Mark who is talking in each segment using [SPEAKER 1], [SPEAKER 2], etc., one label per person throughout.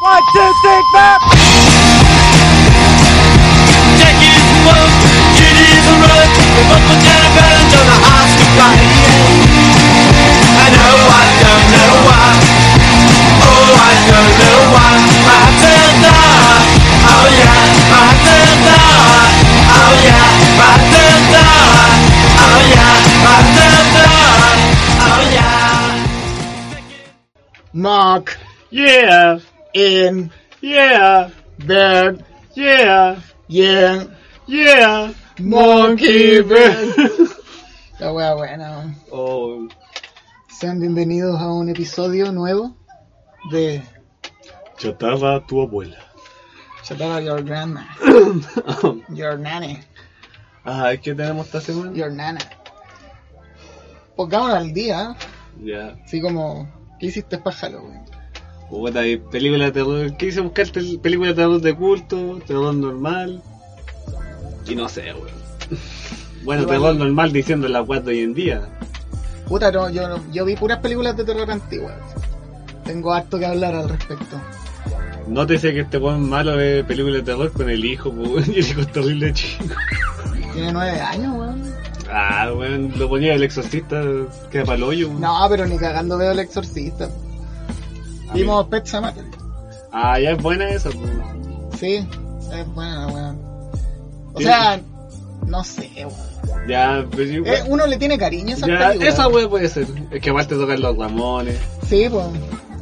[SPEAKER 1] One, two, three, four.
[SPEAKER 2] Knock
[SPEAKER 3] Yeah,
[SPEAKER 2] in
[SPEAKER 3] yeah,
[SPEAKER 2] the
[SPEAKER 3] yeah,
[SPEAKER 2] yeah.
[SPEAKER 3] yeah.
[SPEAKER 2] Monkey La wea buena.
[SPEAKER 3] Oh,
[SPEAKER 2] Sean bienvenidos a un episodio nuevo de
[SPEAKER 3] chatarra tu abuela.
[SPEAKER 2] Shut Up Your Grandma, Your Nanny,
[SPEAKER 3] Ajá, ¿qué tenemos esta semana?
[SPEAKER 2] Your Nana. Pongámonos al día, ¿eh?
[SPEAKER 3] Ya. Oh,
[SPEAKER 2] así como, ¿qué hiciste para Halloween?
[SPEAKER 3] Puta, hay película de terror. Quise buscar tel- película de terror de culto, terror normal. Y no sé, weón. Bueno,
[SPEAKER 2] Igual-
[SPEAKER 3] terror normal diciendo la weá de hoy en día.
[SPEAKER 2] Puta, no, yo, no- yo vi puras películas de terror antiguas. Tengo harto que hablar al respecto.
[SPEAKER 3] Nótese que este weón malo de película de terror con el hijo, po, weón, y el hijo es terrible chico.
[SPEAKER 2] Tiene nueve años, weón.
[SPEAKER 3] Ah, weón, lo ponía el exorcista, queda para el hoyo, weón.
[SPEAKER 2] No, pero ni cagando veo el exorcista. Vimos Pet Sematary.
[SPEAKER 3] Ah, ya es buena esa, po.
[SPEAKER 2] Sí, es buena, weón. O
[SPEAKER 3] Sí.
[SPEAKER 2] sea, no sé, weón.
[SPEAKER 3] Ya, pues yo-
[SPEAKER 2] Eh, uno le tiene cariño a esas
[SPEAKER 3] Ya,
[SPEAKER 2] películas.
[SPEAKER 3] esa weá puede ser. Es que aparte tocan los Ramones,
[SPEAKER 2] Sí, pues.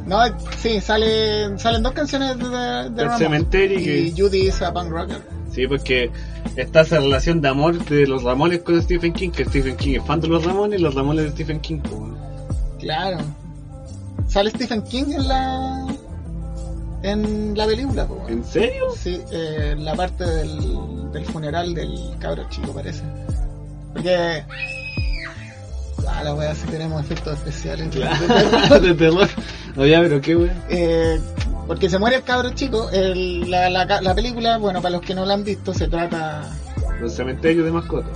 [SPEAKER 2] No, eh, sí, sale, salen dos canciones de, de, de
[SPEAKER 3] El
[SPEAKER 2] Ramones.
[SPEAKER 3] Cementerio y
[SPEAKER 2] y Judy is a punk rocker.
[SPEAKER 3] sí, porque está esa relación de amor de los Ramones con Stephen King, que Stephen King es fan de los Ramones y los Ramones de Stephen King. po, weón.
[SPEAKER 2] Claro. Sale Stephen King en la en la película, pues.
[SPEAKER 3] ¿En serio?
[SPEAKER 2] Sí, eh, la parte del, del funeral del cabro chico parece. Porque... Ah, la wea, si tenemos efectos especiales.
[SPEAKER 3] Claro, de terror. No, ya, pero qué weá.
[SPEAKER 2] Eh, porque se muere el cabro chico. el- la, la ca- la película, bueno, para los que no la han visto, se trata...
[SPEAKER 3] Los cementerios de mascotas.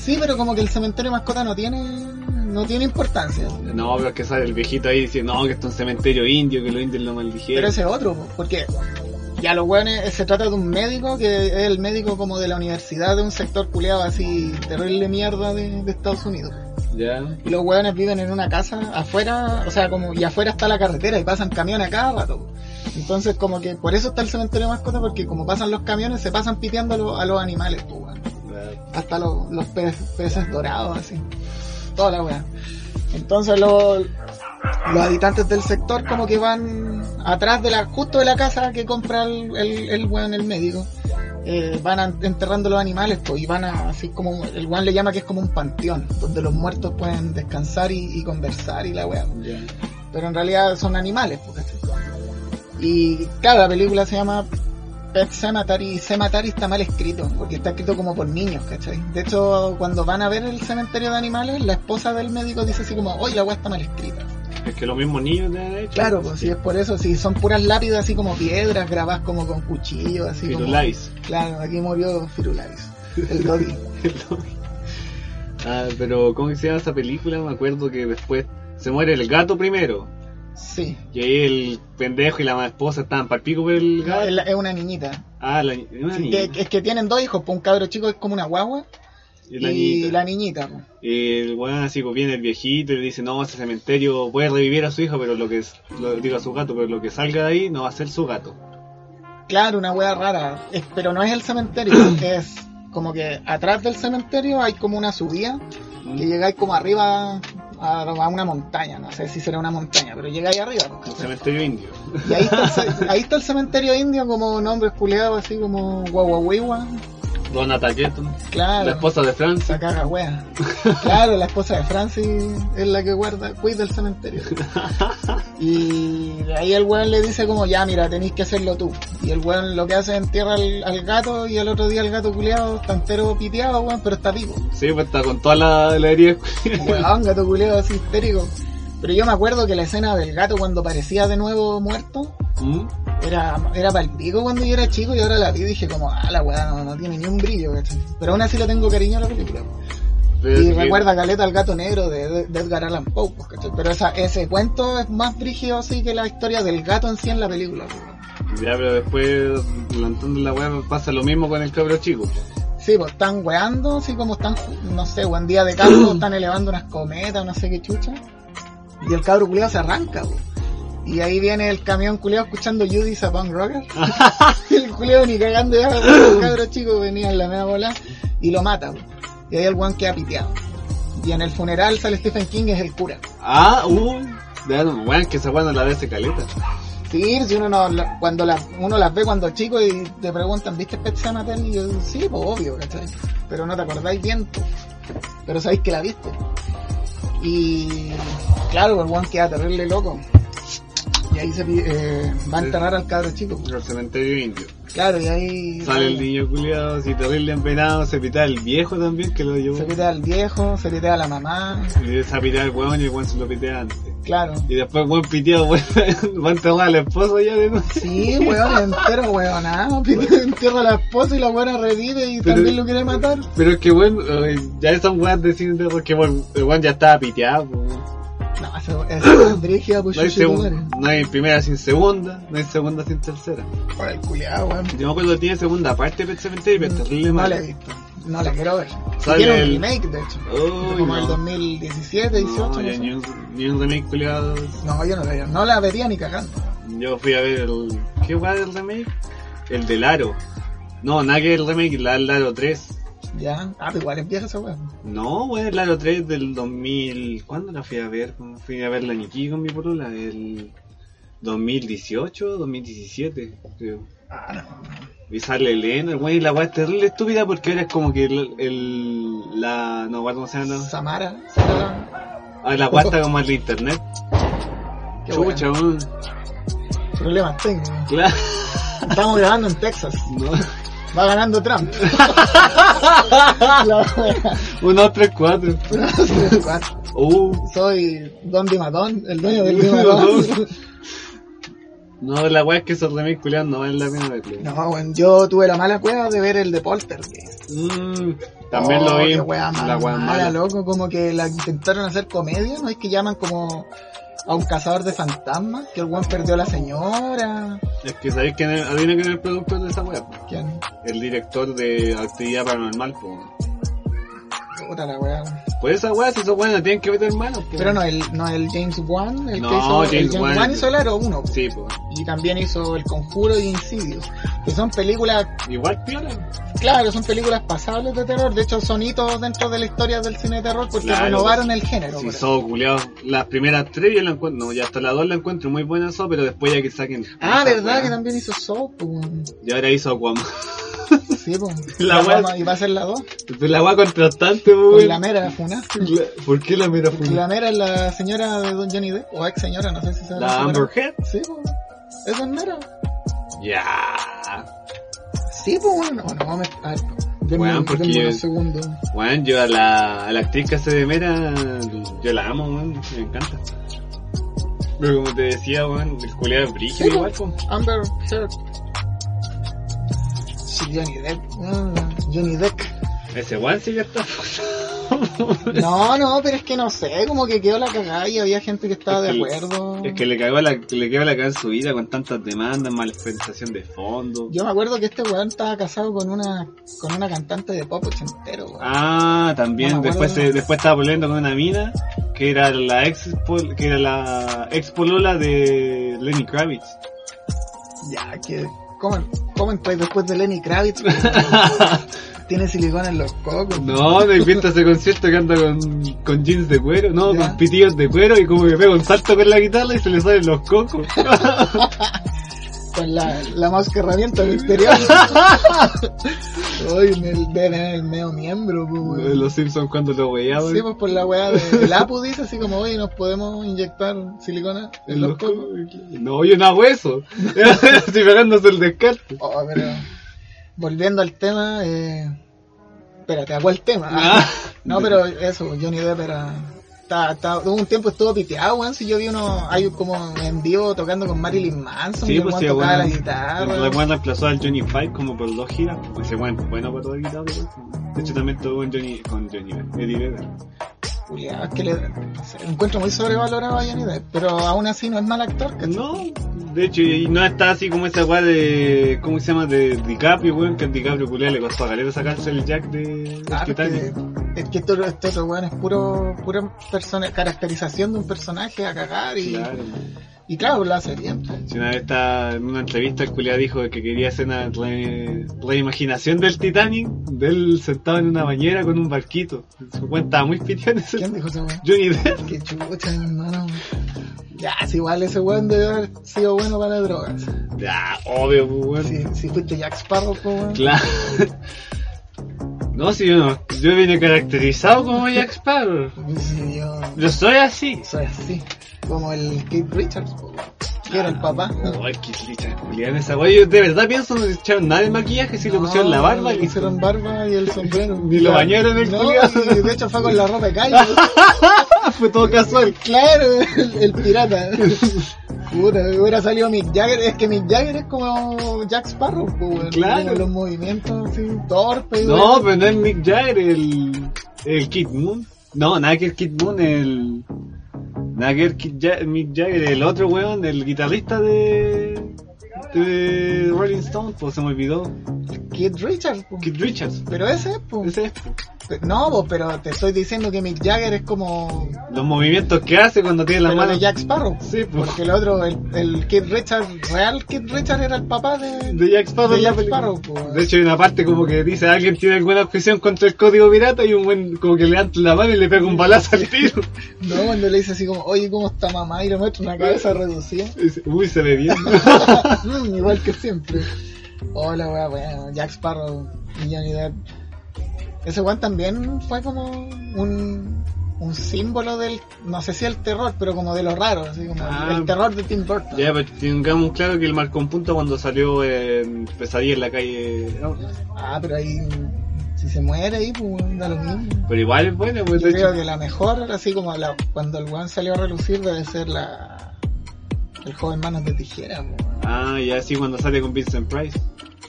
[SPEAKER 2] Sí, pero como que el cementerio de mascota no tiene... No tiene importancia.
[SPEAKER 3] No, pero es que sale el viejito ahí diciendo, no, que esto es un cementerio indio, que los indios lo
[SPEAKER 2] Pero
[SPEAKER 3] maldijeron.
[SPEAKER 2] ese es otro, po, porque ya los weones eh, se trata de un médico que es el médico como de la universidad de un sector culeado así terrible mierda de, de Estados Unidos.
[SPEAKER 3] Ya.
[SPEAKER 2] Y los weones viven en una casa afuera, o sea, como y afuera está la carretera y pasan camiones a cada rato. po. Entonces como que por eso está el cementerio de mascotas, porque como pasan los camiones se pasan piteando a, los- a los animales, po, weón. hasta los, los pe- peces dorados, así. Toda la weá. Entonces los, los habitantes del sector como que van atrás de la, justo de la casa que compra el, el, el weón, el médico. Eh, van a- enterrando los animales po, y van a, así como el weón le llama que es como un panteón, donde los muertos pueden descansar y, y conversar y la weá.
[SPEAKER 3] Ya.
[SPEAKER 2] Pero en realidad son animales. po, ¿cachai? y claro, la película se llama Pet Cemetery y Cemetery está mal escrito, porque está escrito como por niños, ¿cachai? De hecho, cuando van a ver el cementerio de animales, la esposa del médico dice así como, oye, la weá está mal escrita.
[SPEAKER 3] Es que los mismos niños te han hecho.
[SPEAKER 2] Claro, pues si es por eso, si son puras lápidas así como piedras, grabadas como con cuchillos, así como-
[SPEAKER 3] Firulais.
[SPEAKER 2] Claro, aquí murió Firulais, el Dodi.
[SPEAKER 3] Ah, pero ¿cómo que se llama esa película? Me acuerdo que después se muere el gato primero.
[SPEAKER 2] Sí,
[SPEAKER 3] Y ahí el pendejo y la esposa estaban para el pico por el gato.
[SPEAKER 2] es la- es una niñita.
[SPEAKER 3] Ah, la, una
[SPEAKER 2] Sí,
[SPEAKER 3] niña.
[SPEAKER 2] que- es que tienen dos hijos, pues un cabro chico es como una guagua
[SPEAKER 3] y la
[SPEAKER 2] y
[SPEAKER 3] niñita.
[SPEAKER 2] la niñita. pues.
[SPEAKER 3] Y el weón así pues, viene el viejito y le dice, no, ese cementerio puede revivir a su hijo, pero lo que es- lo, digo a su gato, pero lo que salga de ahí no va a ser su gato.
[SPEAKER 2] Claro, una wea rara. Es- pero no es el cementerio, es como que atrás del cementerio hay como una subida que llegáis como arriba a, a una montaña. No sé si será una montaña, pero llegáis arriba. ¿no?
[SPEAKER 3] Un cementerio indio.
[SPEAKER 2] Y ahí está, el, ce- ahí está el cementerio indio como nombres culeados así como guaguahuiwa.
[SPEAKER 3] Don Ataqueto, la
[SPEAKER 2] Claro,
[SPEAKER 3] esposa de Francia.
[SPEAKER 2] esa caga wea. Claro, la esposa de Francis es la que guarda, cuida el cementerio. Y ahí el weón le dice como, ya mira, tenéis que hacerlo tú. Y el weón lo que hace es entierra al, al gato y al otro día el gato culeado está entero piteado, weón, pero está vivo.
[SPEAKER 3] Sí, pues está con toda la, la herida.
[SPEAKER 2] Weón, gato culeado así histérico. Pero yo me acuerdo que la escena del gato cuando parecía de nuevo muerto,
[SPEAKER 3] ¿Mm?
[SPEAKER 2] era, era para el pico cuando yo era chico y ahora la vi y dije como, ah, la weá no, no tiene ni un brillo, ¿cachai? Pero aún así le tengo cariño a la película.
[SPEAKER 3] Pero
[SPEAKER 2] Y
[SPEAKER 3] sí que-
[SPEAKER 2] recuerda Caleta el gato negro de, de- de Edgar Allan Poe, pues, ¿cachai? Pero esa, ese cuento es más brígido así que la historia del gato en sí en la película. pues.
[SPEAKER 3] Ya, pero después, plantando la weá, pasa lo mismo con el cabro chico.
[SPEAKER 2] Sí, pues están weando, así como están, no sé, buen día de campo, están elevando unas cometas, no sé qué chucha. Y el cabro culiao se arranca, po. Y ahí viene el camión culiao escuchando Judy Sapon Rocker. el culiao ni cagando ya, po, el cabro chico venía en la media bola y lo mata, po. Y ahí el guan queda piteado. Y en el funeral sale Stephen King, es el cura.
[SPEAKER 3] Ah, uh, ya, no, weón, que esa weá no la ve se caleta.
[SPEAKER 2] Sí, si uno no, la- cuando la- uno las ve cuando chico y te preguntan, ¿viste Pet Sematary? Y yo, sí, pues obvio, ¿cachai? Pero no te acordáis bien, pues. pero sabéis que la viste. Y claro, pues, el guan queda terrible loco. Y ahí se pi- eh, va a enterrar al cabro chico.
[SPEAKER 3] En el cementerio indio.
[SPEAKER 2] Claro, y ahí
[SPEAKER 3] Sale el niño culiado, si terrible empenado, se pita el viejo también que lo llevó.
[SPEAKER 2] se pitea al viejo, se pitea a la mamá.
[SPEAKER 3] Y se pitea el weón y el weón se lo pitea antes.
[SPEAKER 2] Claro.
[SPEAKER 3] Y después el weón piteado, weón, va a enterrar al esposo ya de nuevo.
[SPEAKER 2] Sí, weón, entero weón, ah, entierra a la esposa y la buena revive y
[SPEAKER 3] Pero-
[SPEAKER 2] también lo quiere matar.
[SPEAKER 3] Pero es que weón, eh, ya son weas de cine de terror que weón, el weón ya estaba piteado, po, weón.
[SPEAKER 2] No, eso es brígida, pues
[SPEAKER 3] No hay,
[SPEAKER 2] chuchu, tu
[SPEAKER 3] segun-
[SPEAKER 2] madre.
[SPEAKER 3] no hay primera sin segunda, no hay segunda sin tercera.
[SPEAKER 2] Por el culiado, weón.
[SPEAKER 3] Yo me acuerdo que tiene segunda parte de Cementerio, pero es terrible
[SPEAKER 2] No
[SPEAKER 3] mal.
[SPEAKER 2] la he visto. No la quiero ver.
[SPEAKER 3] Sale
[SPEAKER 2] Quiero un
[SPEAKER 3] el-
[SPEAKER 2] remake, de hecho.
[SPEAKER 3] Uy,
[SPEAKER 2] como
[SPEAKER 3] no.
[SPEAKER 2] el 2017, 18, no,
[SPEAKER 3] No, ya
[SPEAKER 2] sé.
[SPEAKER 3] ni un, ni un remake culiado.
[SPEAKER 2] No, yo no la, no la vería ni cagando.
[SPEAKER 3] Yo fui a ver el. ¿Qué weá del remake? El del Aro. No, nada que ver el remake, la del Aro 3.
[SPEAKER 2] Ya. Ah, pero igual es vieja esa weón.
[SPEAKER 3] No, weón, el Aro 3 del 2000. ¿Cuándo la fui a ver? Fui a ver la Nikki con mi polola. El 2018, 2017, creo.
[SPEAKER 2] Ah, no.
[SPEAKER 3] Y sale Elena, güey, y la weá es terrible estúpida porque ahora es como que el, el- la. No, guarda, no sé, no.
[SPEAKER 2] Samara. Samara.
[SPEAKER 3] Ah, la weá está como el de internet.
[SPEAKER 2] Qué
[SPEAKER 3] Chucha, weón.
[SPEAKER 2] weón. Problemas tengo.
[SPEAKER 3] Claro.
[SPEAKER 2] Estamos grabando en Texas.
[SPEAKER 3] No.
[SPEAKER 2] Va ganando Trump. la weá.
[SPEAKER 3] Uno, dos, tres, cuatro. Uh.
[SPEAKER 2] Soy Don Dimadón, el dueño del Dimadón.
[SPEAKER 3] No, la weá es que esos remix culiados no valen la pena verlo.
[SPEAKER 2] No, weón, yo tuve la mala cueva de ver el de Poltergeist.
[SPEAKER 3] Mm, también
[SPEAKER 2] Oh,
[SPEAKER 3] lo vi.
[SPEAKER 2] Qué wea más
[SPEAKER 3] la weá
[SPEAKER 2] mala,
[SPEAKER 3] mala.
[SPEAKER 2] loco, como que la intentaron hacer comedia, ¿no? Es que llaman como a un cazador de fantasmas, que el weón perdió a la señora.
[SPEAKER 3] Es que sabéis que adivina quién es el productor de esa weá. po.
[SPEAKER 2] ¿Quién?
[SPEAKER 3] El director de actividad paranormal, pues.
[SPEAKER 2] Puta la wea.
[SPEAKER 3] Pues esa weá, si esa weá no tienen que meter manos, po.
[SPEAKER 2] Pero no, el, no el James Wan, el que
[SPEAKER 3] No,
[SPEAKER 2] hizo el
[SPEAKER 3] James
[SPEAKER 2] James
[SPEAKER 3] Wan.
[SPEAKER 2] Wan hizo el Aro 1.
[SPEAKER 3] Sí, pues.
[SPEAKER 2] Y también hizo El Conjuro y Insidious. Que son películas,
[SPEAKER 3] Igual piola.
[SPEAKER 2] claro, son películas pasables de terror. De hecho, son hitos dentro de la historia del cine de terror porque
[SPEAKER 3] Claro.
[SPEAKER 2] renovaron el género.
[SPEAKER 3] Sí,
[SPEAKER 2] por así
[SPEAKER 3] So, culiao. Las primeras tres yo la encuentro, no, ya hasta la dos la encuentro muy buena So, pero después ya que saquen.
[SPEAKER 2] Ah,
[SPEAKER 3] esa
[SPEAKER 2] verdad
[SPEAKER 3] weá.
[SPEAKER 2] que también hizo Soul,
[SPEAKER 3] Y ahora hizo Aquaman.
[SPEAKER 2] Sí, pues.
[SPEAKER 3] La wea-
[SPEAKER 2] Y va a ser la 2.
[SPEAKER 3] Pues la weá contrastante,
[SPEAKER 2] Con
[SPEAKER 3] weón.
[SPEAKER 2] Pues la mera, la funaste.
[SPEAKER 3] La- ¿Por qué la mera fue?
[SPEAKER 2] La mera es la señora de Don Johnny Depp, o ex señora, no sé si se
[SPEAKER 3] La Amber Heard.
[SPEAKER 2] Sí, pues. Esa es mera.
[SPEAKER 3] Ya.
[SPEAKER 2] Sí, pues, bueno, no, no, vamos a ver. Denme,
[SPEAKER 3] Weón, porque
[SPEAKER 2] denme
[SPEAKER 3] yo-
[SPEAKER 2] unos segundos.
[SPEAKER 3] Bueno, yo a la, a la actriz que hace de Mera, yo la amo, weón, me encanta. Pero como te decía, weón, el culiado es
[SPEAKER 2] Sí,
[SPEAKER 3] brígido igual,
[SPEAKER 2] po.
[SPEAKER 3] po.
[SPEAKER 2] Amber Heard. Sí, Johnny Depp. Ah, Johnny Depp.
[SPEAKER 3] Ese weón sí que está.
[SPEAKER 2] No, no, pero es que no sé, como que quedó la cagada y había gente que estaba
[SPEAKER 3] Es
[SPEAKER 2] de
[SPEAKER 3] que-
[SPEAKER 2] acuerdo.
[SPEAKER 3] Es que le cagó la, le quedó la cara en su vida con tantas demandas, malversación de fondos.
[SPEAKER 2] Yo me acuerdo que este weón estaba casado con una con una cantante de pop ochentero, weón.
[SPEAKER 3] Ah, también.
[SPEAKER 2] No me acuerdo.
[SPEAKER 3] después se- después estaba volviendo con una mina que era la ex pol- que era la ex polola de Lenny Kravitz.
[SPEAKER 2] Ya, que. ¿Cómo, cómo entráis después de Lenny Kravitz? pues, Tiene silicona en los cocos.
[SPEAKER 3] No, me invento ese concierto que anda con, con jeans de cuero, no,
[SPEAKER 2] Ya.
[SPEAKER 3] con pitillos de cuero y como que pega un salto con la guitarra y se le salen los cocos.
[SPEAKER 2] Con la, la más que herramienta misteriosa. Uy, me ven en el medio miembro, pues, weón.
[SPEAKER 3] los Simpsons cuando lo weaban.
[SPEAKER 2] Sí, pues por la weá de- del Apu dice así como, oye, nos podemos inyectar silicona en, los cocos.
[SPEAKER 3] No, yo no hago eso. Estoy pegándose el descarte.
[SPEAKER 2] Oh, pero. Volviendo al tema, eh. Espérate, ¿a cuál tema?
[SPEAKER 3] Ah.
[SPEAKER 2] No, pero eso, Johnny Depp era. ta- ta- Hubo un tiempo estuvo piteado, weón. Si yo vi uno, hay como en vivo tocando con Marilyn Manson,
[SPEAKER 3] Sí,
[SPEAKER 2] que el
[SPEAKER 3] pues
[SPEAKER 2] weón
[SPEAKER 3] sí,
[SPEAKER 2] tocaba la
[SPEAKER 3] bueno.
[SPEAKER 2] guitarra.
[SPEAKER 3] La buena reemplazó al Johnny Five como por dos giras. Pues ese bueno, bueno para dos guitarras. pues. De hecho, también estuvo con Johnny, con Johnny Depp, Eddie Vedder.
[SPEAKER 2] culiados que le no sé, encuentro muy sobrevalorado a Johnny Depp, pero aún así no es mal actor, ¿cachai?
[SPEAKER 3] No, de hecho, y no está así como esa weá de. ¿Cómo se llama? De DiCaprio, weón, que a DiCaprio culiado le costó a galera sacarse el Jack de.
[SPEAKER 2] Claro,
[SPEAKER 3] de Titanic.
[SPEAKER 2] que, es que esto, este otro weón es puro, pura persona, caracterización de un personaje a cagar y,
[SPEAKER 3] Claro.
[SPEAKER 2] y claro, lo hace bien. pues.
[SPEAKER 3] Si una vez está en una entrevista, el culiado dijo que quería hacer una re- reimaginación del Titanic, de él sentado en una bañera con un barquito. Su cuenta estaba muy pitión ese.
[SPEAKER 2] ¿Quién dijo ese weón?
[SPEAKER 3] Johnny Depp.
[SPEAKER 2] Que chucha, hermano. Ya, si igual ese weón debe haber sido bueno para drogas.
[SPEAKER 3] Ya, obvio, pues, weón.
[SPEAKER 2] Si, si fuiste Jack Sparrow, pues, weón.
[SPEAKER 3] Claro. No, si yo no. Yo vine caracterizado como Jack Sparrow.
[SPEAKER 2] Sí, yo
[SPEAKER 3] Yo soy así.
[SPEAKER 2] soy así. Como el Kate Richards, pues, weón. que era el papá.
[SPEAKER 3] Ay, Oh, qué licha Julián esa wey. Yo de verdad pienso que no le echaron nada de maquillaje si le pusieron la barba.
[SPEAKER 2] le
[SPEAKER 3] Y...
[SPEAKER 2] hicieron barba y el sombrero.
[SPEAKER 3] Ni lo bañaron el
[SPEAKER 2] no,
[SPEAKER 3] culiao.
[SPEAKER 2] y De hecho fue con la ropa de calle.
[SPEAKER 3] ah, Fue todo casual.
[SPEAKER 2] claro, el, el pirata. Puta, hubiera salido Mick Jagger. Es que Mick Jagger es como Jack Sparrow, pues, weón.
[SPEAKER 3] Claro.
[SPEAKER 2] Tiene Los movimientos así, torpes.
[SPEAKER 3] No,
[SPEAKER 2] weón.
[SPEAKER 3] pero no es Mick Jagger, el. El Kid Moon. No, nada que el Kid Moon, el. Nada que el Kid Ja- Mick Jagger, el otro weón, el guitarrista de. de Rolling Stone, pues se me olvidó.
[SPEAKER 2] Kid Richards, pues.
[SPEAKER 3] Kid Richards.
[SPEAKER 2] Pero ese es, pues.
[SPEAKER 3] Ese es, pues.
[SPEAKER 2] No, pues, pero te estoy diciendo que Mick Jagger es como.
[SPEAKER 3] Los movimientos que hace cuando tiene la
[SPEAKER 2] pero
[SPEAKER 3] mano.
[SPEAKER 2] de Jack Sparrow.
[SPEAKER 3] Sí, pues.
[SPEAKER 2] Porque el otro, el, el Kid Richards, real Kid Richards era el papá de.
[SPEAKER 3] De Jack Sparrow.
[SPEAKER 2] De
[SPEAKER 3] en la
[SPEAKER 2] Jack
[SPEAKER 3] película.
[SPEAKER 2] Sparrow, pues.
[SPEAKER 3] De hecho, hay una parte como que dice: alguien tiene alguna objeción contra el código pirata y un buen. como que le levanta la mano y le pega un balazo al tiro.
[SPEAKER 2] No, cuando le dice así como, oye, ¿cómo está mamá? Y le muestra una cabeza reducida.
[SPEAKER 3] Y dice, Uy, se ve bien.
[SPEAKER 2] Mm, igual que siempre. Hola, wea, bueno, Jack Sparrow y Johnny Depp. Ese weón también fue como un, un símbolo del, no sé si el terror, pero como de lo raro, así como
[SPEAKER 3] Ah.
[SPEAKER 2] el terror de Tim Burton.
[SPEAKER 3] Ya, pero tengamos claro que el marcó un punto cuando salió en Pesadilla en la calle. ¿no?
[SPEAKER 2] Ah, pero ahí, si se muere ahí, pues weón, da lo mismo.
[SPEAKER 3] Pero igual es bueno, pues
[SPEAKER 2] Yo
[SPEAKER 3] de
[SPEAKER 2] creo
[SPEAKER 3] hecho.
[SPEAKER 2] que la mejor, así como la, cuando el weón salió a relucir, debe ser la, el joven manos de tijera, pues.
[SPEAKER 3] Ah, ya sí, cuando sale con Vincent Price.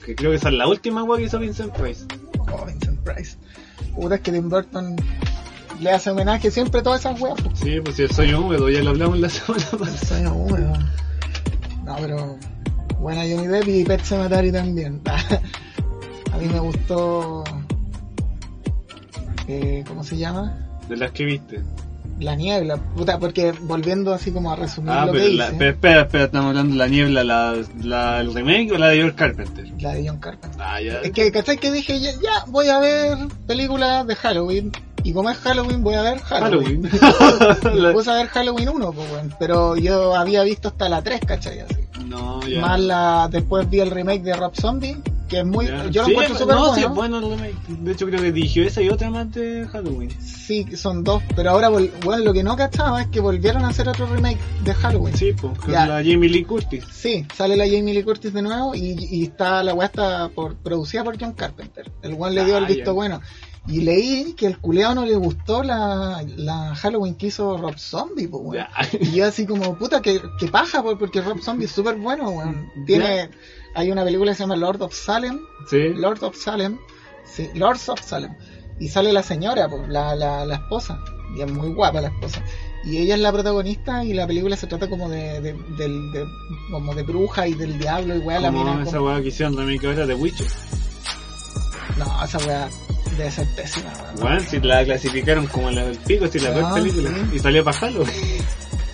[SPEAKER 3] Que creo que esa es la última weá que hizo Vincent Price.
[SPEAKER 2] Oh, Vincent Price. Puta, es que Tim Burton le hace homenaje siempre a todas esas weas. po.
[SPEAKER 3] Sí, pues si soy húmedo, ya lo hablamos la semana pasada.
[SPEAKER 2] Soy un húmedo. No, pero. Buena Johnny Depp y Pet Sematary también. a mí me gustó. eh, ¿Cómo se llama?
[SPEAKER 3] De las que viste.
[SPEAKER 2] La niebla. Puta, porque volviendo así como a resumir
[SPEAKER 3] Ah,
[SPEAKER 2] lo
[SPEAKER 3] pero,
[SPEAKER 2] que
[SPEAKER 3] la,
[SPEAKER 2] hice,
[SPEAKER 3] pero espera, espera, estamos hablando de la niebla, la, la, el remake o la de George Carpenter.
[SPEAKER 2] la de John Carpenter.
[SPEAKER 3] Ah, ya.
[SPEAKER 2] Es que, ¿cachai? Que dije, ya, ya, voy a ver películas de Halloween. Y como es Halloween, voy a ver
[SPEAKER 3] Halloween.
[SPEAKER 2] Me
[SPEAKER 3] La-
[SPEAKER 2] puse a ver Halloween 1, pues, weón, pero yo había visto hasta la 3, ¿cachai? Así.
[SPEAKER 3] no, ya.
[SPEAKER 2] Más la, después vi el remake de Rob Zombie, que es muy...
[SPEAKER 3] Ya.
[SPEAKER 2] Yo lo
[SPEAKER 3] Sí, pues,
[SPEAKER 2] encuentro súper
[SPEAKER 3] no,
[SPEAKER 2] bueno.
[SPEAKER 3] sí,
[SPEAKER 2] Sí,
[SPEAKER 3] es bueno el remake. De hecho, creo que dirigió esa y otra más de Halloween.
[SPEAKER 2] son dos, pero ahora, vol- weón, lo que no cachaba es que volvieron a hacer otro remake de Halloween. Sí,
[SPEAKER 3] Sí, pues, con
[SPEAKER 2] Ya.
[SPEAKER 3] la Jamie Lee Curtis.
[SPEAKER 2] sale la Jamie Lee Curtis de nuevo y, y está la weá está por, producida por John Carpenter. El weón le dio el
[SPEAKER 3] Ah,
[SPEAKER 2] visto
[SPEAKER 3] ya.
[SPEAKER 2] bueno. Y leí que el culeado no le gustó la, la Halloween que hizo Rob Zombie, pues, weón.
[SPEAKER 3] Ya.
[SPEAKER 2] Y yo así como, puta, que, que paja, por- porque Rob Zombie es súper bueno, weón. Tiene, hay una película que se llama Lord of Salem,
[SPEAKER 3] Sí.
[SPEAKER 2] Lord of Salem, sí, Lords of Salem. Y sale la señora, po, la, la, la esposa, y es muy guapa la esposa. Y ella es la protagonista y la película se trata como de, de, del- de- como de bruja y del diablo y weá, la
[SPEAKER 3] Como
[SPEAKER 2] mina.
[SPEAKER 3] esa
[SPEAKER 2] como-
[SPEAKER 3] weá que hicieron también que ahora de Witcher.
[SPEAKER 2] No, esa weá debe ser pésima, weón.
[SPEAKER 3] Weón, si la clasificaron como la del pico, si la
[SPEAKER 2] Ah,
[SPEAKER 3] peor película.
[SPEAKER 2] sí.
[SPEAKER 3] Y salió para Halloween.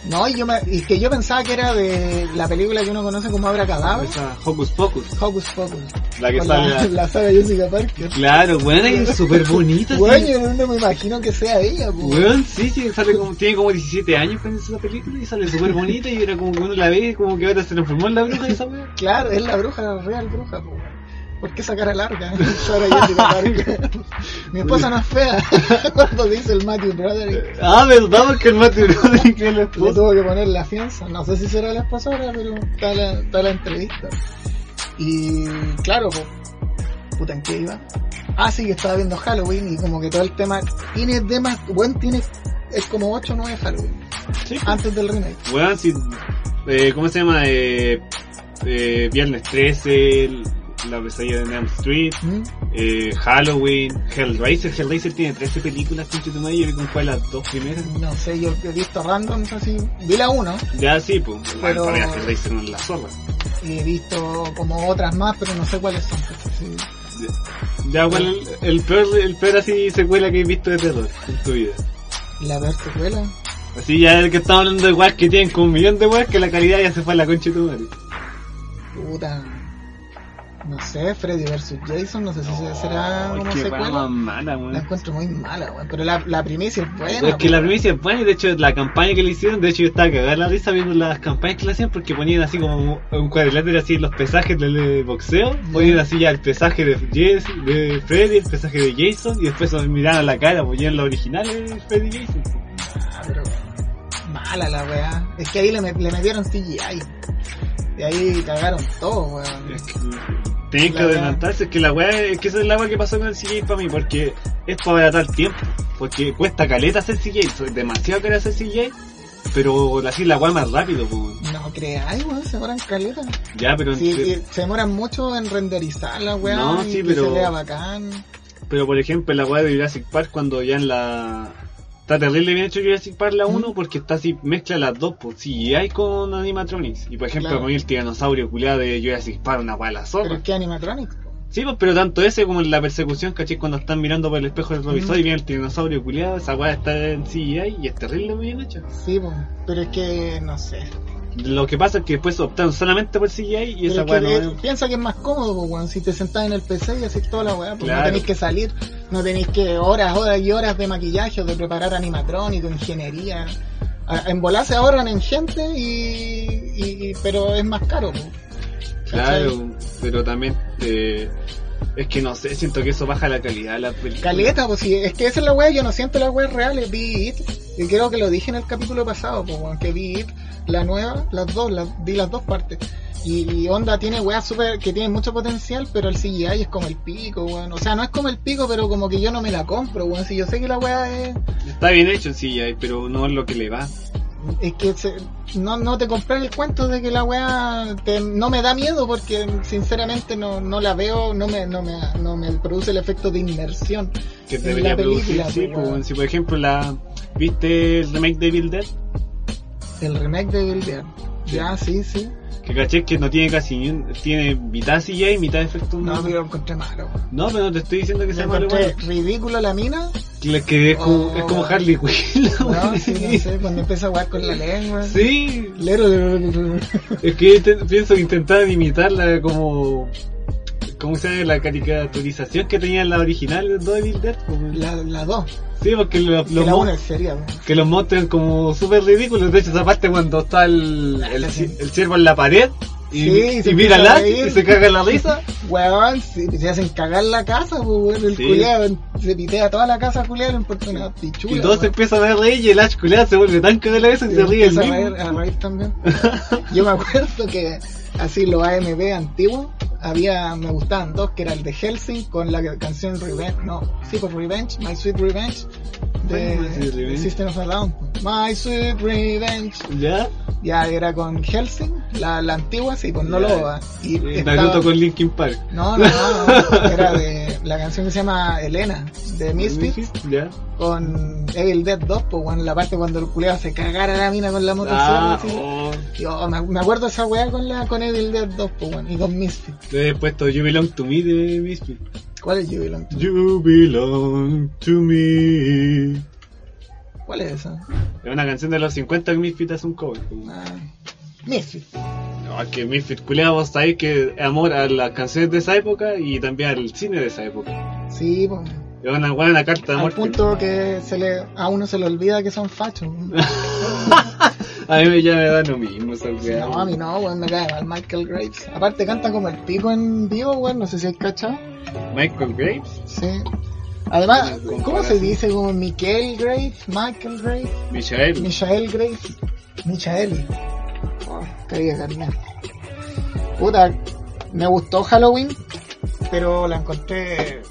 [SPEAKER 2] No, y yo me, y que yo pensaba que era de la película que uno conoce como Abracadabra,
[SPEAKER 3] Esa Hocus Pocus.
[SPEAKER 2] Hocus Pocus.
[SPEAKER 3] La que
[SPEAKER 2] Con
[SPEAKER 3] sale.
[SPEAKER 2] la, la saga Jessica Parker.
[SPEAKER 3] Claro, weón, es súper bonita. sí.
[SPEAKER 2] Bueno, yo no me imagino que sea ella, po.
[SPEAKER 3] Weón, sí, sí, sale como, tiene como 17 años cuando hizo esa película y sale súper bonita y era como que uno la ve y como que ahora se transformó en la bruja de esa weá.
[SPEAKER 2] Claro, es la bruja, la real bruja, po. ¿Por qué esa cara larga? Sara Jessica Parker. Mi esposa no es fea. Cuando dice el Matthew Broderick,
[SPEAKER 3] Ah, verdad, porque el Matthew Broderick que es la
[SPEAKER 2] le
[SPEAKER 3] esposa.
[SPEAKER 2] tuvo que poner la fianza. No sé si será la esposa ahora, pero está la, está la entrevista. Y claro, po. Puta, ¿en qué iba? Ah, sí, que estaba viendo Halloween y como que todo el tema tiene temas, bueno, tiene, es como 8 o 9 Halloween,
[SPEAKER 3] Sí.
[SPEAKER 2] antes del remake.
[SPEAKER 3] Weón, si, eh, ¿cómo se llama? Eh, eh, Viernes 13, el- La pesadilla de Elm Street,
[SPEAKER 2] ¿Mm?
[SPEAKER 3] eh, Halloween, Hellraiser. Hellraiser tiene 13 películas, pinche tu madre, yo vi con cuál las dos primeras.
[SPEAKER 2] No sé, yo he visto randoms así. Vi la 1
[SPEAKER 3] Ya sí, pues,
[SPEAKER 2] Pero-
[SPEAKER 3] la verdad, Hellraiser no es la zorra.
[SPEAKER 2] y he visto como otras más, pero no sé cuáles son. Sí.
[SPEAKER 3] Ya, bueno, el, el peor, el peor así secuela que he visto de terror en tu vida.
[SPEAKER 2] La peor secuela.
[SPEAKER 3] Así ya el que estamos hablando de weas que tienen con un millón de weas que la calidad ya se fue a la concha de tu madre.
[SPEAKER 2] Puta. No sé, Freddy vs. Jason, no sé si se- será
[SPEAKER 3] Ay,
[SPEAKER 2] como
[SPEAKER 3] qué
[SPEAKER 2] secuela.
[SPEAKER 3] wea más mala,
[SPEAKER 2] La
[SPEAKER 3] weón.
[SPEAKER 2] encuentro muy mala, weón. Pero la, la primicia es buena.
[SPEAKER 3] Es que la
[SPEAKER 2] weón.
[SPEAKER 3] primicia es buena y de hecho la campaña que le hicieron, de hecho yo estaba cagada la risa viendo las campañas que le hacían porque ponían así como un cuadrilátero así los pesajes del eh, boxeo, ponían así ya el pesaje de, Jess, de Freddy, el pesaje de Jason y después se miraban la cara, ponían los originales de Freddy y Jason.
[SPEAKER 2] Ah, pero mala la weá. Es que ahí le, met- le metieron CGI. Y ahí cagaron todo, weón.
[SPEAKER 3] Es que Tienen que
[SPEAKER 2] La weá.
[SPEAKER 3] adelantarse, es que la weá, es que esa es la weá que pasó con el CGI para mí, porque es para abaratar tiempo, porque cuesta caleta hacer CGI, es demasiado caro hacer CGI, pero así la weá más rápido, po.
[SPEAKER 2] No creáis, weón, se demoran caleta.
[SPEAKER 3] ya, pero,
[SPEAKER 2] Sí, sí, se demoran mucho en renderizar la weá
[SPEAKER 3] No,
[SPEAKER 2] y
[SPEAKER 3] sí,
[SPEAKER 2] que
[SPEAKER 3] pero-
[SPEAKER 2] se vea bacán.
[SPEAKER 3] pero por ejemplo la weá de Jurassic Park cuando ya en la... Está terrible bien hecho Jurassic Park la
[SPEAKER 2] Mm.
[SPEAKER 3] 1 porque está así, mezcla las dos, pues CGI con animatronics, y por ejemplo
[SPEAKER 2] Claro.
[SPEAKER 3] a mí el tiranosaurio culiado de Jurassic Park, una weá de la
[SPEAKER 2] Pero
[SPEAKER 3] zorra.
[SPEAKER 2] es que animatronics, po.
[SPEAKER 3] Sí, pues, pero tanto ese como en la persecución, caché, cuando están mirando por el espejo del retrovisor y viene el tiranosaurio culiado, esa weá está en CGI y es terrible muy bien hecha.
[SPEAKER 2] Sí, po. Pero es que, no sé.
[SPEAKER 3] Lo que pasa es que después optaron solamente por CGI y esa
[SPEAKER 2] Pero es
[SPEAKER 3] weá
[SPEAKER 2] que
[SPEAKER 3] no
[SPEAKER 2] es-
[SPEAKER 3] es...
[SPEAKER 2] Piensa que es más cómodo, po, weón. Si te sentás en el PC y haces toda la weá, pues
[SPEAKER 3] Claro.
[SPEAKER 2] no tenéis que salir, no tenéis que horas, horas y horas de maquillaje o de preparar animatrónico, ingeniería. A- En volar se ahorran en gente y, y- y- pero es más caro, po.
[SPEAKER 3] Claro, pero también eh, es que no sé, siento que eso baja la calidad de la película.
[SPEAKER 2] Caleta, pues si es que esa es la weá, yo no siento las weas reales, vi It, y creo que lo dije en el capítulo pasado, pues weón, que vi It, la nueva, las dos, las, vi las dos partes. Y, y onda tiene weas super, que tienen mucho potencial, pero el CGI es como el pico, weón. O sea, no es como el pico, pero como que yo no me la compro, weón. Si yo sé que la wea es,
[SPEAKER 3] Está bien hecho el CGI, pero no es lo que le va.
[SPEAKER 2] es que se- no, no te compras el cuento de que la wea te- no me da miedo porque sinceramente no, no la veo, no me, no me, no me produce el efecto de inmersión.
[SPEAKER 3] Que
[SPEAKER 2] En
[SPEAKER 3] debería
[SPEAKER 2] la
[SPEAKER 3] producir,
[SPEAKER 2] película,
[SPEAKER 3] sí,
[SPEAKER 2] pues,
[SPEAKER 3] pues,
[SPEAKER 2] weón.
[SPEAKER 3] si por ejemplo la... ¿Viste el remake de Builder?
[SPEAKER 2] El remake de Evil Dead. Ya, sí, sí.
[SPEAKER 3] Que caché que no tiene casi ni un... Tiene mitad CGI y mitad efecto
[SPEAKER 2] No,
[SPEAKER 3] humano.
[SPEAKER 2] pero lo encontré malo.
[SPEAKER 3] No, pero no te estoy diciendo que
[SPEAKER 2] Lo
[SPEAKER 3] sea malo, bueno.
[SPEAKER 2] encontré ridículo la mina.
[SPEAKER 3] Que, que es, como,
[SPEAKER 2] Oh.
[SPEAKER 3] es como Harley Quinn. la
[SPEAKER 2] No,
[SPEAKER 3] wea.
[SPEAKER 2] sí, no sé, cuando empieza a jugar con la lengua.
[SPEAKER 3] Sí,
[SPEAKER 2] Lero, lero, lero.
[SPEAKER 3] es que te- pienso que intentaban imitarla como... ¿Cómo se llama? La caricaturización que tenía la original de Devil Dead. como-
[SPEAKER 2] La, la dos.
[SPEAKER 3] Sí, porque lo-
[SPEAKER 2] Que
[SPEAKER 3] los
[SPEAKER 2] la
[SPEAKER 3] mon-
[SPEAKER 2] una es seria. weón.
[SPEAKER 3] que los monstruos eran como súper ridículos. De hecho, esa parte cuando está el, el, ci- el ciervo en la pared
[SPEAKER 2] Ah, Sí,
[SPEAKER 3] y, y
[SPEAKER 2] se empieza
[SPEAKER 3] mira
[SPEAKER 2] a
[SPEAKER 3] la
[SPEAKER 2] reír.
[SPEAKER 3] y se caga en la risa.
[SPEAKER 2] Weón, si- se, hacen cagar la casa, pues, weón. El
[SPEAKER 3] Sí.
[SPEAKER 2] culiao se pitea toda la casa, culiao, en Puerto Nacional. Pichula.
[SPEAKER 3] y todos se
[SPEAKER 2] weón.
[SPEAKER 3] empiezan a reír y el Ash culiao se vuelve tan cagado de la risa que se ríe el
[SPEAKER 2] Empieza a
[SPEAKER 3] mismo.
[SPEAKER 2] reír, a reír también. Yo me acuerdo que así los AMB antiguos había me gustaban dos que era el de Helsing con la canción Revenge, no, sí por Revenge, My Sweet Revenge de
[SPEAKER 3] My Sweet Revenge.
[SPEAKER 2] System of a Down. My Sweet Revenge.
[SPEAKER 3] ¿Ya?
[SPEAKER 2] Ya era con Helsing, la, la antigua sí, con no
[SPEAKER 3] Ya.
[SPEAKER 2] loba. Y
[SPEAKER 3] Y
[SPEAKER 2] estaba-
[SPEAKER 3] Eh, Naruto con Linkin Park.
[SPEAKER 2] No, no, no, no, era de la canción que se llama Elena de Misfits
[SPEAKER 3] Ya.
[SPEAKER 2] con Evil Dead 2, pues bueno, la parte cuando el culeado se cagara la mina con la motosierra
[SPEAKER 3] Ah,
[SPEAKER 2] así.
[SPEAKER 3] oh.
[SPEAKER 2] Yo me, me acuerdo esa weá con la con Evil Dead 2 po, weón, y con Misfit.
[SPEAKER 3] Le he puesto You Belong to Me de Misfits.
[SPEAKER 2] ¿Cuál es Jubilant?
[SPEAKER 3] You Belong to Me.
[SPEAKER 2] ¿Cuál es esa?
[SPEAKER 3] Es una canción de los 50 que Misfits hace un cover. pues.
[SPEAKER 2] Ah, Misfit.
[SPEAKER 3] No, es que Misfits culiao, vos sabés que es amor a las canciones de esa época y también al cine de esa época.
[SPEAKER 2] Sí, po.
[SPEAKER 3] Es una buena carta de amor.
[SPEAKER 2] Al punto que se le, a uno se le olvida que son fachos. weón.
[SPEAKER 3] A mí ya me da lo mismo esa weá.
[SPEAKER 2] No, a mí no, weón, me cae mal Michael Graves. Aparte canta como el pico en vivo, weón, no sé si hay cachado.
[SPEAKER 3] Michael Graves,
[SPEAKER 2] Sí. Además,
[SPEAKER 3] Bueno,
[SPEAKER 2] ¿cómo se
[SPEAKER 3] comparación.
[SPEAKER 2] dice como Michael Graves? Michael Graves,
[SPEAKER 3] Michael.
[SPEAKER 2] Michael Graves, Michael. Oh, quería carnal. Puta, me gustó Halloween, pero la encontré.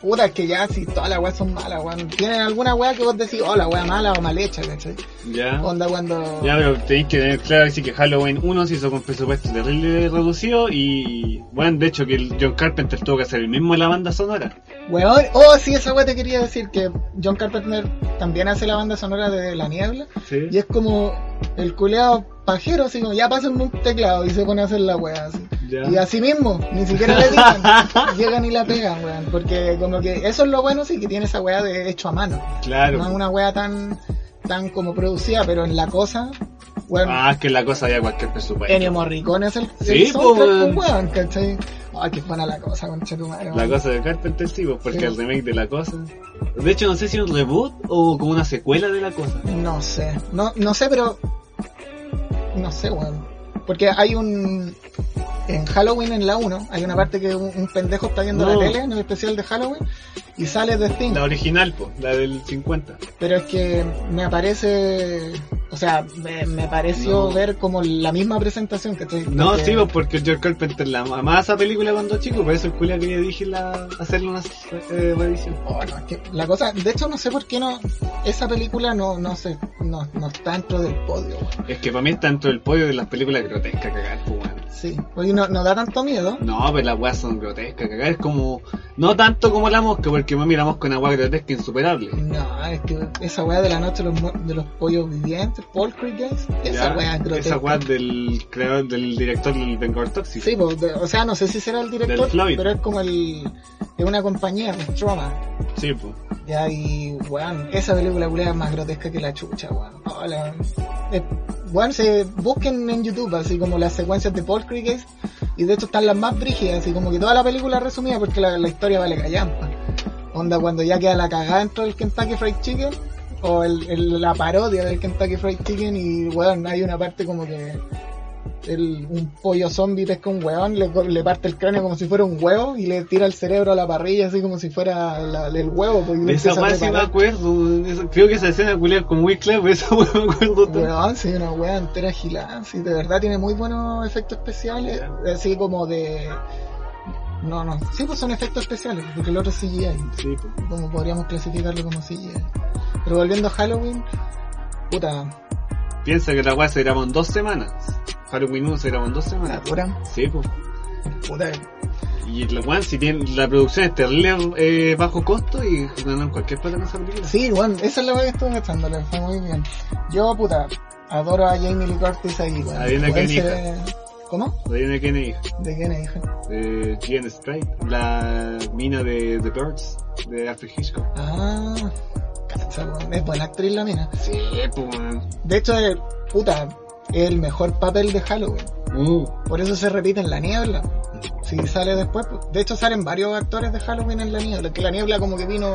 [SPEAKER 2] Puta, es que ya si todas las weas son malas, weón. Tienen alguna wea que vos decís, oh, la wea mala o mal hecha, ¿cachai?
[SPEAKER 3] Ya.
[SPEAKER 2] Onda cuando.
[SPEAKER 3] Ah. Ya, pero tenéis que tener claro así que Halloween 1 se hizo con presupuesto terrible reducido y, bueno, de hecho que el John Carpenter tuvo que hacer el mismo en la banda sonora.
[SPEAKER 2] Weón, oh, sí, esa weá te quería decir que John Carpenter también hace la banda sonora de La Niebla.
[SPEAKER 3] Sí.
[SPEAKER 2] Y es como el culeado pajero, así como ya pasen un teclado y se pone a hacer la weá así.
[SPEAKER 3] Ya.
[SPEAKER 2] Y así mismo, ni siquiera le dicen, llegan y la pegan, weón. Porque como que eso es lo bueno, sí, que tiene esa weá de hecho a mano.
[SPEAKER 3] Claro.
[SPEAKER 2] No es una weá tan, tan como producida, pero en la cosa, weón,
[SPEAKER 3] Ah, es que la cosa ya cualquier presupuesto.
[SPEAKER 2] Ennio Morricone es el,
[SPEAKER 3] Sí,
[SPEAKER 2] el soundtrack,
[SPEAKER 3] po, weón.
[SPEAKER 2] po, weón, ¿cachai? Ay, qué buena la cosa, concha tu madre,
[SPEAKER 3] La
[SPEAKER 2] weón.
[SPEAKER 3] cosa de Carpenter sí, pues, porque
[SPEAKER 2] Sí.
[SPEAKER 3] el remake de la cosa. De hecho, no sé si es un reboot o como una secuela de la cosa.
[SPEAKER 2] No sé. No, no sé, pero. No sé, weón. Porque hay un. En Halloween, en la 1, hay una parte que un, un pendejo está viendo
[SPEAKER 3] No.
[SPEAKER 2] la tele en el especial de Halloween y sale de Sting.
[SPEAKER 3] La original, pues, la del 50.
[SPEAKER 2] Pero es que me aparece. O sea, me, me pareció
[SPEAKER 3] No.
[SPEAKER 2] ver como la misma presentación que estoy.
[SPEAKER 3] No, sí, pues, porque George Carpenter la amaba esa película cuando chico, por eso el culia que yo dije la, hacerle una eh, reedición.
[SPEAKER 2] Oh, no, es que la cosa, de hecho no sé por qué no, esa película no, no sé, no, no está dentro del podio, weón.
[SPEAKER 3] Es que para mí está dentro del pollo de las películas grotescas cagar, pues, weón.
[SPEAKER 2] Sí, oye, no, no da tanto miedo.
[SPEAKER 3] No, pero las weas son grotescas, cagar es como... No tanto como la mosca, porque mami la mosca es una wea grotesca insuperable.
[SPEAKER 2] No, es que esa weá de la noche de los, mu- de los pollos vivientes, Paul Creek Games, esa
[SPEAKER 3] Ya,
[SPEAKER 2] weá es grotesca.
[SPEAKER 3] Esa wea del creador, del director del Vengador Tóxico.
[SPEAKER 2] Sí, pues, de- o sea, no sé si será el director,
[SPEAKER 3] Del Floyd.
[SPEAKER 2] pero es como el. Es una compañía, pues, Troma.
[SPEAKER 3] Sí, pues.
[SPEAKER 2] Ya, y weón, esa película culiá es más grotesca que la chucha, weón. No, la- eh, weón, se busquen en YouTube, así como las secuencias de Paul Creek Games, y de hecho están las más brígidas, así como que toda la película resumida, porque la, la historia vale callampa. Onda, cuando ya queda la cagada dentro del Kentucky Fried Chicken, o el, el- la parodia del Kentucky Fried Chicken, y weón, hay una parte como que el, un pollo zombie pesca un weón, le, co- le parte el cráneo como si fuera un huevo, y le tira el cerebro a la parrilla, así como si fuera la- el huevo. pues, Porque
[SPEAKER 3] De esa weá sí me acuerdo. esa- creo que esa escena culia es como muy clara, pero esa weá me acuerdo tanto.
[SPEAKER 2] Weón, sí, una wea entera gilada, sí, de verdad tiene muy buenos efectos especiales, así como de... No, no, sí, pues son efectos especiales, porque el otro es CGI.
[SPEAKER 3] Sí, pues.
[SPEAKER 2] como podríamos clasificarlo como si Pero volviendo a Halloween, puta,
[SPEAKER 3] Piensa que la weá se grabó en dos semanas. Halloween 1 se grabó en dos semanas.
[SPEAKER 2] natura,
[SPEAKER 3] Sí, pues.
[SPEAKER 2] puta,
[SPEAKER 3] Y la weá, si tiene, la producción es terrible eh, bajo costo y ganaron cualquier plata con esa película.
[SPEAKER 2] sí, bueno, esa es la weá que estuve gastando, la fue muy bien. Yo, puta, adoro a Jamie Lee Curtis ahí, weón.
[SPEAKER 3] Adivina
[SPEAKER 2] Weón,
[SPEAKER 3] quién
[SPEAKER 2] se
[SPEAKER 3] hija.
[SPEAKER 2] ve- ¿Cómo?
[SPEAKER 3] La Pues viene quién es,
[SPEAKER 2] ¿De quién es hija?
[SPEAKER 3] eh, Jean Strike, la mina de The Birds, de Alfred Hitchcock.
[SPEAKER 2] Ah, cacha, weón, es buena actriz la mina.
[SPEAKER 3] Sí, pues.
[SPEAKER 2] De hecho, eh, puta, es el mejor papel de Halloween.
[SPEAKER 3] Uh,
[SPEAKER 2] Por eso se repite en la niebla. Si sale después, pues. de hecho salen varios actores de Halloween en la niebla, que la niebla como que vino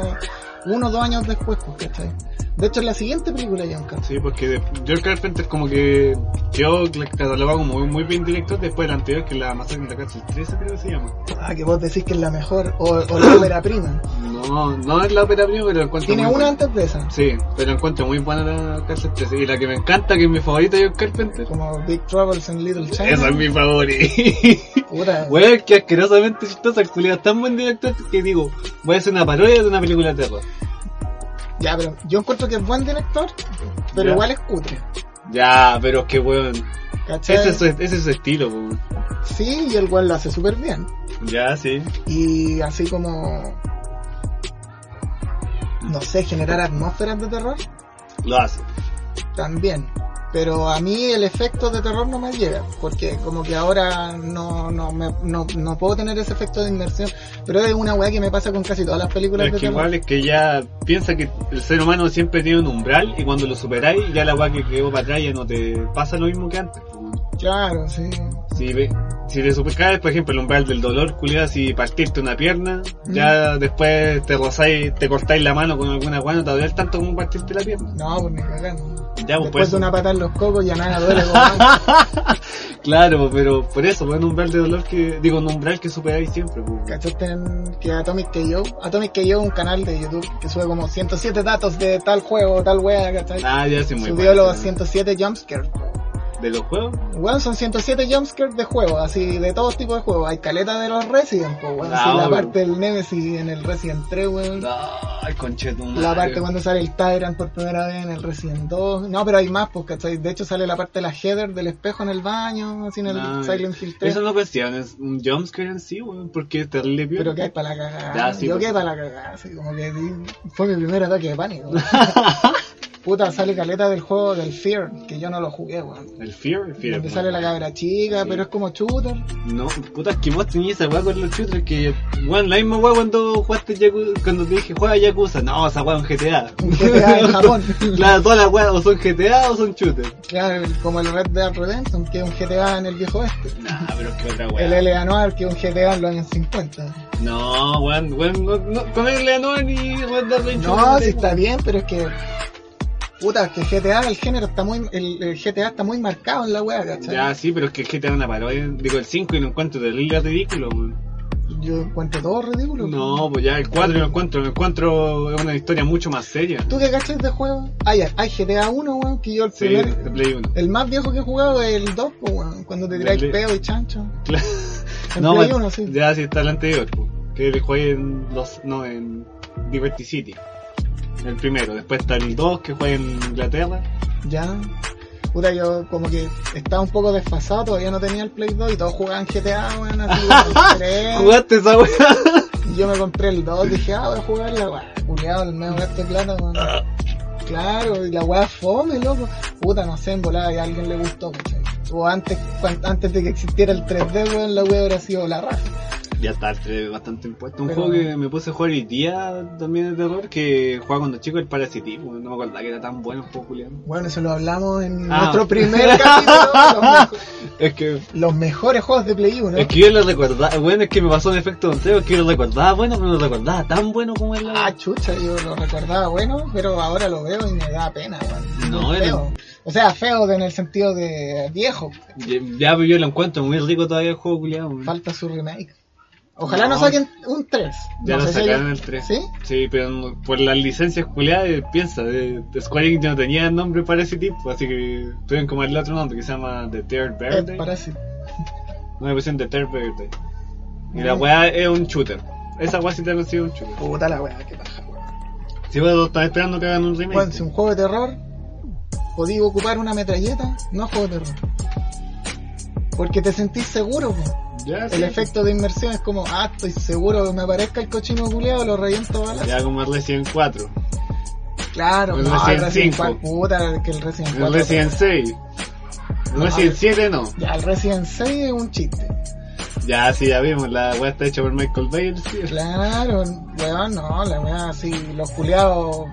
[SPEAKER 2] uno o dos años después, pues, ¿cachai? De hecho es la siguiente película de John Carpenter.
[SPEAKER 3] sí, porque de- George Carpenter como que yo la catalogaba como muy, muy bien director después del anterior, que es la masacre en la cárcel 13 creo que se llama.
[SPEAKER 2] Ah, que vos decís que es la mejor, o, o la ópera prima.
[SPEAKER 3] No, no es la ópera prima, pero la encuentro
[SPEAKER 2] Tiene
[SPEAKER 3] muy
[SPEAKER 2] una
[SPEAKER 3] buena.
[SPEAKER 2] antes de esa,
[SPEAKER 3] Sí, pero encuentro muy buena la cárcel 13. Y la que me encanta, que es mi favorita de George Carpenter.
[SPEAKER 2] como Big Troubles in Little
[SPEAKER 3] Esa es
[SPEAKER 2] China.
[SPEAKER 3] mi favorita.
[SPEAKER 2] Puta,
[SPEAKER 3] Weón, que asquerosamente chistosa, el culiao es tan buen director que digo, voy a hacer una parodia de una película de terror.
[SPEAKER 2] ya, pero yo encuentro que es buen director, pero
[SPEAKER 3] Ya.
[SPEAKER 2] igual es cutre.
[SPEAKER 3] Ya, pero es que weón,
[SPEAKER 2] ¿Cachai?
[SPEAKER 3] ese es su, ese es su estilo, weón.
[SPEAKER 2] Sí, y el cual lo hace súper bien.
[SPEAKER 3] Ya, sí.
[SPEAKER 2] Y así como... No sé, generar atmósferas de terror.
[SPEAKER 3] Lo hace.
[SPEAKER 2] también. Pero a mí el efecto de terror no me llega, porque como que ahora no, no, me- no, no puedo tener ese efecto de inmersión. Pero es una weá que me pasa con casi todas las películas
[SPEAKER 3] Pero es
[SPEAKER 2] de
[SPEAKER 3] que
[SPEAKER 2] terror.
[SPEAKER 3] igual es que ya piensa que el ser humano siempre tiene un umbral y cuando lo superáis, ya la weá que quedó para atrás ya no te pasa lo mismo que antes. weón.
[SPEAKER 2] Claro, sí.
[SPEAKER 3] Si, ve- si te superáis, por ejemplo, el umbral del dolor, culiado, si partirte una pierna,
[SPEAKER 2] Mm.
[SPEAKER 3] ya después te rozáis, te cortáis la mano con alguna weá, no te duele tanto como partirte la pierna.
[SPEAKER 2] No, pues ni cagando.
[SPEAKER 3] Ya, pues,
[SPEAKER 2] Después
[SPEAKER 3] pues
[SPEAKER 2] de una patada en los cocos ya nada duele como antes.
[SPEAKER 3] Claro, pero por eso, pues un umbral de dolor que, digo, un umbral que superáis siempre. pues.
[SPEAKER 2] ¿Cachaste en que Atomic KO? Atomic KO es un canal de YouTube que sube como 107 datos de tal juego, tal wea, ¿cachai?
[SPEAKER 3] Ah, ya sí, muy
[SPEAKER 2] Subió
[SPEAKER 3] bueno.
[SPEAKER 2] los 107 jumpscares.
[SPEAKER 3] de los juegos.
[SPEAKER 2] Bueno, son 107 jumpscares de juegos, así de todo tipo de juegos. Hay caleta de los Resident, pues, weón.
[SPEAKER 3] Ah,
[SPEAKER 2] así la
[SPEAKER 3] obvio.
[SPEAKER 2] parte del Nemesis en el Resident 3, weón.
[SPEAKER 3] Ay, conchetumare.
[SPEAKER 2] La parte cuando sale el Tyrant por primera vez en el Resident 2. No, pero hay más, pues, ¿cachai? De hecho, sale la parte de la header del espejo en el baño, así en el
[SPEAKER 3] No,
[SPEAKER 2] Silent Hill 3.
[SPEAKER 3] Eso no cuestión, es un jumpscare en sí, weón, porque te le
[SPEAKER 2] Pero que hay para la cagada.
[SPEAKER 3] Ya, sí,
[SPEAKER 2] Yo
[SPEAKER 3] pues.
[SPEAKER 2] quedé para la cagada, así como que di- fue mi primer ataque de pánico. weón. Puta, sale caleta del juego del Fear, que yo no lo jugué, weón.
[SPEAKER 3] El Fear, el Fear.
[SPEAKER 2] Donde
[SPEAKER 3] es
[SPEAKER 2] sale la cabra chica,
[SPEAKER 3] Sí.
[SPEAKER 2] pero es como shooter.
[SPEAKER 3] No, puta, es que vos tenías esa weá con los shooters que, weón, la misma weá cuando jugaste Yakuza, cuando te dije juega Yakuza, no, esa weá es un GTA.
[SPEAKER 2] Un GTA en Japón.
[SPEAKER 3] claro, todas las weas o son GTA o son shooters.
[SPEAKER 2] Claro, como el Red Dead Redemption, que es un GTA en el viejo oeste.
[SPEAKER 3] Nah, pero es que otra
[SPEAKER 2] El
[SPEAKER 3] weá.
[SPEAKER 2] L.A. Noir, que es un GTA en los años 50.
[SPEAKER 3] No, weón, weón, no, no, con el Leonor ni Red Dead Redemption.
[SPEAKER 2] No, sí está bien, pero es que... Puta, es que GTA, el género está muy... El, el GTA está muy marcado en la wea, ¿cachai?
[SPEAKER 3] Ya, sí, pero es que el GTA es una parodia, digo el 5 y lo encuentro terrible ridículo, weón.
[SPEAKER 2] Yo encuentro todo ridículo.
[SPEAKER 3] No, pues ya el 4 lo encuentro, lo encuentro es una historia mucho más seria.
[SPEAKER 2] ¿Tú qué cachas de juego? Ah, ya, hay GTA 1, weón, que yo el
[SPEAKER 3] Sí,
[SPEAKER 2] primer...
[SPEAKER 3] de Play 1.
[SPEAKER 2] El más viejo que he jugado es el 2, po, weón, cuando te tiráis
[SPEAKER 3] El de-
[SPEAKER 2] peo y chancho.
[SPEAKER 3] Claro.
[SPEAKER 2] En Play 1, sí.
[SPEAKER 3] pues, Ya, sí, está el anterior, po, que le jugué en los, no, en Liberty City. El primero, después está el 2 que juega en Inglaterra.
[SPEAKER 2] Ya. Puta, yo como que estaba un poco desfasado, todavía no tenía el Play 2 y todos jugaban GTA, weón, así el 3.
[SPEAKER 3] ¿Jugaste esa weá?
[SPEAKER 2] Y yo me compré el 2, dije, ah, voy a jugarla, weón. Culeado, el medio gasto de plata, weón. Claro, y la weá fome, loco. Puta, no sé, en volada, y a alguien le gustó, ¿cachai? O antes, cuan- antes de que existiera el 3D, weón, la weá hubiera sido la raja.
[SPEAKER 3] Ya está, el 3 bastante impuesto. Un
[SPEAKER 2] Pero-
[SPEAKER 3] juego que me puse a jugar hoy día también de terror, que jugaba cuando chico el parasitismo. No me acordaba que era tan bueno el juego, Julián.
[SPEAKER 2] Bueno, eso lo hablamos en
[SPEAKER 3] Ah.
[SPEAKER 2] nuestro primer capítulo. Los, mejo-
[SPEAKER 3] Es que
[SPEAKER 2] los mejores juegos de Play 1.
[SPEAKER 3] Es que yo lo recordaba, bueno, es que me pasó un efecto contrario, es que yo lo recordaba bueno, pero no lo recordaba tan bueno como el
[SPEAKER 2] Ah, chucha, yo lo recordaba bueno, pero ahora lo veo y me da pena, weón.
[SPEAKER 3] No,
[SPEAKER 2] Muy
[SPEAKER 3] era-
[SPEAKER 2] feo. O sea, feo en el sentido de viejo.
[SPEAKER 3] Ya, ya, pero yo lo encuentro muy rico todavía el juego, culiado.
[SPEAKER 2] Falta su remake. Ojalá no,
[SPEAKER 3] No.
[SPEAKER 2] saquen un 3.
[SPEAKER 3] Ya lo
[SPEAKER 2] sé si
[SPEAKER 3] sacaron
[SPEAKER 2] ellos-
[SPEAKER 3] el 3.
[SPEAKER 2] ¿Sí?
[SPEAKER 3] pero no- por las licencias culiadas, eh, piensa, de, de Square Enix no tenía nombre para ese tipo, así que tuvieron como el otro nombre que se llama The Third
[SPEAKER 2] Es
[SPEAKER 3] Birthday.
[SPEAKER 2] Eh, para sí.
[SPEAKER 3] Una versión de Third Birthday. Y la
[SPEAKER 2] Mm.
[SPEAKER 3] weá es un shooter. Esa weá sí te ha considerado un shooter.
[SPEAKER 2] Puta la weá, qué paja, weón.
[SPEAKER 3] Si vos lo estás esperando que hagan un remake.
[SPEAKER 2] Bueno, si un juego de terror, podía ocupar una metralleta, no es juego de terror. Porque te sentís seguro, weón.
[SPEAKER 3] ya,
[SPEAKER 2] El
[SPEAKER 3] Ah, sí.
[SPEAKER 2] efecto de inmersión es como, ah, estoy seguro que me aparezca el cochino culeado, lo reviento balas.
[SPEAKER 3] Ya como el Resident 4,
[SPEAKER 2] Claro,
[SPEAKER 3] El
[SPEAKER 2] no,
[SPEAKER 3] Resident
[SPEAKER 2] el Resident
[SPEAKER 3] 5.
[SPEAKER 2] 4, puta, que el Resident 4.
[SPEAKER 3] el Resident 6, el
[SPEAKER 2] No,
[SPEAKER 3] Resident
[SPEAKER 2] a ver.
[SPEAKER 3] 7 no.
[SPEAKER 2] Ya, el Resident 6 es un chiste.
[SPEAKER 3] Ya, sí, ya vimos, la weá está hecha por Michael Bay, sí.
[SPEAKER 2] Claro, weón, no, la weá así, los culeados,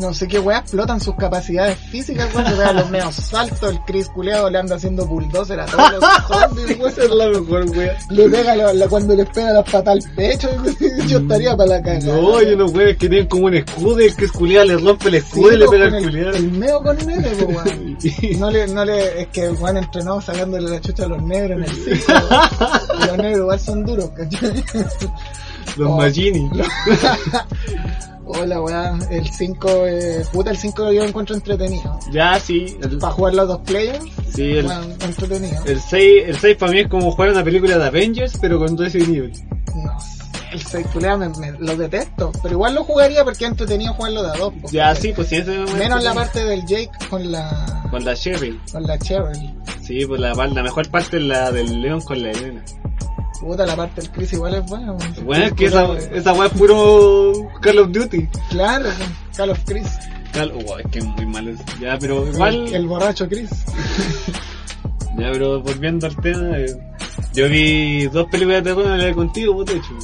[SPEAKER 2] no sé qué weá, explotan sus capacidades físicas, weón, se pegan los meos saltos, el Chris culeado le anda haciendo bulldozer a todos los zombies, weón.
[SPEAKER 3] es la mejor wea.
[SPEAKER 2] Le pega la, la- cuando les pega la pata al pecho, yo estaría para la cagada.
[SPEAKER 3] No, y unos weones que tienen como un escudo y el que es culiado le rompe el
[SPEAKER 2] Sí,
[SPEAKER 3] escudo y le
[SPEAKER 2] pues,
[SPEAKER 3] pega
[SPEAKER 2] con
[SPEAKER 3] al
[SPEAKER 2] el,
[SPEAKER 3] culiado.
[SPEAKER 2] el meo con negro, pues, weón.
[SPEAKER 3] Y-
[SPEAKER 2] No le, no le, es que el weón entrenó sacándole la chucha a los negros en el circo. weón. Y los negros igual son duros, ¿cachai?
[SPEAKER 3] Los
[SPEAKER 2] Oh.
[SPEAKER 3] Magini.
[SPEAKER 2] Hola, weón. El 5, eh, puta, el 5 yo lo encuentro entretenido.
[SPEAKER 3] Ya, sí. El,
[SPEAKER 2] Para jugar los dos players,
[SPEAKER 3] sí, el,
[SPEAKER 2] weón, entretenido.
[SPEAKER 3] el 6, el 6 para mí es como jugar una película de Avengers, pero con Resident Evil.
[SPEAKER 2] No sé, el 6 culea me, me- lo detesto. Pero igual lo jugaría porque es entretenido jugarlo de a dos. pues,
[SPEAKER 3] Ya,
[SPEAKER 2] ¿cachai?
[SPEAKER 3] sí, pues sí, ese es el
[SPEAKER 2] Menos la
[SPEAKER 3] momento.
[SPEAKER 2] parte del Jake con la,
[SPEAKER 3] Con la Sherry.
[SPEAKER 2] con la Cheryl.
[SPEAKER 3] Sí, pues la, par- la mejor parte es la del León con la Elena.
[SPEAKER 2] Puta, la parte del Chris igual es buena, weón.
[SPEAKER 3] Bueno, es que esa, esa weá es puro Call of Duty.
[SPEAKER 2] Claro, weón, Call of Chris.
[SPEAKER 3] Call, wow, es que es muy malo. eso. Ya, pero igual.
[SPEAKER 2] El, el borracho Chris.
[SPEAKER 3] Ya, pero volviendo al tema, eh, yo vi dos películas de terror en la de contigo, vos de hecho.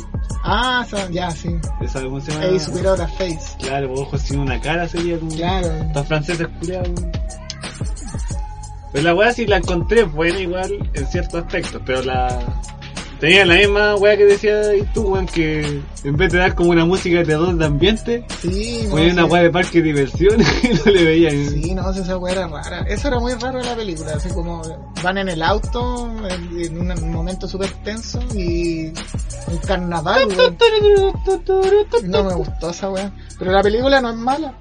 [SPEAKER 2] Ah, esa- ya, sí.
[SPEAKER 3] Esa cómo se llama.
[SPEAKER 2] Ace without a face.
[SPEAKER 3] Claro, vos ojos sin una cara sería como.
[SPEAKER 2] Claro.
[SPEAKER 3] Estas francesas curadas, weón. Pero pues. la weá sí la encontré buena igual en ciertos aspectos, pero la. Tenía la misma weá que decía y tú, weón, que en vez de dar como una música de terror de ambiente,
[SPEAKER 2] Sí, no,
[SPEAKER 3] ponía una
[SPEAKER 2] sí.
[SPEAKER 3] weá de parque de diversiones y no le veía.
[SPEAKER 2] Sí, no, esa weá era rara. Eso era muy raro en la película, así como van en el auto en en un momento súper tenso y un carnaval, weón. No me gustó esa weá. Pero la película no es mala.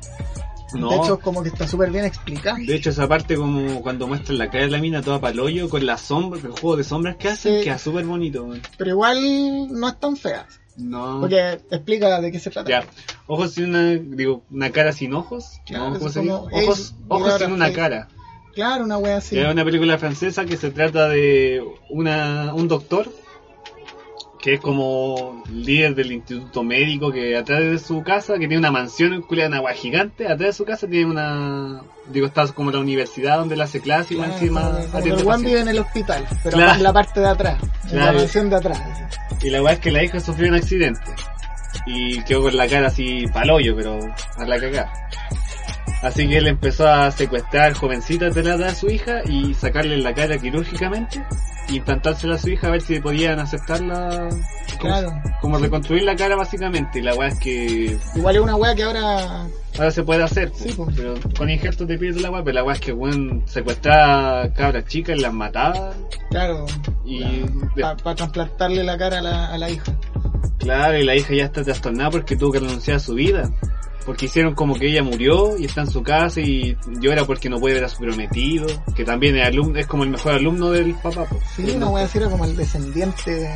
[SPEAKER 3] No.
[SPEAKER 2] De hecho, como que está súper bien explicado.
[SPEAKER 3] De hecho, esa parte como cuando muestran la cara de la mina toda palollo con la sombra, el juego de sombras que hacen,
[SPEAKER 2] Sí.
[SPEAKER 3] queda súper bonito. weón.
[SPEAKER 2] Pero igual no es tan fea.
[SPEAKER 3] No.
[SPEAKER 2] Porque explica de qué se trata.
[SPEAKER 3] Ah. Ya. Ojos sin una, digo, una cara sin ojos.
[SPEAKER 2] Claro,
[SPEAKER 3] ¿no?
[SPEAKER 2] es
[SPEAKER 3] ¿Cómo se dice?
[SPEAKER 2] como, hey,
[SPEAKER 3] Ojos, ojos sin
[SPEAKER 2] mira,
[SPEAKER 3] una
[SPEAKER 2] sí.
[SPEAKER 3] cara.
[SPEAKER 2] Claro, una wea así.
[SPEAKER 3] Es una película francesa que se trata de una, un doctor que es como líder del instituto médico que atrás de su casa, que tiene una mansión en Culiacán, una agua gigante, atrás de su casa tiene una... Digo, está como la universidad donde le hace clase y más
[SPEAKER 2] Claro,
[SPEAKER 3] encima...
[SPEAKER 2] como- como que
[SPEAKER 3] atiende
[SPEAKER 2] Ah, el weón
[SPEAKER 3] pacientes.
[SPEAKER 2] vive en el hospital, pero
[SPEAKER 3] Claro.
[SPEAKER 2] en la parte de atrás, en
[SPEAKER 3] Claro.
[SPEAKER 2] la mansión de atrás. así.
[SPEAKER 3] Y la weá es que la hija sufrió un accidente. Y quedó con la cara así palollo, pero a la cagada. Así que él empezó a secuestrar jovencitas de la edad de su hija y sacarle la cara quirúrgicamente y implantársela a su hija a ver si podían aceptarla. como-
[SPEAKER 2] Claro.
[SPEAKER 3] Como reconstruir la cara básicamente. Y la weá es que
[SPEAKER 2] Igual es una wea que ahora
[SPEAKER 3] ahora se puede hacer.
[SPEAKER 2] Sí, pues.
[SPEAKER 3] po,
[SPEAKER 2] po.
[SPEAKER 3] Pero con injertos de piel de la weá, pero la weá es que weón secuestraba cabras chicas, las mataba.
[SPEAKER 2] Claro.
[SPEAKER 3] Y
[SPEAKER 2] Para trasplantarle la cara a la, a la hija.
[SPEAKER 3] Claro, y la hija ya está trastornada porque tuvo que renunciar a su vida. Porque hicieron como que ella murió y está en su casa y llora porque no puede ver a su prometido, que también es, alum- es como el mejor alumno del papá. po.
[SPEAKER 2] Sí, una wea así era como el descendiente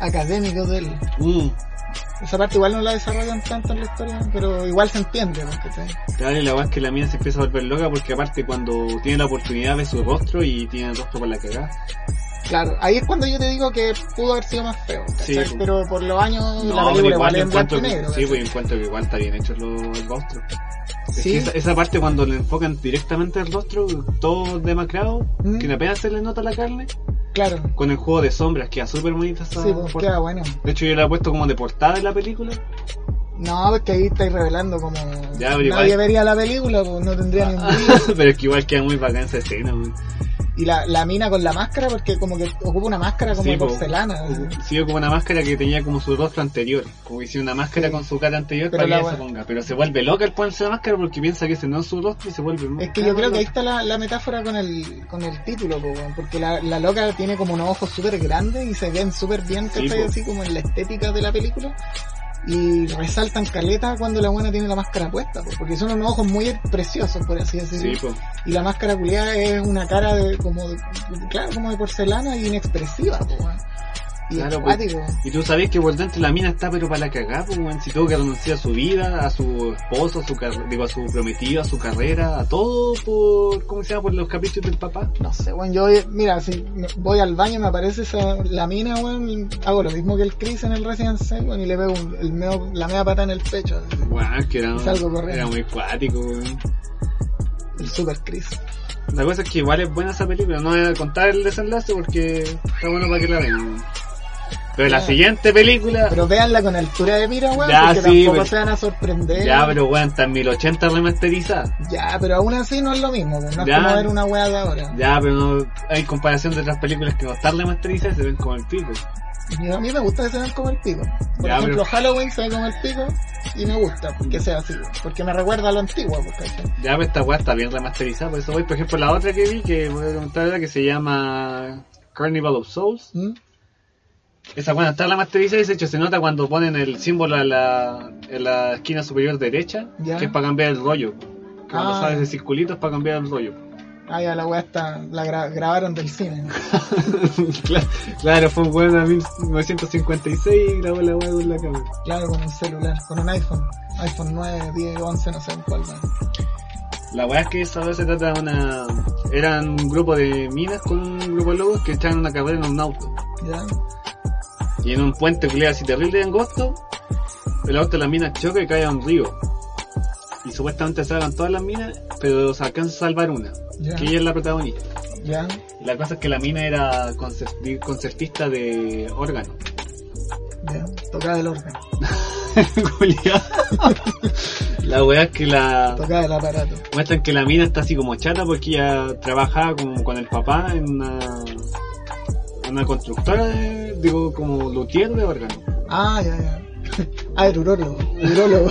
[SPEAKER 2] académico de él.
[SPEAKER 3] Mm,
[SPEAKER 2] Esa parte igual no la desarrollan tanto en la historia, pero igual se entiende, ¿no? ¿Cachai?
[SPEAKER 3] Claro, y la verdad es que la mina se empieza a volver loca porque aparte cuando tiene la oportunidad ve su rostro y tiene el rostro para la cagada.
[SPEAKER 2] Claro, ahí es cuando yo te digo que pudo haber sido más feo, ¿cachai?
[SPEAKER 3] Sí.
[SPEAKER 2] pero por los años la
[SPEAKER 3] pero
[SPEAKER 2] película igual es en blanco
[SPEAKER 3] encuentro,
[SPEAKER 2] y negro.
[SPEAKER 3] sí,
[SPEAKER 2] ¿cachai?
[SPEAKER 3] pues encuentro que igual está bien hecho lo- el rostro. Es
[SPEAKER 2] Sí.
[SPEAKER 3] que esa, esa parte cuando le enfocan directamente el rostro, todo demacrado,
[SPEAKER 2] Mm.
[SPEAKER 3] que apenas se le nota la carne,
[SPEAKER 2] Claro,
[SPEAKER 3] con el juego de sombras queda súper bonita esa
[SPEAKER 2] sí, pues
[SPEAKER 3] Ah, por-
[SPEAKER 2] queda bueno.
[SPEAKER 3] De hecho yo la he puesto como de portada de la película.
[SPEAKER 2] No, porque ahí estáis revelando como
[SPEAKER 3] Ya, pero
[SPEAKER 2] nadie
[SPEAKER 3] igual- Ah.
[SPEAKER 2] vería la película, pues no tendría ni un brillo.
[SPEAKER 3] Pero es que igual queda muy bacán esa escena. weón.
[SPEAKER 2] Y la, la mina con la máscara, porque como que ocupa una máscara como
[SPEAKER 3] Sí,
[SPEAKER 2] de
[SPEAKER 3] po.
[SPEAKER 2] porcelana. así.
[SPEAKER 3] Sí, yo como una máscara que tenía como su rostro anterior. Como que hicieron una máscara
[SPEAKER 2] Sí.
[SPEAKER 3] con su cara anterior
[SPEAKER 2] Pero
[SPEAKER 3] para que
[SPEAKER 2] la
[SPEAKER 3] ella se
[SPEAKER 2] wea-
[SPEAKER 3] ponga. Pero se vuelve loca el ponerse la máscara porque piensa que ese no es su rostro y se vuelve
[SPEAKER 2] Es que yo creo que ahí está la, la metáfora con el, con el título, po, weón, porque la, la loca tiene como unos ojos súper grandes y se ven súper bien,
[SPEAKER 3] Sí,
[SPEAKER 2] ¿cachai?
[SPEAKER 3] po.
[SPEAKER 2] Así como en la estética de la película. Y resaltan caleta cuando la buena tiene la máscara puesta, po, porque son unos ojos muy preciosos, por así
[SPEAKER 3] Sí,
[SPEAKER 2] decirlo.
[SPEAKER 3] po.
[SPEAKER 2] y la máscara culiada es una cara de, como, de- claro, como de porcelana y inexpresiva, po, weón. Y es
[SPEAKER 3] Claro, pues.
[SPEAKER 2] cuático.
[SPEAKER 3] Y tú sabes que por dentro la mina está pero para la cagada, pues, weón. Si tuvo que renunciar a su vida, a su esposo, a su, car- digo, a su prometido, a su carrera, a todo por, ¿cómo se llama? Por los caprichos del papá.
[SPEAKER 2] No sé, weón, yo, mira, si me- voy al baño y me aparece esa, la mina, weón, y hago lo mismo que el Chris en el Resident Evil, weón, y le pego un- el meo- la media pata en el pecho, así,
[SPEAKER 3] Guau, que era,
[SPEAKER 2] Este, Es algo correcto.
[SPEAKER 3] era muy cuático, weón.
[SPEAKER 2] el super Chris.
[SPEAKER 3] La cosa es que igual es buena esa película, no voy a contar el desenlace porque está bueno para que la vean. Pero la
[SPEAKER 2] Ya.
[SPEAKER 3] siguiente película,
[SPEAKER 2] Pero véanla con altura de mira, weón,
[SPEAKER 3] Ya,
[SPEAKER 2] porque
[SPEAKER 3] sí,
[SPEAKER 2] tampoco
[SPEAKER 3] pero-
[SPEAKER 2] se van a sorprender.
[SPEAKER 3] ya pero weón, está en 1080 remasterizada.
[SPEAKER 2] Ya, pero aún así no es lo mismo, weón, no
[SPEAKER 3] Ya.
[SPEAKER 2] es como ver una weá de ahora.
[SPEAKER 3] Ya, pero no, hay comparación de otras películas que no están remasterizadas y se ven como el pico.
[SPEAKER 2] Y a mí me gusta que se vean como el pico. Por
[SPEAKER 3] Ya,
[SPEAKER 2] ejemplo,
[SPEAKER 3] pero- Mm.
[SPEAKER 2] Halloween se ve como el pico y me gusta que sea así, weón, porque me recuerda a lo antiguo, pues, ¿cachai?
[SPEAKER 3] Ya, pero esta weá está bien remasterizada, por eso voy. Por ejemplo, la otra que vi, que voy a comentar ahora, que se llama Carnival of Souls.
[SPEAKER 2] ¿Mm?
[SPEAKER 3] Esa weá no está remasterizada y de hecho se nota cuando ponen el símbolo a la, en la esquina superior derecha,
[SPEAKER 2] Ya.
[SPEAKER 3] que es para cambiar el rollo. Cuando
[SPEAKER 2] Ah.
[SPEAKER 3] sales de circulito es para cambiar el rollo.
[SPEAKER 2] Ah, ya, la weá está, la gra- grabaron del cine.
[SPEAKER 3] Cla- claro, fue un weón a 1956 y grabó la weá con la cámara.
[SPEAKER 2] Claro, con un celular, con un iPhone. iPhone 9, 10, 11, no sé en cuál. va.
[SPEAKER 3] La weá es que esa vez se trata de una. Eran un grupo de minas con un grupo de lobos que echaban una carrera en un auto.
[SPEAKER 2] ¿Ya?
[SPEAKER 3] Y en un puente que le así terrible de angosto, el auto de las minas choca y cae a un río. Y supuestamente salgan todas las minas, pero se alcanza a salvar una,
[SPEAKER 2] Ya.
[SPEAKER 3] que ella es la protagonista.
[SPEAKER 2] ¿Ya?
[SPEAKER 3] Y la cosa es que la mina era concert- concertista de órgano.
[SPEAKER 2] ¿Ya? Tocaba el órgano,
[SPEAKER 3] Culiao. la weá es que la.
[SPEAKER 2] tocaba el aparato.
[SPEAKER 3] Muestran que la mina está así como chata porque ella trabajaba como con el papá en una, una constructora de, digo, como luthier de órgano.
[SPEAKER 2] Ah, ya, ya. Ah, el urólogo. Urólogo.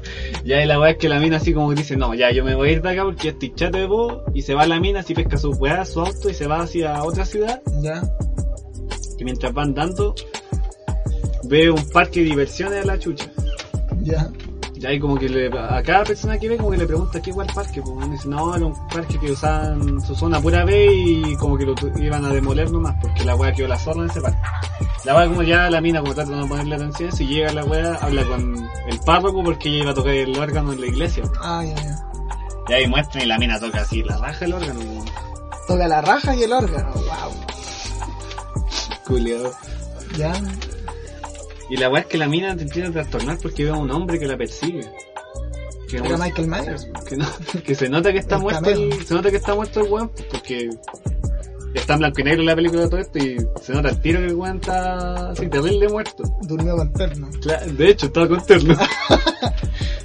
[SPEAKER 3] ya y la weá es que la mina así como que dice, no, ya yo me voy a ir de acá porque ya estoy chata de vos, y se va la mina, así pesca su weá, su auto y se va hacia otra ciudad,
[SPEAKER 2] ¿Ya?
[SPEAKER 3] y mientras van dando, ve un parque de diversiones a la chucha.
[SPEAKER 2] ¿Ya?
[SPEAKER 3] Y ahí como que le, a cada persona que ve como que le pregunta qué igual parque, pues uno dice, no, era un parque que usaban su zona pura B y como que lo tu- iban a demoler nomás, porque la weá quedó la zorra en ese parque. La weá como ya la mina como trata de no ponerle atención, si llega la weá habla con el párroco porque ella iba a tocar el órgano en la iglesia.
[SPEAKER 2] Ay, ay, ay.
[SPEAKER 3] Y ahí muestran y la mina toca así, la raja el órgano, weón.
[SPEAKER 2] Toca la raja y el órgano, wow.
[SPEAKER 3] Culeado.
[SPEAKER 2] Ya.
[SPEAKER 3] Y la weá es que la mina te empieza a trastornar porque ve a un hombre que la persigue. Que
[SPEAKER 2] Era
[SPEAKER 3] vamos-
[SPEAKER 2] Michael Myers.
[SPEAKER 3] que, no- que se nota que está
[SPEAKER 2] El
[SPEAKER 3] muerto
[SPEAKER 2] cameo.
[SPEAKER 3] el, se nota que está muerto el weón pues, porque está en blanco y negro la película de todo esto y se nota el tiro que el weón está así terrible muerto
[SPEAKER 2] Durmió con terno.
[SPEAKER 3] Cla- de hecho estaba con terno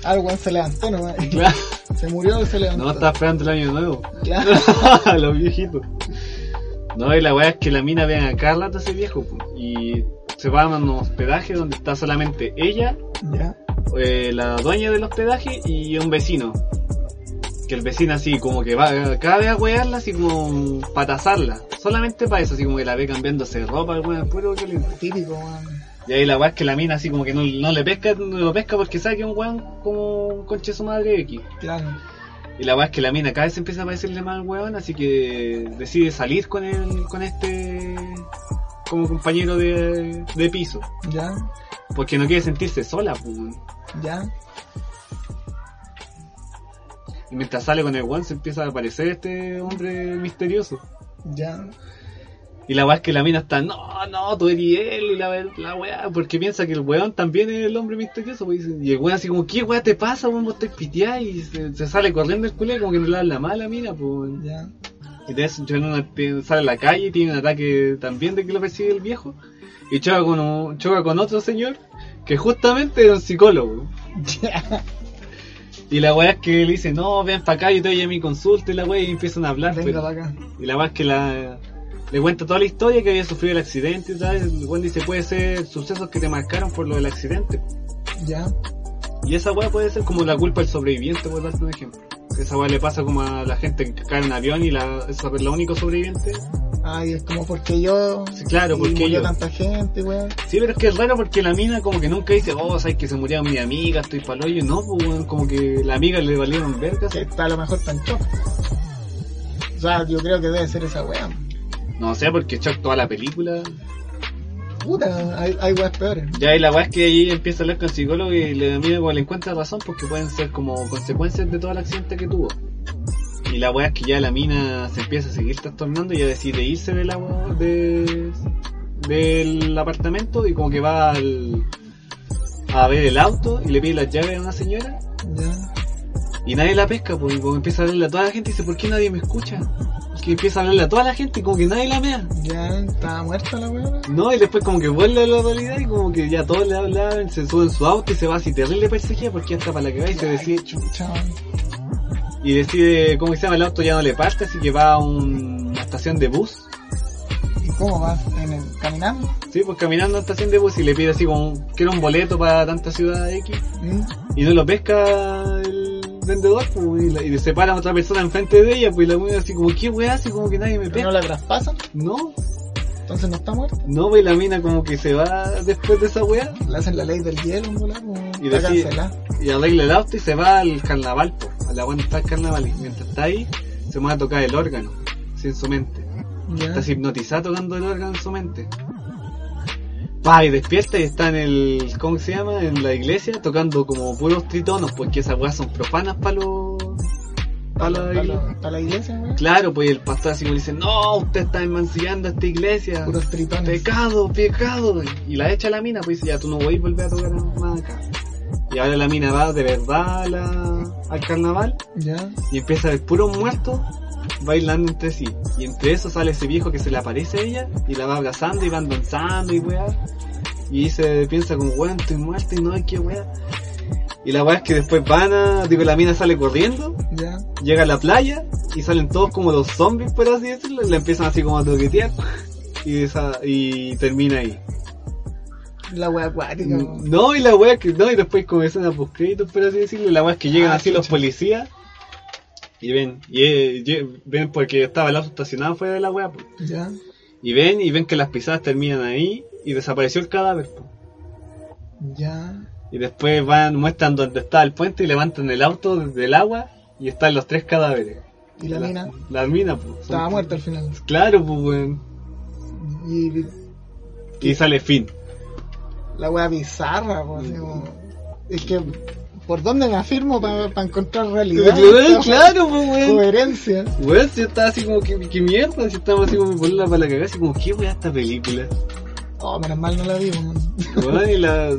[SPEAKER 2] Ah, el weón se levantó nomás.
[SPEAKER 3] Claro.
[SPEAKER 2] Se murió y se levantó.
[SPEAKER 3] no estaba esperando el año nuevo
[SPEAKER 2] Claro.
[SPEAKER 3] los viejitos no y la weá es que la mina vean a Carla ese viejo pues, y se va a un hospedaje donde está solamente ella
[SPEAKER 2] Ya.
[SPEAKER 3] eh, la dueña del hospedaje y un vecino. Que el vecino así como que va cada vez a huearla así como patazarla. Solamente para eso, así como que la ve cambiándose de ropa, el weón, puro violento.
[SPEAKER 2] Típico, weón.
[SPEAKER 3] Y ahí la weá es que la mina así como que no, no le pesca, no lo pesca porque sabe que es un weón como un conche su madre X.
[SPEAKER 2] Claro.
[SPEAKER 3] Y la weá es que la mina cada vez empieza a parecerle más al weón, así que decide salir con el, con este como compañero de, de piso.
[SPEAKER 2] Ya.
[SPEAKER 3] Porque no quiere sentirse sola, pues. weón.
[SPEAKER 2] Ya.
[SPEAKER 3] Y mientras sale con el one se empieza a aparecer este hombre misterioso.
[SPEAKER 2] Ya.
[SPEAKER 3] Y la weá es que la mina está, no, no, tú eres él, y la, we- la weá, porque piensa que el weón también es el hombre misterioso, pues, dice. y el weón así como, ¿qué weá te pasa, weón? Vos te piteás", y se, se sale corriendo el culo y como que no le habla mal a la mina, pues.
[SPEAKER 2] Ya.
[SPEAKER 3] Y de eso tiene una- tiene- sale a la calle y tiene un ataque también de que lo persigue el viejo, y choca con, un- choca con otro señor, que justamente era un psicólogo.
[SPEAKER 2] Ya.
[SPEAKER 3] Y la weá es que le dice, no, ven para acá, yo te doy a mi consulta, y la weá, y empiezan a hablar,
[SPEAKER 2] Venga
[SPEAKER 3] pero-
[SPEAKER 2] para acá.
[SPEAKER 3] Y la más que la le cuenta toda la historia que había sufrido el accidente y tal. El weón dice, puede ser sucesos que te marcaron por lo del accidente.
[SPEAKER 2] Ya.
[SPEAKER 3] Y esa weá puede ser como la culpa del sobreviviente, por darte un ejemplo. Esa weá le pasa como a la gente que cae en un avión y la, esa es la única sobreviviente.
[SPEAKER 2] Ay, es como porque yo.
[SPEAKER 3] Sí, claro,
[SPEAKER 2] y
[SPEAKER 3] porque
[SPEAKER 2] murió
[SPEAKER 3] yo.
[SPEAKER 2] tanta gente, weón.
[SPEAKER 3] Sí, pero es que es raro porque la mina como que nunca dice, oh, sabes que se murieron mi amiga, estoy pa'l hoyo. No, pues weón, como que la amiga le valieron vergas.
[SPEAKER 2] Que está a lo mejor tan choc. O sea, yo creo que debe ser esa weá.
[SPEAKER 3] No sé, porque Chuck toda la película.
[SPEAKER 2] Puta, hay, hay weas peores.
[SPEAKER 3] Ya, y la weá es que ahí empieza a hablar con el psicólogo y le da miedo como le encuentra razón porque pueden ser como consecuencias de todo el accidente que tuvo. Y la weá es que ya la mina se empieza a seguir trastornando y ya decide irse del agua de, del apartamento y como que va al, a ver el auto y le pide las llaves a una señora
[SPEAKER 2] Ya.
[SPEAKER 3] y nadie la pesca, pues, y como empieza a hablarle a toda la gente y dice, ¿por qué nadie me escucha? Que empieza a hablarle a toda la gente y como que nadie la vea.
[SPEAKER 2] Ya estaba muerta la weá.
[SPEAKER 3] No, y después como que vuelve a la realidad y como que ya todos le hablan, se suben su auto y se va así terrible perseguida porque hasta para la que va y se decide,
[SPEAKER 2] Chucha, weón.
[SPEAKER 3] y decide, ¿cómo se llama? El auto ya no le parte, así que va a un- una estación de bus.
[SPEAKER 2] ¿Y cómo vas? ¿En el, caminando?
[SPEAKER 3] Sí, pues caminando a una estación de bus y le pide así como, un- quiero un boleto para tanta ciudad X.
[SPEAKER 2] ¿Mm?
[SPEAKER 3] Y no lo pesca el vendedor, pues, y, la- y se para otra persona enfrente de ella, pues y la mueve así como, ¿qué weá? Así como que nadie me
[SPEAKER 2] ¿Pero no
[SPEAKER 3] pesca.
[SPEAKER 2] la traspasan?
[SPEAKER 3] No,
[SPEAKER 2] Entonces no está muerta.
[SPEAKER 3] no, pues y la mina como que se va después de esa weá.
[SPEAKER 2] Le hacen la ley del hielo, un volado.
[SPEAKER 3] Y
[SPEAKER 2] Está
[SPEAKER 3] decide-
[SPEAKER 2] cancelada.
[SPEAKER 3] y arregla el auto y se va al carnaval, po, a la buena está el carnaval. Y mientras está ahí, se va a tocar el órgano, sin su mente.
[SPEAKER 2] Ya.
[SPEAKER 3] Está hipnotizado tocando el órgano en su mente. Va y despierta y está en el, ¿cómo se llama? En la iglesia tocando como puros tritonos, porque esas weas son profanas para los...
[SPEAKER 2] Para
[SPEAKER 3] Para
[SPEAKER 2] la, pa' la iglesia, weón.
[SPEAKER 3] Claro, pues el pastor así como dice, no, usted está emancillando a esta iglesia.
[SPEAKER 2] Puros tritones.
[SPEAKER 3] Pecado, pecado. Y la echa a la mina, pues dice, ya tú no voy a volver a tocar más acá. Y ahora la mina va de verdad a la- al carnaval
[SPEAKER 2] Ya.
[SPEAKER 3] y empieza a ver puros muertos bailando entre sí. Y entre eso sale ese viejo que se le aparece a ella y la va abrazando y van danzando y weá. Y se piensa como, weón, estoy muerta y no hay que weá. Y la weá es que después van a, digo, la mina sale corriendo
[SPEAKER 2] Ya.
[SPEAKER 3] llega a la playa y salen todos como los zombies, por así decirlo, y la empiezan así como a toquetear y, esa, y termina ahí.
[SPEAKER 2] La wea acuática, weón.
[SPEAKER 3] No, y la wea que no, y después comienzan a créditos, por así decirlo, y la wea es que llegan
[SPEAKER 2] Ah,
[SPEAKER 3] así los
[SPEAKER 2] chucha.
[SPEAKER 3] policías y ven, y, eh, ye- ven porque estaba el auto estacionado fuera de la wea, po.
[SPEAKER 2] Ya.
[SPEAKER 3] y ven y ven que las pisadas terminan ahí y desapareció el cadáver. po.
[SPEAKER 2] Ya.
[SPEAKER 3] Y después van, muestran dónde está el puente y levantan el auto desde el agua y están los tres cadáveres.
[SPEAKER 2] Y la mina
[SPEAKER 3] La mina, pues. son-
[SPEAKER 2] estaba muerta al final.
[SPEAKER 3] Claro, pues, weón.
[SPEAKER 2] Y
[SPEAKER 3] Y sale fin.
[SPEAKER 2] la wea bizarra, po, así
[SPEAKER 3] Mm.
[SPEAKER 2] como- Es que, ¿por dónde me afirmo para encontrar realidad?
[SPEAKER 3] Weón, claro, pues, weón.
[SPEAKER 2] Coherencia.
[SPEAKER 3] Weón, si yo estaba así como, que qué mierda? Si estaba así como, me ponen la para la cagada, así como, ¿qué weón esta película?
[SPEAKER 2] Oh, menos mal no la vi, po, man.
[SPEAKER 3] Weón, y la.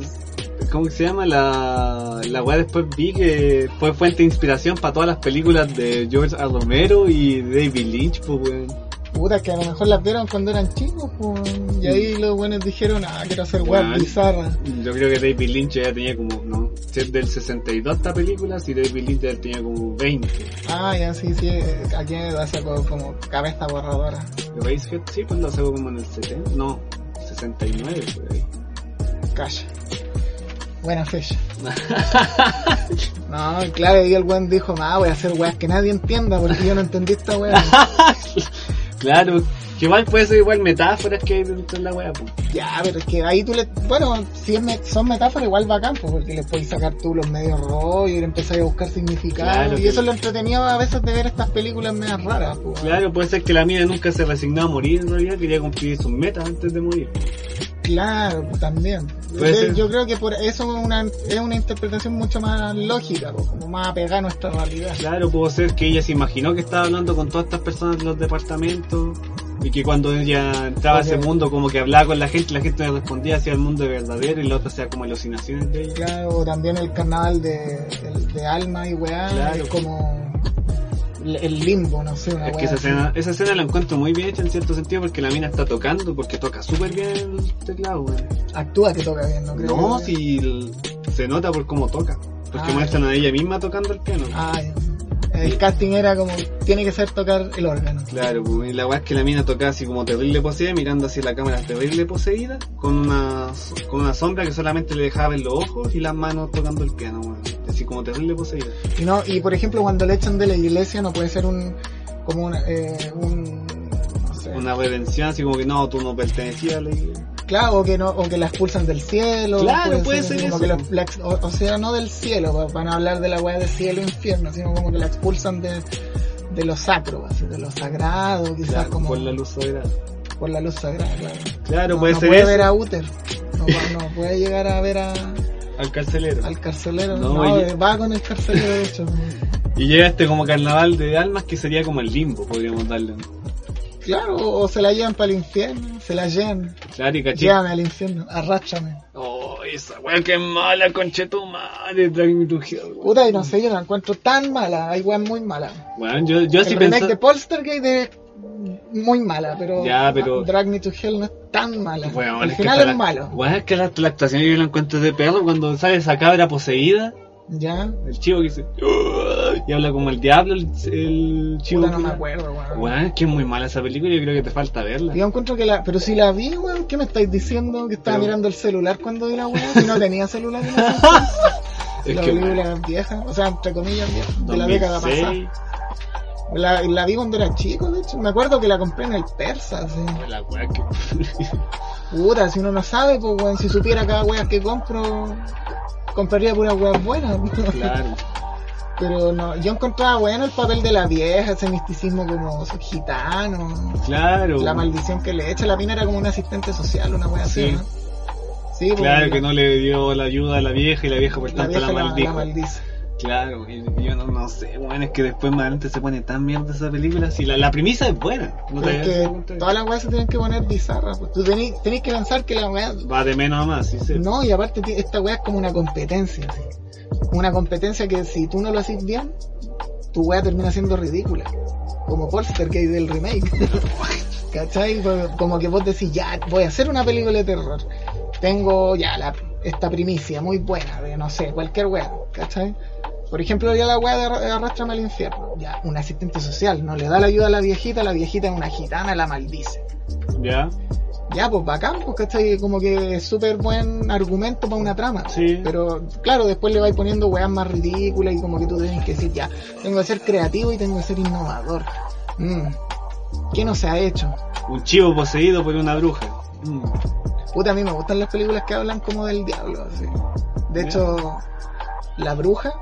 [SPEAKER 3] ¿Cómo que se llama? La, la weá después vi que fue fuente de inspiración para todas las películas de George A. Romero y David Lynch, pues, weón.
[SPEAKER 2] Puta, que a lo mejor las vieron cuando eran chicos, po, y
[SPEAKER 3] Mm.
[SPEAKER 2] ahí los buenos dijeron, ah, quiero hacer
[SPEAKER 3] Nah.
[SPEAKER 2] weas bizarras.
[SPEAKER 3] Yo creo que David Lynch ya tenía como, no, si es del 62 esta película, si David Lynch ya tenía como 20.
[SPEAKER 2] Ah, ya, sí, sí, eh, aquí hace como, como cabeza borradora.
[SPEAKER 3] ¿De Racehead? Sí, pues lo hace como en el 70, no, 69 por ahí.
[SPEAKER 2] Calla. Buena fecha. No, claro, y el weón dijo, ah, voy a hacer weas que nadie entienda porque yo no entendí esta wea.
[SPEAKER 3] claro, que igual puede ser igual metáforas que hay dentro de la wea, pues.
[SPEAKER 2] Ya, pero es que ahí tú le. Bueno, si es me- son metáforas, igual bacán, pues, porque le puedes sacar tú los medios rollos y empezar a buscar significado.
[SPEAKER 3] Claro
[SPEAKER 2] y
[SPEAKER 3] que-
[SPEAKER 2] eso es lo entretenido a veces de ver estas películas medias raras, pues.
[SPEAKER 3] Claro, puede ser que la mina nunca se resignó a morir en realidad, quería cumplir sus metas antes de morir.
[SPEAKER 2] Claro, pues, también.
[SPEAKER 3] Puede
[SPEAKER 2] Yo-
[SPEAKER 3] ser.
[SPEAKER 2] Yo creo que por eso es una, es una interpretación mucho más lógica, pues, como más apegada a nuestra realidad.
[SPEAKER 3] Claro, pudo ser que ella se imaginó que estaba hablando con todas estas personas de los departamentos y que cuando ella entraba a ese
[SPEAKER 2] Ok.
[SPEAKER 3] mundo como que hablaba con la gente, la gente le respondía hacia el mundo verdadero y la otra sea como alucinaciones de ella.
[SPEAKER 2] Claro, o también el carnaval de, el- de alma y weá,
[SPEAKER 3] Claro.
[SPEAKER 2] es como el- el limbo, no sé, una
[SPEAKER 3] Es
[SPEAKER 2] weá
[SPEAKER 3] que esa
[SPEAKER 2] así.
[SPEAKER 3] escena, esa escena la encuentro muy bien hecha en cierto sentido porque la mina está tocando, porque toca súper bien el teclado, weón.
[SPEAKER 2] Actúa que toca bien, ¿no creo?
[SPEAKER 3] No,
[SPEAKER 2] que-
[SPEAKER 3] si l- se nota por cómo toca. Porque
[SPEAKER 2] Ah.
[SPEAKER 3] muestran a ella misma tocando el piano.
[SPEAKER 2] Ah, ya. el casting era como, tiene que ser tocar el órgano.
[SPEAKER 3] Claro, pues, y la weá es que la mina tocaba así como terrible poseída, mirando hacia la cámara terrible poseída, con una, so- con una sombra que solamente le dejaba ver los ojos y las manos tocando el piano, weón. Así como terrible poseída.
[SPEAKER 2] Y, no, y por ejemplo, cuando le echan de la iglesia no puede ser un, como una, eh, un, no sé.
[SPEAKER 3] Una redención, así como que no, tú no pertenecías a la iglesia.
[SPEAKER 2] Claro, o que, no, o que la expulsan del cielo.
[SPEAKER 3] Claro, puede ser
[SPEAKER 2] como
[SPEAKER 3] eso.
[SPEAKER 2] que la- la ex- o, o sea, no del cielo, va- van a hablar de la weá de cielo e infierno, sino como que la expulsan de, de lo sacro, así, de lo sagrado, quizás
[SPEAKER 3] Claro,
[SPEAKER 2] como
[SPEAKER 3] por la luz soberana.
[SPEAKER 2] por la luz sagrada, claro.
[SPEAKER 3] Claro,
[SPEAKER 2] no,
[SPEAKER 3] puede
[SPEAKER 2] no
[SPEAKER 3] ser
[SPEAKER 2] puede
[SPEAKER 3] eso,
[SPEAKER 2] ver a Uther, no, va- no puede llegar a ver a,
[SPEAKER 3] al carcelero.
[SPEAKER 2] al carcelero,
[SPEAKER 3] No,
[SPEAKER 2] no,
[SPEAKER 3] oye.
[SPEAKER 2] va con el carcelero de hecho.
[SPEAKER 3] Y llega este como carnaval de almas que sería como el limbo, podríamos darle.
[SPEAKER 2] Claro, o se la llevan para el infierno, se la llevan,
[SPEAKER 3] Claro, y caché.
[SPEAKER 2] llévame al infierno, arrástrame.
[SPEAKER 3] Oh, esa weá que es mala, conchetumare, drag me to hell, weón.
[SPEAKER 2] Puta, y no sé, yo la encuentro tan mala, hay weas muy malas.
[SPEAKER 3] Weón, yo, yo
[SPEAKER 2] el
[SPEAKER 3] sí
[SPEAKER 2] remake
[SPEAKER 3] pensaba...
[SPEAKER 2] de Poltergeist es muy mala, pero,
[SPEAKER 3] Ya, pero-
[SPEAKER 2] Drag Me to Hell no es tan mala.
[SPEAKER 3] Weón,
[SPEAKER 2] Al
[SPEAKER 3] es que
[SPEAKER 2] final
[SPEAKER 3] hasta
[SPEAKER 2] es
[SPEAKER 3] la-
[SPEAKER 2] malo.
[SPEAKER 3] Weón, es que la, la actuación yo la encuentro de perro cuando sale esa cabra poseída,
[SPEAKER 2] Ya,
[SPEAKER 3] el chivo que dice... Y habla como el diablo, el, el chivo.
[SPEAKER 2] puta, no
[SPEAKER 3] que-
[SPEAKER 2] me acuerdo, weón.
[SPEAKER 3] Weón, es que es muy mala esa película, yo creo que te falta verla.
[SPEAKER 2] Yo encuentro que la. Pero si la vi, weón, ¿qué me estáis diciendo? Que estaba
[SPEAKER 3] Pero-
[SPEAKER 2] mirando el celular cuando vi la weá, que no tenía celular. en ese
[SPEAKER 3] es
[SPEAKER 2] la
[SPEAKER 3] que weón,
[SPEAKER 2] película vieja, o sea, entre comillas vieja, de la década pasada.
[SPEAKER 3] 2006...
[SPEAKER 2] La, la vi cuando era chico, de hecho. Me acuerdo que la compré en el Persa, sí.
[SPEAKER 3] La weá que...
[SPEAKER 2] Puta, si uno no sabe, pues weón, si supiera cada weá que compro, compraría puras weas buenas.
[SPEAKER 3] claro.
[SPEAKER 2] Pero no, yo encontraba bueno el papel de la vieja, ese misticismo como gitano,
[SPEAKER 3] Claro.
[SPEAKER 2] la
[SPEAKER 3] weón.
[SPEAKER 2] maldición que le echa. La mina era como una asistente social, una wea
[SPEAKER 3] Sí.
[SPEAKER 2] así, ¿no? Sí, porque
[SPEAKER 3] Claro que
[SPEAKER 2] la-
[SPEAKER 3] no le dio la ayuda a la vieja y la vieja por
[SPEAKER 2] La
[SPEAKER 3] tanto
[SPEAKER 2] vieja
[SPEAKER 3] la,
[SPEAKER 2] la, la
[SPEAKER 3] maldijo.
[SPEAKER 2] maldice.
[SPEAKER 3] Claro, y yo no, no sé, bueno, es que después más adelante se pone tan mierda esa película. Si la, la premisa es buena, no
[SPEAKER 2] Pero
[SPEAKER 3] te
[SPEAKER 2] es que todas las weas se tienen que poner bizarras. pues. Tú tenés, tenés que pensar que la wea
[SPEAKER 3] Va de menos a más, sí, sí.
[SPEAKER 2] No, y aparte ti- esta weá es como una competencia. así. Una competencia que si tú no lo haces bien, tu weá termina siendo ridícula. Como Poltergeist del remake. ¿Cachai? Como- Como que vos decís, ya, voy a hacer una película de terror. Tengo ya la, esta primicia muy buena de, no sé, cualquier weá. ¿Cachai? Por ejemplo, ya la weá de arra- Arrástrame al infierno. Ya, un asistente social no le da la ayuda a la viejita, la viejita es una gitana, la maldice.
[SPEAKER 3] ¿Ya?
[SPEAKER 2] Ya, pues bacán, pues ¿cachai? Como que es súper buen argumento para una trama.
[SPEAKER 3] Sí.
[SPEAKER 2] Pero claro, después le vais poniendo weas más ridículas y como que tú tenés que decir, ya, tengo que ser creativo y tengo que ser innovador. Mm. ¿Qué no se ha hecho?
[SPEAKER 3] Un chivo poseído por una bruja. Mm.
[SPEAKER 2] Puta, a mí me gustan las películas que hablan como del diablo, así. De
[SPEAKER 3] Ya.
[SPEAKER 2] hecho, La Bruja,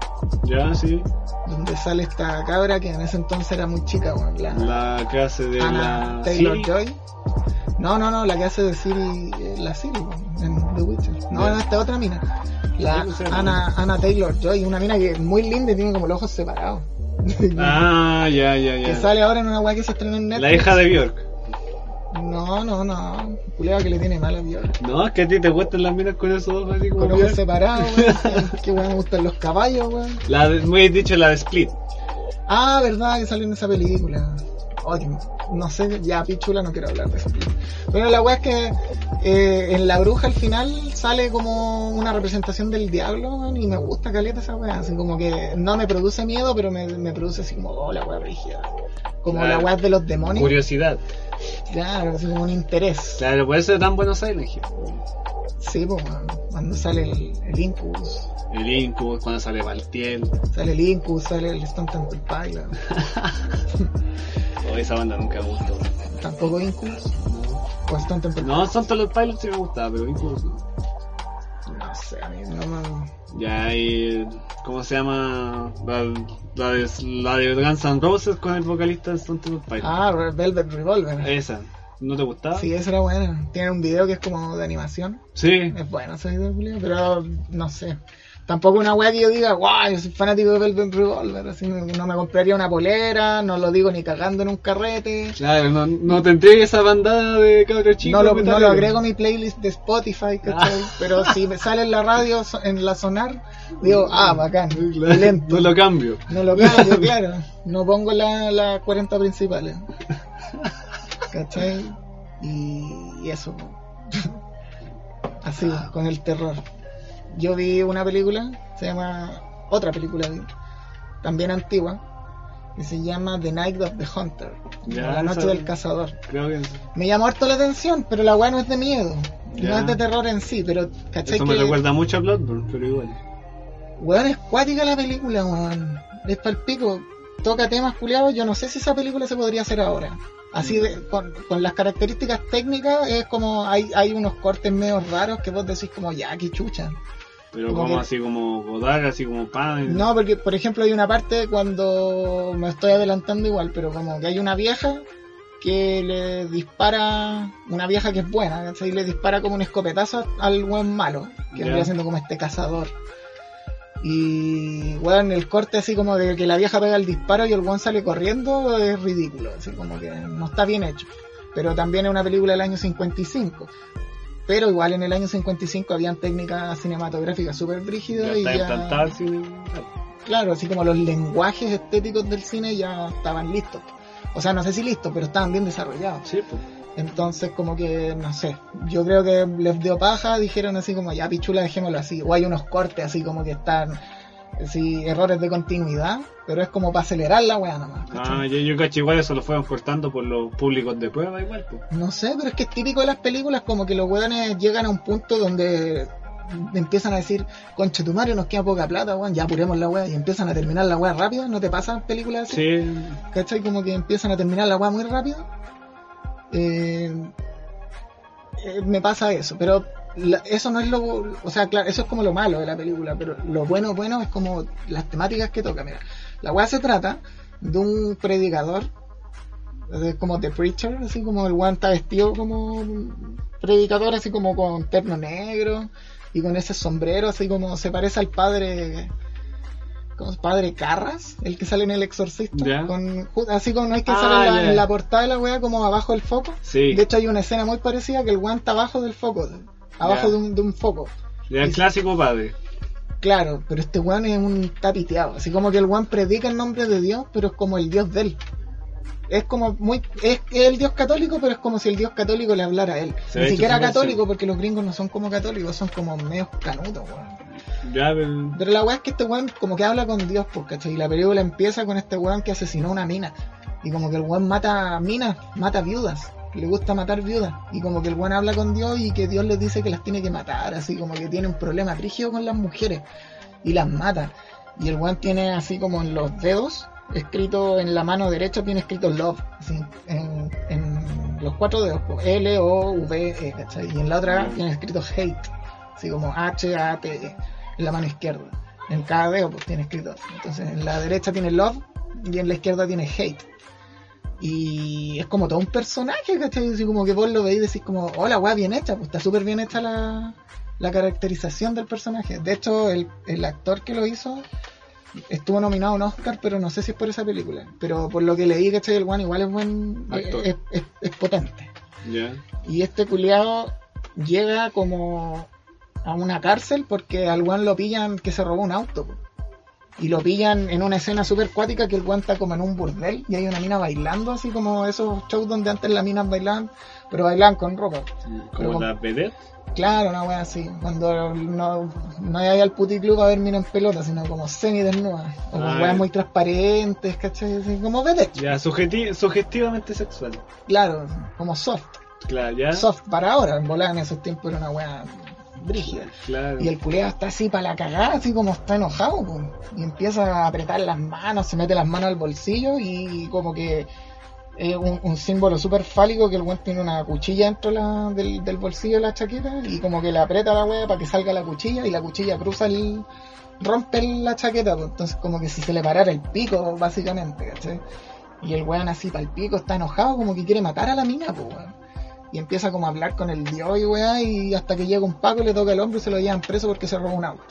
[SPEAKER 3] Ya, sí.
[SPEAKER 2] donde sale esta cabra que en ese entonces era muy chica, weón. La,
[SPEAKER 3] La que hace de
[SPEAKER 2] Ana
[SPEAKER 3] la.
[SPEAKER 2] Taylor
[SPEAKER 3] Siri.
[SPEAKER 2] Joy. No, no, no, la que hace de Siri, eh, la Siri weón, en The Witcher. No,
[SPEAKER 3] Ya. pues,
[SPEAKER 2] no, esta otra mina. La
[SPEAKER 3] Ya, no sé,
[SPEAKER 2] Ana, Ana Taylor Joy, una mina que es muy linda y tiene como los ojos separados.
[SPEAKER 3] Ah, ya, ya,
[SPEAKER 2] Que
[SPEAKER 3] ya.
[SPEAKER 2] sale ahora en una weá que se estrenó en Netflix.
[SPEAKER 3] La hija de Bjork.
[SPEAKER 2] No, no, no. Culeado que le tiene mal a Bjork.
[SPEAKER 3] No, es que a ti te gustan las minas con esos ojos así como
[SPEAKER 2] Con ojos
[SPEAKER 3] Bjork.
[SPEAKER 2] separados, weón. Que weón me gustan los caballos, weón.
[SPEAKER 3] La de, muy dicho, la de Split.
[SPEAKER 2] Ah, verdad, que salió en esa película. Oye, no sé, ya pichula, no quiero hablar de eso. Pero la weá es que eh, en La Bruja al final sale como una representación del diablo, weón, y me gusta caleta esa weá. Así como que no me produce miedo, pero me, me produce así como, oh, la weá rígida. Como la
[SPEAKER 3] Claro.
[SPEAKER 2] weá de los demonios.
[SPEAKER 3] Curiosidad.
[SPEAKER 2] Claro, así como un interés.
[SPEAKER 3] Claro, por eso es tan bueno Silent Hill.
[SPEAKER 2] Sí, pues, weón, cuando sale el, el Incubus.
[SPEAKER 3] El Incubus, cuando sale Valtiel.
[SPEAKER 2] Sale el Incubus, sale el Stone Temple Pilots.
[SPEAKER 3] Oh, esa banda nunca me gustó.
[SPEAKER 2] Tampoco Incubus. O Stone Temple
[SPEAKER 3] No, son todos los pilots sí me gustaba, pero Incubus no.
[SPEAKER 2] No sé, a mí no me...
[SPEAKER 3] Ya, y. ¿Cómo se llama? La, la de, la de Guns N' Roses con el vocalista de Stone Temple Pilots.
[SPEAKER 2] Ah, Re- Velvet Revolver.
[SPEAKER 3] Esa. ¿No te gustaba?
[SPEAKER 2] Sí, esa era buena. Tiene un video que es como de animación.
[SPEAKER 3] Sí.
[SPEAKER 2] Es bueno ese video, culiao, pero no sé. Tampoco una wea que yo diga, wow, yo soy fanático de Velvet Revolver. Así no, no me compraría una polera, no lo digo ni cagando en un carrete.
[SPEAKER 3] Claro, no, no te entregues esa bandada de cabros chicos.
[SPEAKER 2] No lo, no
[SPEAKER 3] metaleros.
[SPEAKER 2] lo agrego a mi playlist de Spotify, ¿cachai?
[SPEAKER 3] Ah.
[SPEAKER 2] Pero si me sale en la radio, so- en la sonar, digo, ah, bacán,
[SPEAKER 3] Claro,
[SPEAKER 2] lento.
[SPEAKER 3] No lo cambio.
[SPEAKER 2] No lo cambio, claro. No pongo la- las 40 principales. ¿Cachai? Y, y eso. Así,
[SPEAKER 3] Ah.
[SPEAKER 2] con el terror. Yo vi una película, se llama. Otra película, vi, también antigua, que se llama The Night of the Hunter.
[SPEAKER 3] Ya,
[SPEAKER 2] la noche
[SPEAKER 3] esa-
[SPEAKER 2] del cazador.
[SPEAKER 3] Creo que
[SPEAKER 2] Me llamó harto la atención, pero la weá no es de miedo. No
[SPEAKER 3] Ya.
[SPEAKER 2] es de terror en sí, pero ¿cachai?
[SPEAKER 3] eso me
[SPEAKER 2] que-
[SPEAKER 3] recuerda mucho a Bloodborne, pero igual.
[SPEAKER 2] Weón, es cuática la película, weón. Es palpico. Toca temas culiados. Yo no sé si esa película se podría hacer ahora. Así, de- con, con las características técnicas, es como hay, hay unos cortes medio raros que vos decís como, ya, qué chucha.
[SPEAKER 3] Pero
[SPEAKER 2] Como
[SPEAKER 3] como,
[SPEAKER 2] que-
[SPEAKER 3] así como Godard, así como pan.
[SPEAKER 2] No, porque, por ejemplo, hay una parte cuando me estoy adelantando igual, pero como que hay una vieja que le dispara, una vieja que es buena, ¿cachai? Y le dispara como un escopetazo al buen malo, que
[SPEAKER 3] Ya.
[SPEAKER 2] vendría siendo como este cazador. Y, weón, el corte así como de que la vieja pega el disparo y el buen sale corriendo es ridículo, así como que no está bien hecho. Pero también es una película del año 55. Pero igual en el año 55 habían técnicas cinematográficas súper
[SPEAKER 3] Ya
[SPEAKER 2] brígidas y
[SPEAKER 3] está
[SPEAKER 2] ya...
[SPEAKER 3] implantado el cine.
[SPEAKER 2] Claro, así como los lenguajes estéticos del cine ya estaban listos. O sea, no sé si listos, pero estaban bien desarrollados.
[SPEAKER 3] Sí, pues.
[SPEAKER 2] Entonces, como que, no sé, yo creo que les dio paja, dijeron así como, ya pichula, dejémoslo así. O hay unos cortes así como que están, sí, errores de continuidad, pero es como para acelerar la weá nomás.
[SPEAKER 3] Ah,
[SPEAKER 2] ¿cachai?
[SPEAKER 3] yo, yo cacho igual eso lo fueron cortando por los públicos de prueba igual, pues.
[SPEAKER 2] No sé, pero es que es típico de las películas, como que los weones llegan a un punto donde empiezan a decir, conche tu Mario, nos queda poca plata, weón, ya apuremos la weá, y empiezan a terminar la weá rápido, ¿no te pasan películas así?
[SPEAKER 3] Sí,
[SPEAKER 2] ¿cachai? Como que empiezan a terminar la weá muy rápido. Eh, eh, me pasa eso, pero la- eso no es lo. O sea, claro, eso es como lo malo de la película, pero lo bueno, bueno es como las temáticas que toca. Mira, la weá se trata de un predicador, de- como The Preacher, así como el weón está vestido como predicador, así como con terno negro y con ese sombrero, así como se parece al padre. Como padre Carras, el que sale en El Exorcista,
[SPEAKER 3] Ya.
[SPEAKER 2] con, ju- así como no hay que
[SPEAKER 3] Ah,
[SPEAKER 2] sale en la,
[SPEAKER 3] ya.
[SPEAKER 2] en la portada de la wea como abajo del foco.
[SPEAKER 3] sí.
[SPEAKER 2] De hecho, hay una escena muy parecida que el guante está abajo del foco. Abajo
[SPEAKER 3] Ya.
[SPEAKER 2] de, un, de un foco.
[SPEAKER 3] Ya el clásico padre.
[SPEAKER 2] Claro, pero este guan es un tapiteado. Así como que el guan predica en nombre de Dios, pero es como el Dios de él. Es como muy. Es, es el Dios católico, pero es como si el Dios católico le hablara a él.
[SPEAKER 3] Se
[SPEAKER 2] Ni
[SPEAKER 3] ve
[SPEAKER 2] siquiera
[SPEAKER 3] hecho su
[SPEAKER 2] católico,
[SPEAKER 3] versión.
[SPEAKER 2] porque los gringos no son como católicos, son como medios canutos, weón.
[SPEAKER 3] Ya, pero...
[SPEAKER 2] Pero la weá es que este weón como que habla con Dios, porque Y la película empieza con este weón que asesinó a una mina. Y como que el weón mata minas, mata viudas. Le gusta matar viudas. Y como que el weón habla con Dios y que Dios les dice que las tiene que matar. Así como que tiene un problema rígido con las mujeres. Y las mata. Y el weón tiene así como en los dedos, escrito en la mano derecha, tiene escrito love. así, en, en los cuatro dedos. po, L, O, V, E, ¿cachai? Y en la otra tiene escrito hate. Así como H, A, T, E. en la mano izquierda. En cada dedo pues tiene escrito. Entonces en la derecha tiene love y en la izquierda tiene hate. Y es como todo un personaje, ¿cachai? Así como que vos lo veis y decís como, hola, weá, bien hecha, pues está súper bien hecha la, la caracterización del personaje. De hecho, el, el actor que lo hizo estuvo nominado a un Oscar, pero no sé si es por esa película. Pero por lo que leí, ¿cachai? El One igual es buen.
[SPEAKER 3] Actor.
[SPEAKER 2] Es, es- es potente.
[SPEAKER 3] Ya.
[SPEAKER 2] Y este culiado llega como a una cárcel porque al One lo pillan que se robó un auto. po. Y lo pillan en una escena súper cuática que el One está como en un burdel y hay una mina bailando, así como esos shows donde antes las minas bailaban, pero bailaban con ropa.
[SPEAKER 3] Como
[SPEAKER 2] con-
[SPEAKER 3] la vedette.
[SPEAKER 2] Claro, una wea así. Cuando no, no hay al puticlub a ver minas en pelota, sino como semi desnudas. O con
[SPEAKER 3] Ah,
[SPEAKER 2] weas
[SPEAKER 3] ya.
[SPEAKER 2] muy transparentes, ¿cachai? Así como vedette.
[SPEAKER 3] Ya, sugesti- sugestivamente sexual.
[SPEAKER 2] Claro, como soft.
[SPEAKER 3] Claro, ya.
[SPEAKER 2] Soft para ahora. En volar en esos tiempos era una wea brígida.
[SPEAKER 3] Claro.
[SPEAKER 2] Y el culeado está así para la cagada, así como está enojado, po. y empieza a apretar las manos, se mete las manos al bolsillo y como que es un, un símbolo súper fálico que el weón tiene una cuchilla dentro la- del, del bolsillo de la chaqueta y como que le aprieta la wea para que salga la cuchilla y la cuchilla cruza el... rompe la chaqueta, po. entonces como que si se le parara el pico, básicamente, ¿cachai? Y el weón así para el pico está enojado, como que quiere matar a la mina, po, weón. Y empieza como a hablar con el dios y weá, y hasta que llega un paco y le toca el hombro y se lo llevan preso porque se robó un auto.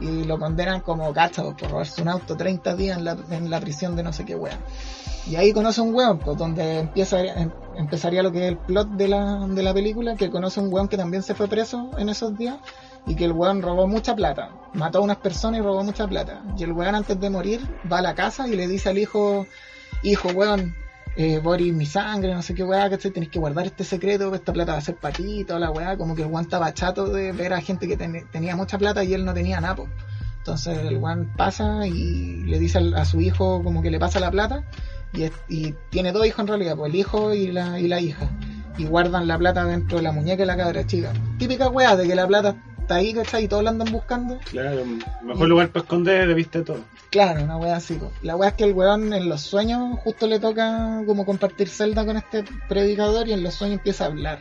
[SPEAKER 2] Y lo condenan como cacha po, por robarse un auto 30 días en la, en la prisión de no sé qué weá. Y ahí conoce a un weón, pues donde empieza, em- empezaría lo que es el plot de la, de la película, que conoce a un weón que también se fue preso en esos días y que el weón robó mucha plata. Mató a unas personas y robó mucha plata. Y el weón antes de morir va a la casa y le dice al hijo, hijo weón, eh, Boris, mi sangre, no sé qué weá, ¿cachai? Tenés que guardar este secreto, que esta plata va a ser para ti, toda la weá, como que el weón estaba chato de ver a gente que ten- tenía mucha plata y él no tenía nada, po. Entonces el weón pasa y le dice al- a su hijo como que le pasa la plata y, es- y tiene dos hijos en realidad, pues el hijo y la, y la hija. Y guardan la plata dentro de la muñeca y la cabra chica. Típica weá de que la plata está ahí, ¿cachai? Y todos la andan buscando.
[SPEAKER 3] Claro, mejor lugar para esconder, viste todo.
[SPEAKER 2] Claro, una wea así. po. La wea es que el weón en los sueños justo le toca como compartir celda con este predicador y en los sueños empieza a hablar.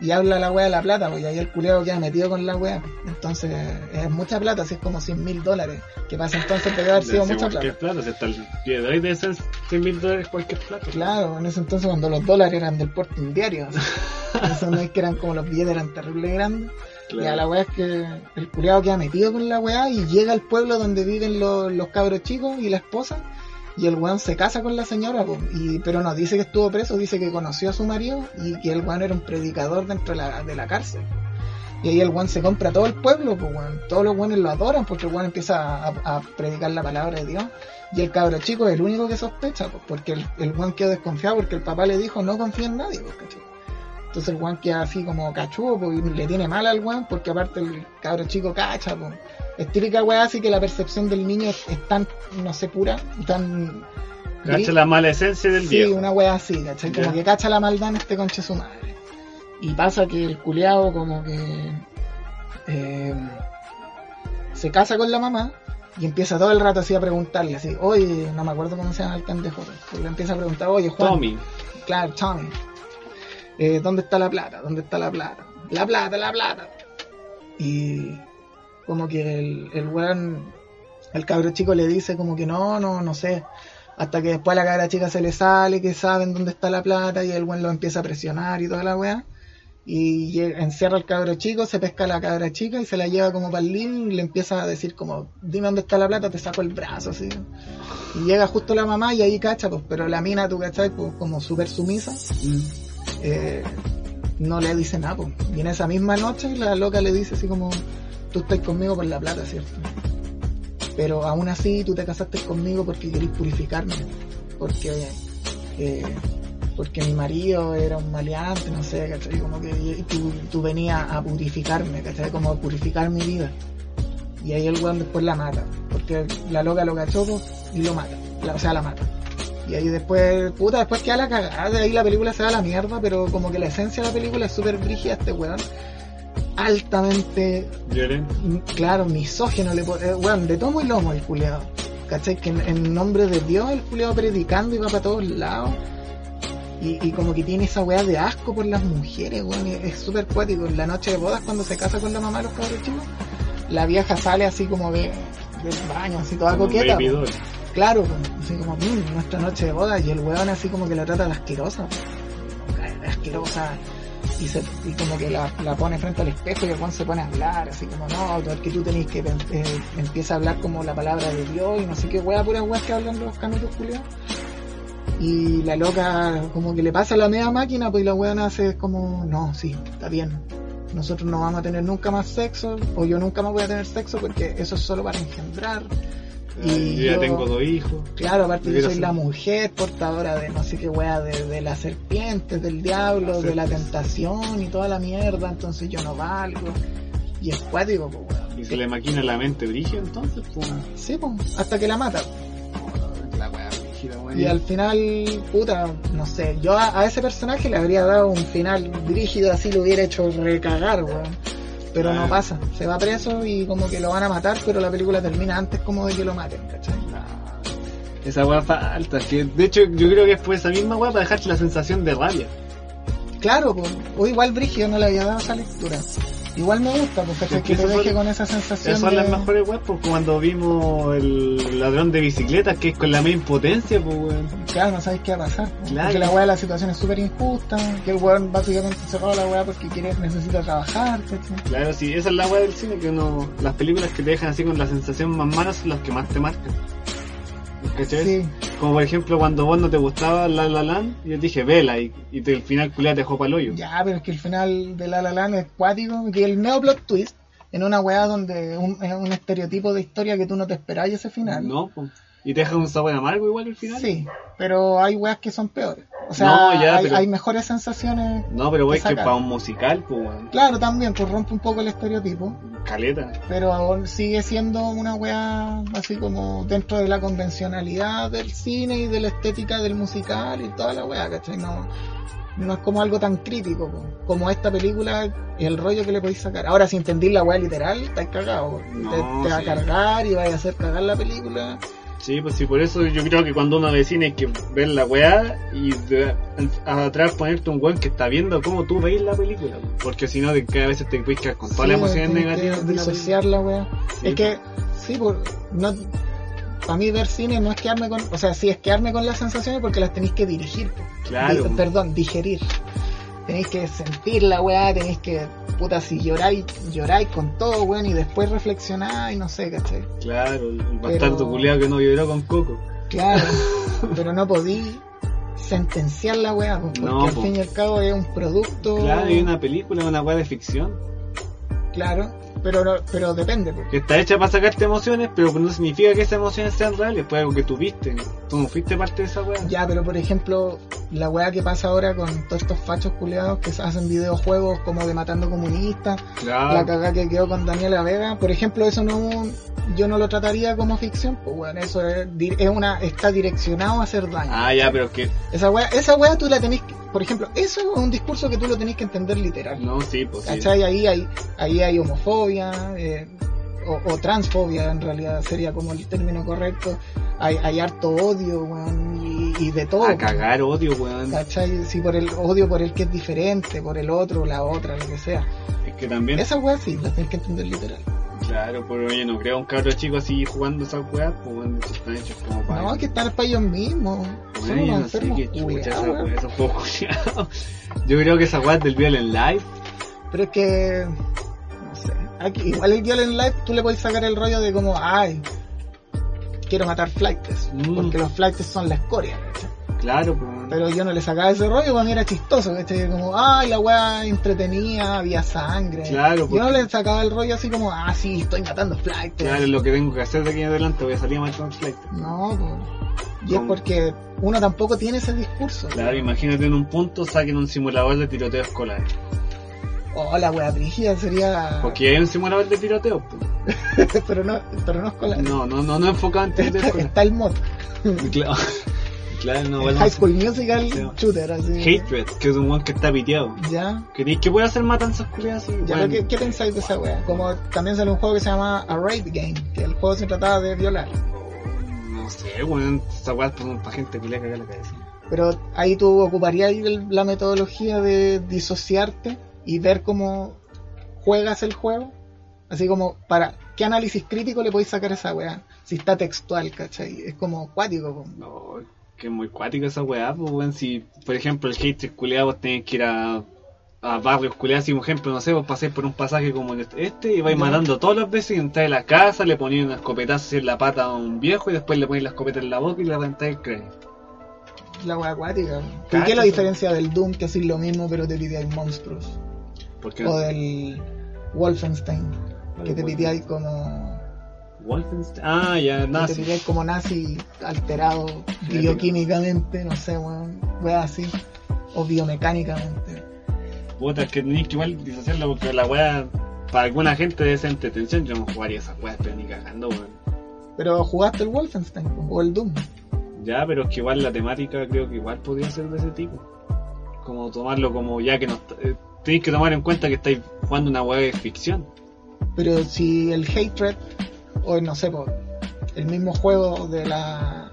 [SPEAKER 2] Y habla la wea de la plata, pues, y ahí el culeo queda metido con la wea. Entonces, es mucha plata, así es como 100 mil dólares. Que pasa entonces debe haber sido
[SPEAKER 3] Sí,
[SPEAKER 2] mucha plata.
[SPEAKER 3] cualquier plata. Si hasta el día de hoy de ser 100 mil dólares cualquier plata.
[SPEAKER 2] Claro, en ese entonces cuando los dólares eran del porting diario. Eso no es que eran como los billetes eran terrible grandes.
[SPEAKER 3] Claro.
[SPEAKER 2] Ya la weá es que el culiado queda metido con la weá y llega al pueblo donde viven los, los cabros chicos y la esposa. Y el weón se casa con la señora, po, y, pero no, dice que estuvo preso, dice que conoció a su marido y que el weón era un predicador dentro de la, de la cárcel. Y ahí el weón se compra todo el pueblo, pues weón. Todos los weones lo adoran porque el weón empieza a, a predicar la palabra de Dios. Y el cabro chico es el único que sospecha, pues, porque el, el weón quedó desconfiado porque el papá le dijo no confía en nadie, pues, ¿cachai? Entonces el weón queda así como cachudo, pues, y le tiene mal al weón, porque aparte el cabro chico cacha, pues. Es típica weá así que la percepción del niño es, es tan, no sé, pura, tan...
[SPEAKER 3] Cacha la mala esencia del
[SPEAKER 2] Sí,
[SPEAKER 3] viejo.
[SPEAKER 2] una wea así, ¿cachai? Como
[SPEAKER 3] Ya.
[SPEAKER 2] que cacha la maldad en este conche su madre. Y pasa que el culiao como que eh, se casa con la mamá y empieza todo el rato así a preguntarle, así, oye, no me acuerdo cómo se llama el pendejo, pero le empieza a preguntar, oye, Juan,
[SPEAKER 3] Tommy.
[SPEAKER 2] claro, Tommy, eh, ¿dónde está la plata? ¿Dónde está la plata? La plata, la plata. Y como que el, el weón, el cabro chico le dice como que no, no, no sé. Hasta que después a la cabra chica se le sale, que saben dónde está la plata y el weón lo empieza a presionar y toda la weá. Y lle- encierra al cabro chico, se pesca a la cabra chica y se la lleva como para el living y le empieza a decir como, dime dónde está la plata, te saco el brazo, así. Y llega justo la mamá y ahí cacha, pues, pero la mina, tú cachai, pues como súper sumisa eh, no le dice nada. po. Y en esa misma noche la loca le dice así como, tú estás conmigo por la plata, ¿cierto? Pero aún así tú te casaste conmigo porque querís purificarme, porque, eh, porque mi marido era un maleante, no sé, ¿cachai? Como que y tú, tú venías a purificarme, ¿cachai? Como a purificar mi vida. Y ahí el weón después la mata, porque la loca lo cachó po, y lo mata, La- o sea, la mata. Y ahí después, puta, después queda la cagada, de ahí la película se va a la mierda, pero como que la esencia de la película es súper brígida este weón. Altamente,
[SPEAKER 3] Lloren.
[SPEAKER 2] mm, claro, misógino, le, po- eh, weón, de tomo y lomo el culeado. ¿Cachai? Que en, en nombre de Dios el culeado predicando y va para todos lados. Y, y como que tiene esa weá de asco por las mujeres, weón, y es súper cuático. En la noche de bodas cuando se casa con la mamá de los cabros chicos, la vieja sale así como de, del baño, así toda
[SPEAKER 3] Como
[SPEAKER 2] coqueta.
[SPEAKER 3] Baby
[SPEAKER 2] po.
[SPEAKER 3] doll.
[SPEAKER 2] Claro, po. así como, "Mm, nuestra noche de boda, y el weón así como que la trata de asquerosa. po. La- la Asquerosa. Y, se, y como que la, la pone frente al espejo y el weón se pone a hablar, así como, no, porque tú tenés que, pen- eh, empieza a hablar como la palabra de Dios y no sé qué weá, puras weas que hablan los canutos culiados. Y la loca como que le pasa la media máquina, pues y la weona hace como, no, sí, está bien. Nosotros no vamos a tener nunca más sexo, o yo nunca más voy a tener sexo porque eso es solo para engendrar.
[SPEAKER 3] Ay,
[SPEAKER 2] Y
[SPEAKER 3] yo ya
[SPEAKER 2] yo-
[SPEAKER 3] tengo dos hijos.
[SPEAKER 2] Claro, aparte yo
[SPEAKER 3] Hubiera
[SPEAKER 2] soy
[SPEAKER 3] sido-
[SPEAKER 2] la mujer portadora de no sé qué weá, de, de las serpientes, del diablo,
[SPEAKER 3] Las
[SPEAKER 2] de la
[SPEAKER 3] serpientes.
[SPEAKER 2] tentación y toda la mierda, entonces yo no valgo. Y es cuático, pues weón.
[SPEAKER 3] Y se le maquina la mente brígida entonces, pues.
[SPEAKER 2] Sí, pues, hasta que la mata.
[SPEAKER 3] La weá brígida, weón.
[SPEAKER 2] Y al final, puta, no sé, yo a, a ese personaje le habría dado un final rígido, así lo hubiera hecho recagar, weón. Pero
[SPEAKER 3] Ah.
[SPEAKER 2] no pasa, se va preso y como que lo van a matar, pero la película termina antes como de que lo maten, ¿cachai?
[SPEAKER 3] Ah, Esa weá falta, sí. De hecho, yo creo que fue esa misma weá para dejarte la sensación de rabia.
[SPEAKER 2] Claro, pues, o igual Brigio no le había dado esa lectura. Igual me gusta, pues, ¿cachai?
[SPEAKER 3] Es que
[SPEAKER 2] que te
[SPEAKER 3] eso fue-
[SPEAKER 2] deje con esa sensación.
[SPEAKER 3] Esas son
[SPEAKER 2] de-
[SPEAKER 3] las mejores weas, pues cuando vimos el ladrón de bicicletas, que es con la misma impotencia, pues weón.
[SPEAKER 2] Claro, no sabes qué va a pasar. pues,
[SPEAKER 3] Claro.
[SPEAKER 2] Que la weá de la situación es súper injusta, que el weón básicamente se roba la weá porque quiere, necesita trabajar, ¿cachai?
[SPEAKER 3] Claro, sí, esa es la weá del cine, que uno, las películas que te dejan así con la sensación más mala son las que más te marcan. ¿Cachai?
[SPEAKER 2] Sí,
[SPEAKER 3] Como por ejemplo cuando vos no te gustaba La La Land, yo te dije vela y, y te- el final culiá te dejó pa'l hoyo.
[SPEAKER 2] ya, pero es que el final de La La Land es cuático, que el neo plot twist en una weá donde un, es un estereotipo de historia que tú no te esperás ese final.
[SPEAKER 3] No, po. y te deja un sabor amargo igual el final.
[SPEAKER 2] Sí, pero hay weas que son peores. O sea,
[SPEAKER 3] No, ya,
[SPEAKER 2] hay,
[SPEAKER 3] pero-
[SPEAKER 2] hay mejores sensaciones.
[SPEAKER 3] No, pero wey, es
[SPEAKER 2] Te
[SPEAKER 3] que
[SPEAKER 2] saca.
[SPEAKER 3] para un musical, pues weón.
[SPEAKER 2] Claro, también, pues rompe un poco el estereotipo.
[SPEAKER 3] Caleta.
[SPEAKER 2] pero aún sigue siendo una weá así como dentro de la convencionalidad del cine y de la estética del musical y toda la weá, ¿cachai? No, no es como algo tan crítico po. como esta película, el rollo que le podéis sacar. Ahora, si entendís la weá literal, estáis cagado. po.
[SPEAKER 3] No,
[SPEAKER 2] te, te va
[SPEAKER 3] sí.
[SPEAKER 2] a cargar y vais a hacer cagar la película.
[SPEAKER 3] Sí, pues sí, por eso yo creo que cuando uno ve cine hay que ver la weá y de- a- atrás ponerte un weón que está viendo cómo tú veis la película. weón. Porque si no, de- cada vez te puedes quedar con todas las
[SPEAKER 2] Sí,
[SPEAKER 3] emociones
[SPEAKER 2] tenés que
[SPEAKER 3] negativas de la película.
[SPEAKER 2] Disociar la weá.
[SPEAKER 3] Sí.
[SPEAKER 2] Es que, sí, por, no, para mí ver cine no es quedarme con, o sea, sí es quedarme con las sensaciones porque las tenéis que dirigir. po.
[SPEAKER 3] Claro.
[SPEAKER 2] Di- perdón, digerir. Tenéis que sentir la weá, tenéis que, puta, si lloráis, lloráis con todo, weón, y después reflexionáis, no sé, ¿cachai?
[SPEAKER 3] pues, Claro, el bastardo
[SPEAKER 2] Pero-
[SPEAKER 3] culiado que no lloró con Coco.
[SPEAKER 2] Claro, pero no podí sentenciar la weá, po, porque
[SPEAKER 3] No,
[SPEAKER 2] al
[SPEAKER 3] po.
[SPEAKER 2] fin y al cabo es un producto.
[SPEAKER 3] Claro, y una película, una weá de ficción.
[SPEAKER 2] Claro, pero, no- pero depende, po.
[SPEAKER 3] Que está hecha para sacarte emociones, pero no significa que esas emociones sean reales. Fue algo que tuviste. Tú no fuiste parte de esa weá.
[SPEAKER 2] Ya, pero por ejemplo, la weá que pasa ahora con todos estos fachos culeados que hacen videojuegos como de matando comunistas, la
[SPEAKER 3] Claro.
[SPEAKER 2] cagada que quedó con Daniela Vega, por ejemplo, eso no, yo no lo trataría como ficción, pues bueno, eso es, di- es una, está direccionado a hacer daño.
[SPEAKER 3] Ah, ya, pero es que.
[SPEAKER 2] Esa weá, esa weá tú la tenés que, por ejemplo, eso es un discurso que tú lo tenés que entender literal.
[SPEAKER 3] No, sí, pues sí.
[SPEAKER 2] ¿Cachai? Ahí hay, ahí hay homofobia, eh, o, o transfobia en realidad sería como el término correcto. Hay, hay harto odio, weón, y, y de todo.
[SPEAKER 3] A cagar odio, weón.
[SPEAKER 2] ¿Cachai? Sí, por el odio por el que es diferente, por el otro, la otra, lo que sea.
[SPEAKER 3] Es que también.
[SPEAKER 2] Esa weá sí, la tienes que entender literal.
[SPEAKER 3] Claro, pues, pero yo no creo a un cabro chico así jugando esa weá, pues bueno, si están hechos como para.
[SPEAKER 2] No, que están para ellos mismos. Son
[SPEAKER 3] Bueno, yo
[SPEAKER 2] unos
[SPEAKER 3] no sé
[SPEAKER 2] enfermos
[SPEAKER 3] qué chucha esa
[SPEAKER 2] culiados,
[SPEAKER 3] weá, esos juegos culiados. Yo creo que esa weá es del Violent Life.
[SPEAKER 2] Pero es que. No sé. Aquí, igual el Violent Life tú le podés sacar el rollo de como, ay, quiero matar flights.
[SPEAKER 3] Mm.
[SPEAKER 2] Porque los flights son la escoria. ¿cachai?
[SPEAKER 3] Claro, pues. bueno.
[SPEAKER 2] Pero yo no le sacaba ese rollo, para mí era chistoso. ¿cachai? Como, ay, la weá entretenía, había sangre.
[SPEAKER 3] Claro,
[SPEAKER 2] Yo no
[SPEAKER 3] porque-
[SPEAKER 2] le sacaba el rollo así como, ah, sí, estoy matando flights.
[SPEAKER 3] Claro, es lo que tengo que hacer de aquí en adelante, voy a salir a matar un flight.
[SPEAKER 2] No, pues. Y es
[SPEAKER 3] Con-
[SPEAKER 2] porque uno tampoco tiene ese discurso.
[SPEAKER 3] Claro, imagínate en un punto saquen un simulador de tiroteo escolar.
[SPEAKER 2] Oh, la wea brígida sería.
[SPEAKER 3] Porque hay un simulador de tiroteo, pues.
[SPEAKER 2] pero, no, pero no es con la.
[SPEAKER 3] No, no, no, no enfocado en tiroteo
[SPEAKER 2] está,
[SPEAKER 3] escolar.
[SPEAKER 2] está el mod.
[SPEAKER 3] Claro, claro, no,
[SPEAKER 2] El
[SPEAKER 3] bueno.
[SPEAKER 2] High School Musical
[SPEAKER 3] Sí.
[SPEAKER 2] Shooter, así.
[SPEAKER 3] Hatred, que es un weón que está piteado.
[SPEAKER 2] Ya.
[SPEAKER 3] ¿Queréis que pueda hacer matanzas culiadas así?
[SPEAKER 2] Ya,
[SPEAKER 3] Bueno,
[SPEAKER 2] ¿qué, ¿qué pensáis de esa wea? Como también salió un juego que se llama A Raid Game, que el juego se trataba de violar.
[SPEAKER 3] No sé, weón. Esa weá es para gente que le caga la cabeza.
[SPEAKER 2] Pero ahí tú ocuparías el- la metodología de disociarte y ver cómo juegas el juego. Así como, para ¿qué análisis crítico le podéis sacar a esa weá? Si está textual, ¿cachai? Es como cuático. como.
[SPEAKER 3] No, que es muy cuática esa weá, pues weón. Si, por ejemplo, el hater culiado, vos tenés que ir a, a barrios culiados, si un ejemplo, no sé, vos pasáis por un pasaje como el este y vais
[SPEAKER 2] Ya.
[SPEAKER 3] matando todos los veces y entráis a la casa, le ponéis unas escopetazos en la pata a un viejo y después le ponéis la escopeta en la boca y le rentáis el crédito.
[SPEAKER 2] La weá acuática. weón. ¿Por
[SPEAKER 3] Cacha,
[SPEAKER 2] qué la
[SPEAKER 3] sí.
[SPEAKER 2] diferencia del Doom, que hacéis lo mismo pero te pideáis monstruos?
[SPEAKER 3] Porque
[SPEAKER 2] O del Wolfenstein, que te pideáis como.
[SPEAKER 3] Wolfenstein. Ah, ya,
[SPEAKER 2] que
[SPEAKER 3] nazi.
[SPEAKER 2] Te pideáis como nazi alterado
[SPEAKER 3] Genética.
[SPEAKER 2] bioquímicamente, no sé, weón. Weá así. O biomecánicamente.
[SPEAKER 3] Puta, es que tenéis que igual disociarla porque la weá, para alguna gente debe ser entretención. Yo no jugaría esas weas, pero ni cagando, weón.
[SPEAKER 2] Pero jugaste el Wolfenstein po, o el Doom.
[SPEAKER 3] Ya, pero es que igual la temática creo que igual podría ser de ese tipo. Como tomarlo como ya que no está- eh, tenéis que tomar en cuenta que estáis jugando una weá de ficción.
[SPEAKER 2] Pero si el Hatred, o no sé, po, el mismo juego de la.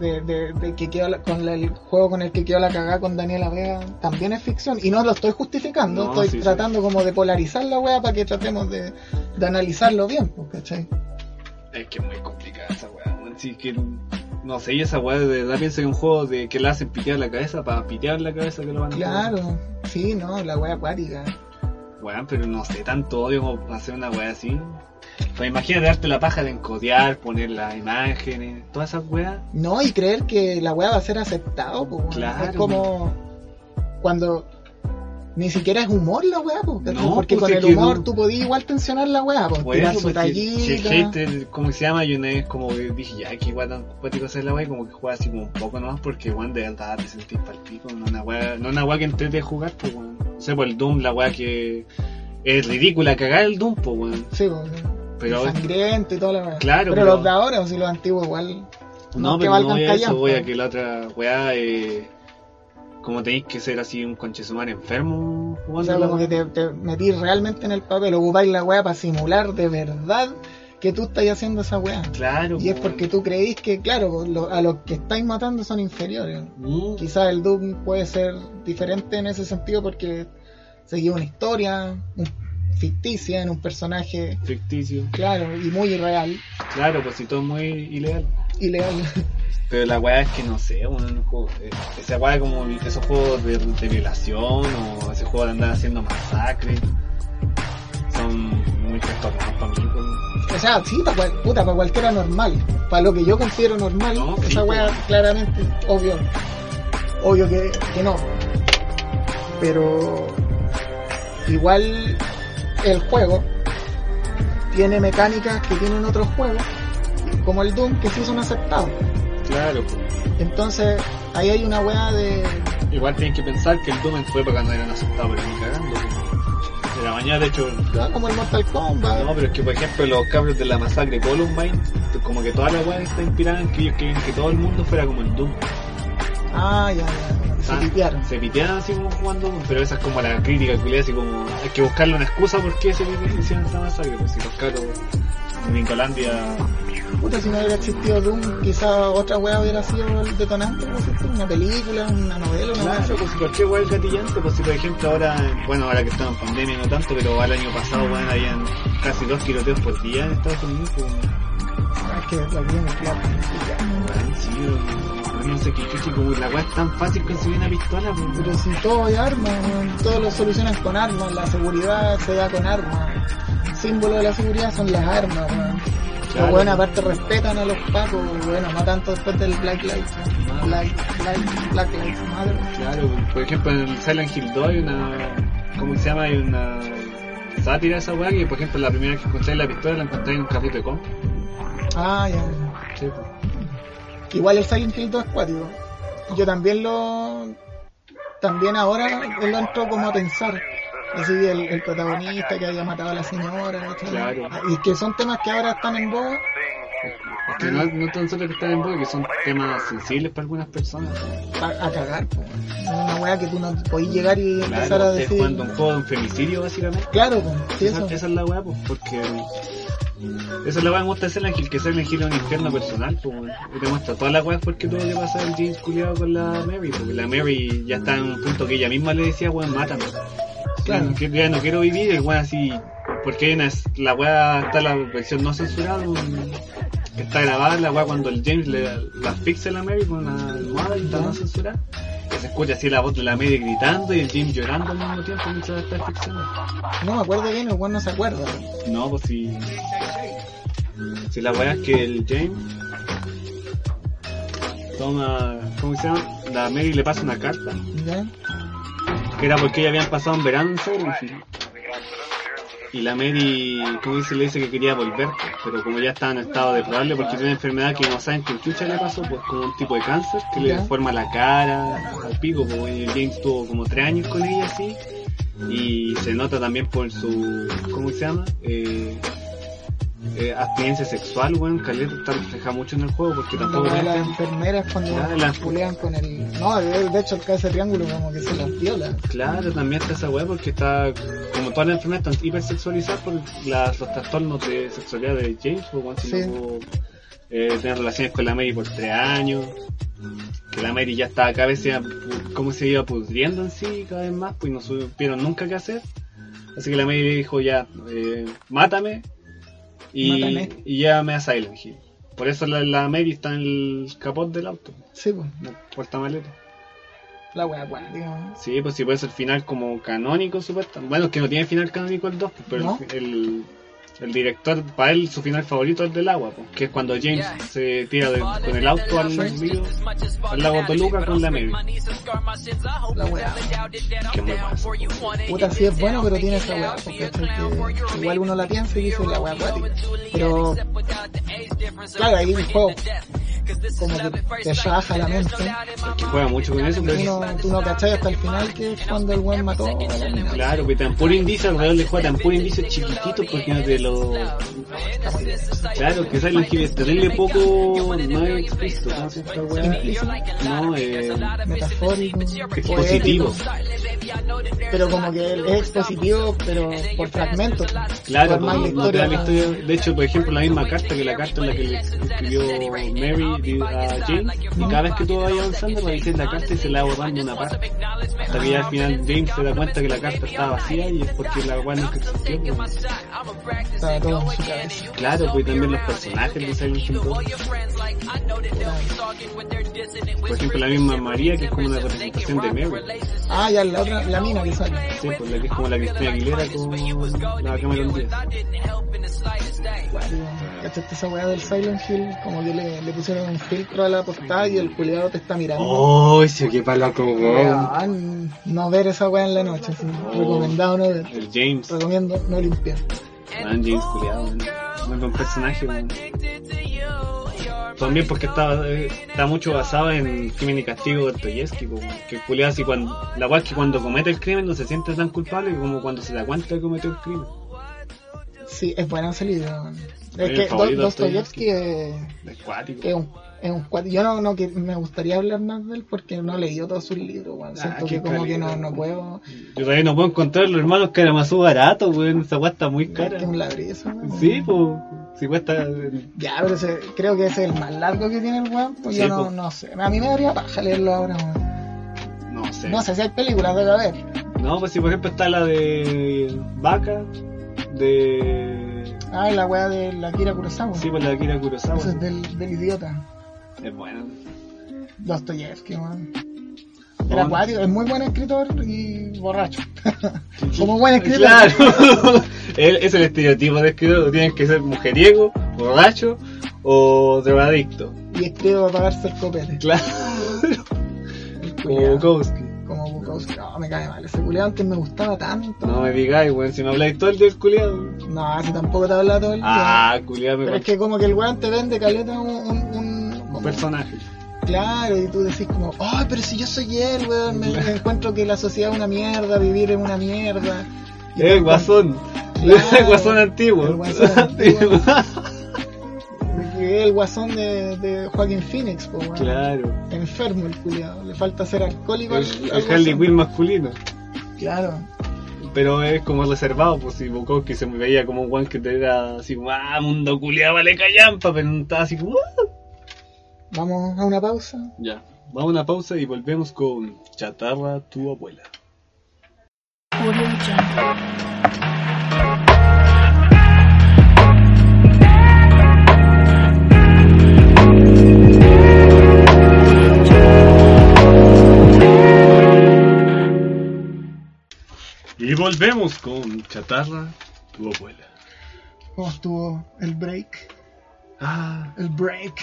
[SPEAKER 2] De, de- de que quedó la- con la- el juego con el que quedó la cagada con Daniela Vega también es ficción y no lo estoy justificando
[SPEAKER 3] No,
[SPEAKER 2] estoy
[SPEAKER 3] sí, sí.
[SPEAKER 2] tratando como de polarizar la wea para que tratemos de, de analizarlo bien po, ¿cachai?
[SPEAKER 3] Es que es muy complicada esa weá, weón. Sí, que no sé, y esa weá de verdad piensa que un juego de que le hacen pitear la cabeza para pitear la cabeza que lo van a jugar.
[SPEAKER 2] claro sí no la wea acuática
[SPEAKER 3] Weón, pero no sé, tanto odio como para hacer una weá así. Pues imagínate darte la paja de encodear, poner las imágenes, todas esas weas.
[SPEAKER 2] No, y creer que la weá va a ser aceptado, po, weón.
[SPEAKER 3] Claro.
[SPEAKER 2] Es como cuando ni siquiera es humor la weá, po, ¿cachai?
[SPEAKER 3] No,
[SPEAKER 2] porque
[SPEAKER 3] pues,
[SPEAKER 2] con
[SPEAKER 3] es
[SPEAKER 2] el
[SPEAKER 3] que
[SPEAKER 2] humor
[SPEAKER 3] no.
[SPEAKER 2] tú podías igual tensionar la weá, po,
[SPEAKER 3] Por
[SPEAKER 2] tirar
[SPEAKER 3] eso,
[SPEAKER 2] su
[SPEAKER 3] pues, si- si el
[SPEAKER 2] tallita.
[SPEAKER 3] hater, ¿cómo se llama? Yo una vez como que dije, ya, que igual Pues, tan cuático hacer la wea, y como que juega así como un poco nomás, porque weón, de verdad te sentís pa'l pico, no una wea, no una wea que entres de jugar, pues weón. No sé, por el Doom, la wea que es ridícula, cagar el Doom, pues weón.
[SPEAKER 2] Sí, po, weón.
[SPEAKER 3] Pero,
[SPEAKER 2] Y sangriento y toda la weá. pero,
[SPEAKER 3] Claro, pero-
[SPEAKER 2] los de ahora, o si los antiguos igual.
[SPEAKER 3] no,
[SPEAKER 2] que
[SPEAKER 3] pero no
[SPEAKER 2] valgan
[SPEAKER 3] voy a eso,
[SPEAKER 2] callampa.
[SPEAKER 3] voy a que la otra wea, eh, como tenéis que ser así un conchesumar enfermo,
[SPEAKER 2] O
[SPEAKER 3] jugando
[SPEAKER 2] sea,
[SPEAKER 3] la
[SPEAKER 2] como que
[SPEAKER 3] wea.
[SPEAKER 2] te, te metís realmente en el papel, ocupáis la weá para simular de verdad que tú estás haciendo esa weá.
[SPEAKER 3] Claro, pues,
[SPEAKER 2] Y es
[SPEAKER 3] weón.
[SPEAKER 2] porque tú creís que, claro, po, lo- a los que estáis matando son inferiores.
[SPEAKER 3] Mm.
[SPEAKER 2] quizás el Doom puede ser diferente en ese sentido porque seguía una historia un- ficticia en un personaje
[SPEAKER 3] ficticio.
[SPEAKER 2] claro y muy irreal
[SPEAKER 3] Claro, pues si todo es muy ilegal.
[SPEAKER 2] y leal
[SPEAKER 3] Pero la weá es que no sé, un juego, eh, esa weá como esos juegos de, de violación o ese juego de andar haciendo masacres son muy trastornados para mí. pues.
[SPEAKER 2] o sea sí para puta para cualquiera normal para lo que yo considero normal
[SPEAKER 3] No, sí,
[SPEAKER 2] esa wea
[SPEAKER 3] pero-
[SPEAKER 2] claramente obvio obvio que, que no pero igual el juego tiene mecánicas que tienen otros juegos como el Doom que sí son aceptados
[SPEAKER 3] Claro, pues.
[SPEAKER 2] Entonces, ahí hay una weá de.
[SPEAKER 3] igual tienes que pensar que el Doom fue para cuando eran aceptados, pero ni cagando. pues. De la mañana, de hecho,
[SPEAKER 2] ah, como el Mortal Kombat.
[SPEAKER 3] no, pero es que por ejemplo los cabros de la masacre Columbine, como que toda la weá está inspirada en que ellos querían que todo el mundo fuera como el Doom.
[SPEAKER 2] Ah, ya, ya, como que se
[SPEAKER 3] Ah,
[SPEAKER 2] pitearon.
[SPEAKER 3] Se piteaban así como jugando, pero esa es como la crítica culiada, así como hay que buscarle una excusa por qué se hicieron esa masacre, pues si los cabros en Vincolandia
[SPEAKER 2] Puta, si no hubiera existido Doom, quizá otra weá hubiera sido el detonante, ¿no es cierto? Una película, una novela, una weá.
[SPEAKER 3] Claro, pues si cualquier weá es gatillante, pues si por ejemplo ahora, bueno ahora que estamos en pandemia no tanto, pero al año pasado weón habían casi dos tiroteos por día en Estados Unidos, pues
[SPEAKER 2] Ah, Es que la vida me queda piteando.
[SPEAKER 3] weón, sí, weón, no sé qué chuchi, como la weá es tan fácil conseguir una pistola, pues,
[SPEAKER 2] Pero si todo hay armas, weón, todo lo solucionan con armas, la seguridad se da con armas. Símbolo de la seguridad son las armas, weón.
[SPEAKER 3] Claro.
[SPEAKER 2] Los weones aparte respetan a los pacos, bueno, no tanto después del Black Lives,
[SPEAKER 3] Ah.
[SPEAKER 2] Black, Black, Black Lives Matter.
[SPEAKER 3] Claro, por ejemplo en el Silent Hill 2 hay una. ¿Cómo se llama? Hay una sátira a esa weá que, por ejemplo, la primera vez que encontré la pistola la encontré en un carrito de compra.
[SPEAKER 2] Ah, ya, ya.
[SPEAKER 3] Sí,
[SPEAKER 2] Igual el Silent Hill 2 es cuático. Yo también lo. También ahora lo entro como a pensar. Así el, el protagonista que había matado a la señora. ¿cachai?
[SPEAKER 3] Claro.
[SPEAKER 2] Y que son temas que ahora están en boga.
[SPEAKER 3] Es que no, no tan solo que están en boga, que son temas sensibles para algunas personas.
[SPEAKER 2] A, a cagar, po. Es una weá que tú no podís llegar y empezar
[SPEAKER 3] Claro,
[SPEAKER 2] a
[SPEAKER 3] es
[SPEAKER 2] decir.
[SPEAKER 3] cuando un juego de un femicidio, básicamente.
[SPEAKER 2] Claro, po, sí,
[SPEAKER 3] Esa,
[SPEAKER 2] eso.
[SPEAKER 3] esa es la weá, pues, porque. mm, Esa es la weá que me gusta de Silent Hill, que Silent Hill es un infierno personal, pues, weón. y te muestra todas las weas porque tuvo que pasar el pues, James culiado con la Mary, porque la Mary ya está en un punto que ella misma le decía, weón, mátame. Claro, que ya no quiero vivir, el weón así. Porque hay una, la weá está la versión no censurada, un- que está grabada la weá cuando el James le la fixa a la Mary con una almohada y está no censurada. Que se escucha así la voz de la Mary gritando y el James llorando al mismo tiempo mientras la está asfixiando.
[SPEAKER 2] No me acuerdo bien, el weón no se acuerda.
[SPEAKER 3] No, pues si. Si la weá es que el James toma. ¿Cómo se llama? La Mary le pasa una carta.
[SPEAKER 2] ¿Ya?
[SPEAKER 3] que era porque ya habían pasado un verano en Severance. Y la Mary, como dice, le dice que quería volver, pero como ya estaba en estado deplorable porque tiene una enfermedad que no saben qué chucha le pasó, pues con un tipo de cáncer que le
[SPEAKER 2] Ya.
[SPEAKER 3] deforma la cara, al pico, pues y el James tuvo como tres años con ella así, y se nota también por su, ¿cómo se llama? Eh, eh, abstinencia sexual, weón, Caleta está reflejada mucho en el juego porque tampoco...
[SPEAKER 2] Como las enfermeras cuando
[SPEAKER 3] Ya, las-
[SPEAKER 2] pulean con el... No, de, de hecho el caso de triángulo como que se las viola.
[SPEAKER 3] Claro, también está esa weá porque está, como todas las enfermedades, están hipersexualizadas por las, los trastornos de sexualidad de James, pues, o cuando
[SPEAKER 2] Sí.
[SPEAKER 3] eh, tener relaciones con la Mary por tres años, que la Mary ya estaba cada vez se iba, como se iba pudriendo en sí cada vez más, pues no supieron nunca qué hacer. Así que la Mary le dijo ya, eh, mátame y,
[SPEAKER 2] Mátame.
[SPEAKER 3] y llévame a Silent Hill. Por eso la, la Mary está en el capot del auto,
[SPEAKER 2] Sí, pues,
[SPEAKER 3] en el portamaleta.
[SPEAKER 2] la wea acuática. ¿no?
[SPEAKER 3] Sí, pues sí puede ser final como canónico, supuestamente. Bueno, que no tiene final canónico el 2, pero
[SPEAKER 2] ¿No?
[SPEAKER 3] el, el director, para él, su final favorito es el del agua, pues, que es cuando James se tira de- con el auto al río, al lago Toluca con la Mary.
[SPEAKER 2] La wea.
[SPEAKER 3] Que es muy bueno.
[SPEAKER 2] Puta, sí es bueno, pero tiene esa wea. Porque que igual uno la piensa y dice la wea acuática. Pero... Claro, ahí un juego como que te baja la mente.
[SPEAKER 3] Que juega mucho con eso, pues. pero.
[SPEAKER 2] Uno, tú no cachai hasta el final que es cuando el weón mató a la mina.
[SPEAKER 3] Claro, que tan puro indicio alrededor del juego, tan puro indicio chiquitito porque no te lo... Claro, que Silent Hill es terrible poco... no es explícito, ¿cómo se llama esta weá?
[SPEAKER 2] Implícito.
[SPEAKER 3] No, eh,
[SPEAKER 2] metafórico,
[SPEAKER 3] expositivo.
[SPEAKER 2] pero como que es expositivo, pero por fragmentos.
[SPEAKER 3] Claro, pues,
[SPEAKER 2] por más
[SPEAKER 3] no,
[SPEAKER 2] la
[SPEAKER 3] no te da
[SPEAKER 2] historia.
[SPEAKER 3] la historia. De hecho, por ejemplo, la misma carta que la carta en la que le escribió Mary di- a James. Y cada vez que tú vas avanzando, va diciendo la carta y se la va borrando una parte. Hasta que ya al final James se da cuenta que la carta estaba vacía y es porque la weá nunca existió. pues.
[SPEAKER 2] Estaba todo en su cabeza.
[SPEAKER 3] Claro, pues y también los personajes de Silent Hill 2. Por ejemplo, la misma María, que es como una representación de Mary.
[SPEAKER 2] Ah, ya la otra, la mina que sale.
[SPEAKER 3] Sí, pues la que es como la Cristina Aguilera con la Cameron Díaz.
[SPEAKER 2] ¿Cachaste esa weá del Silent Hill? Como que le, le pusieron un filtro a la portada y el culiado te está mirando.
[SPEAKER 3] ¡Oh, se qué palaco, weón!
[SPEAKER 2] Weón, no ver esa weá en la noche, sí.
[SPEAKER 3] Oh.
[SPEAKER 2] recomendado no ver.
[SPEAKER 3] El James.
[SPEAKER 2] Recomiendo no limpiar.
[SPEAKER 3] Man, James culiado, man. Muy buen personaje, man. También porque está, eh, está mucho basado en crimen y castigo de Dostoyevsky, po, man. que el culiado así cuando, la cual que cuando comete el crimen no se siente tan culpable como cuando se da cuenta que cometió el crimen.
[SPEAKER 2] Sí, es buena salida.
[SPEAKER 3] Oye,
[SPEAKER 2] Es
[SPEAKER 3] el
[SPEAKER 2] que Do-
[SPEAKER 3] favorito
[SPEAKER 2] Dostoyevsky es...
[SPEAKER 3] Es cuático.
[SPEAKER 2] es un, es un cuat- Yo no, no que me gustaría hablar más de él porque no he leído todos sus libros, weón.
[SPEAKER 3] Ah,
[SPEAKER 2] Siento
[SPEAKER 3] qué
[SPEAKER 2] que como que no,
[SPEAKER 3] calidad.
[SPEAKER 2] no puedo.
[SPEAKER 3] Yo todavía no puedo encontrar los hermanos Karamazov barato, weón. Esa weá está muy cara.
[SPEAKER 2] que un ladrizo, weón.
[SPEAKER 3] Sí, pues. Si cuesta.
[SPEAKER 2] Ya, pero ese- creo que ese es el más largo que tiene el weón. Pues
[SPEAKER 3] Sí,
[SPEAKER 2] yo no,
[SPEAKER 3] po.
[SPEAKER 2] no sé. A mí me daría paja leerlo ahora, weón.
[SPEAKER 3] No sé.
[SPEAKER 2] No sé si hay películas, debe haber.
[SPEAKER 3] No, pues si por ejemplo está la de. Vaca. De.
[SPEAKER 2] Ah, la weá de la Kira Kurosawa.
[SPEAKER 3] Sí, pues la de Akira Kurosawa.
[SPEAKER 2] Eso es del, del idiota.
[SPEAKER 3] Es bueno.
[SPEAKER 2] Dostoyevsky, weón.
[SPEAKER 3] No, Oh.
[SPEAKER 2] Era acuático, es muy buen escritor y borracho. Como buen
[SPEAKER 3] buena
[SPEAKER 2] escritor.
[SPEAKER 3] Claro. Él es el estereotipo de escritor. Tienen que ser mujeriego, borracho o drogadicto.
[SPEAKER 2] Y escribe para pagarse el copete.
[SPEAKER 3] Claro. Como Bukowski.
[SPEAKER 2] Como Bukowski. No, me cae mal. Ese culiao antes me gustaba tanto.
[SPEAKER 3] No me digáis, weón. Si me habláis todo el día del culiado.
[SPEAKER 2] No, si tampoco te habla todo el día.
[SPEAKER 3] Ah, culiado me
[SPEAKER 2] Pero es
[SPEAKER 3] parece
[SPEAKER 2] que como que el weón te vende caleta un... un, un-
[SPEAKER 3] un
[SPEAKER 2] como-
[SPEAKER 3] personaje.
[SPEAKER 2] claro, y tú decís como, ay, pero si yo soy él, weón, me me encuentro que la sociedad es una mierda, vivir es una mierda. Y
[SPEAKER 3] El
[SPEAKER 2] tú-
[SPEAKER 3] guasón.
[SPEAKER 2] Claro.
[SPEAKER 3] El guasón antiguo.
[SPEAKER 2] El guasón antiguo. que es el guasón de, de Joaquín Phoenix, po, weón.
[SPEAKER 3] claro.
[SPEAKER 2] Enfermo el culiado, le falta ser alcohólico. al-
[SPEAKER 3] El,
[SPEAKER 2] al
[SPEAKER 3] el Harley
[SPEAKER 2] guasón.
[SPEAKER 3] Quinn masculino.
[SPEAKER 2] Claro.
[SPEAKER 3] Pero es como reservado, pues si Bukowski se me veía como un guan que te era así, como, ah, mundo culiado, vale callampa, pero no estaba así como, "Ah".
[SPEAKER 2] Vamos a una pausa.
[SPEAKER 3] Ya, vamos a una pausa y volvemos con Chatarra tu abuela.
[SPEAKER 1] Audio Jungle.
[SPEAKER 3] Y volvemos con Chatarra, tu abuela.
[SPEAKER 2] ¿Cómo Oh, estuvo el break?
[SPEAKER 3] Ah,
[SPEAKER 2] El break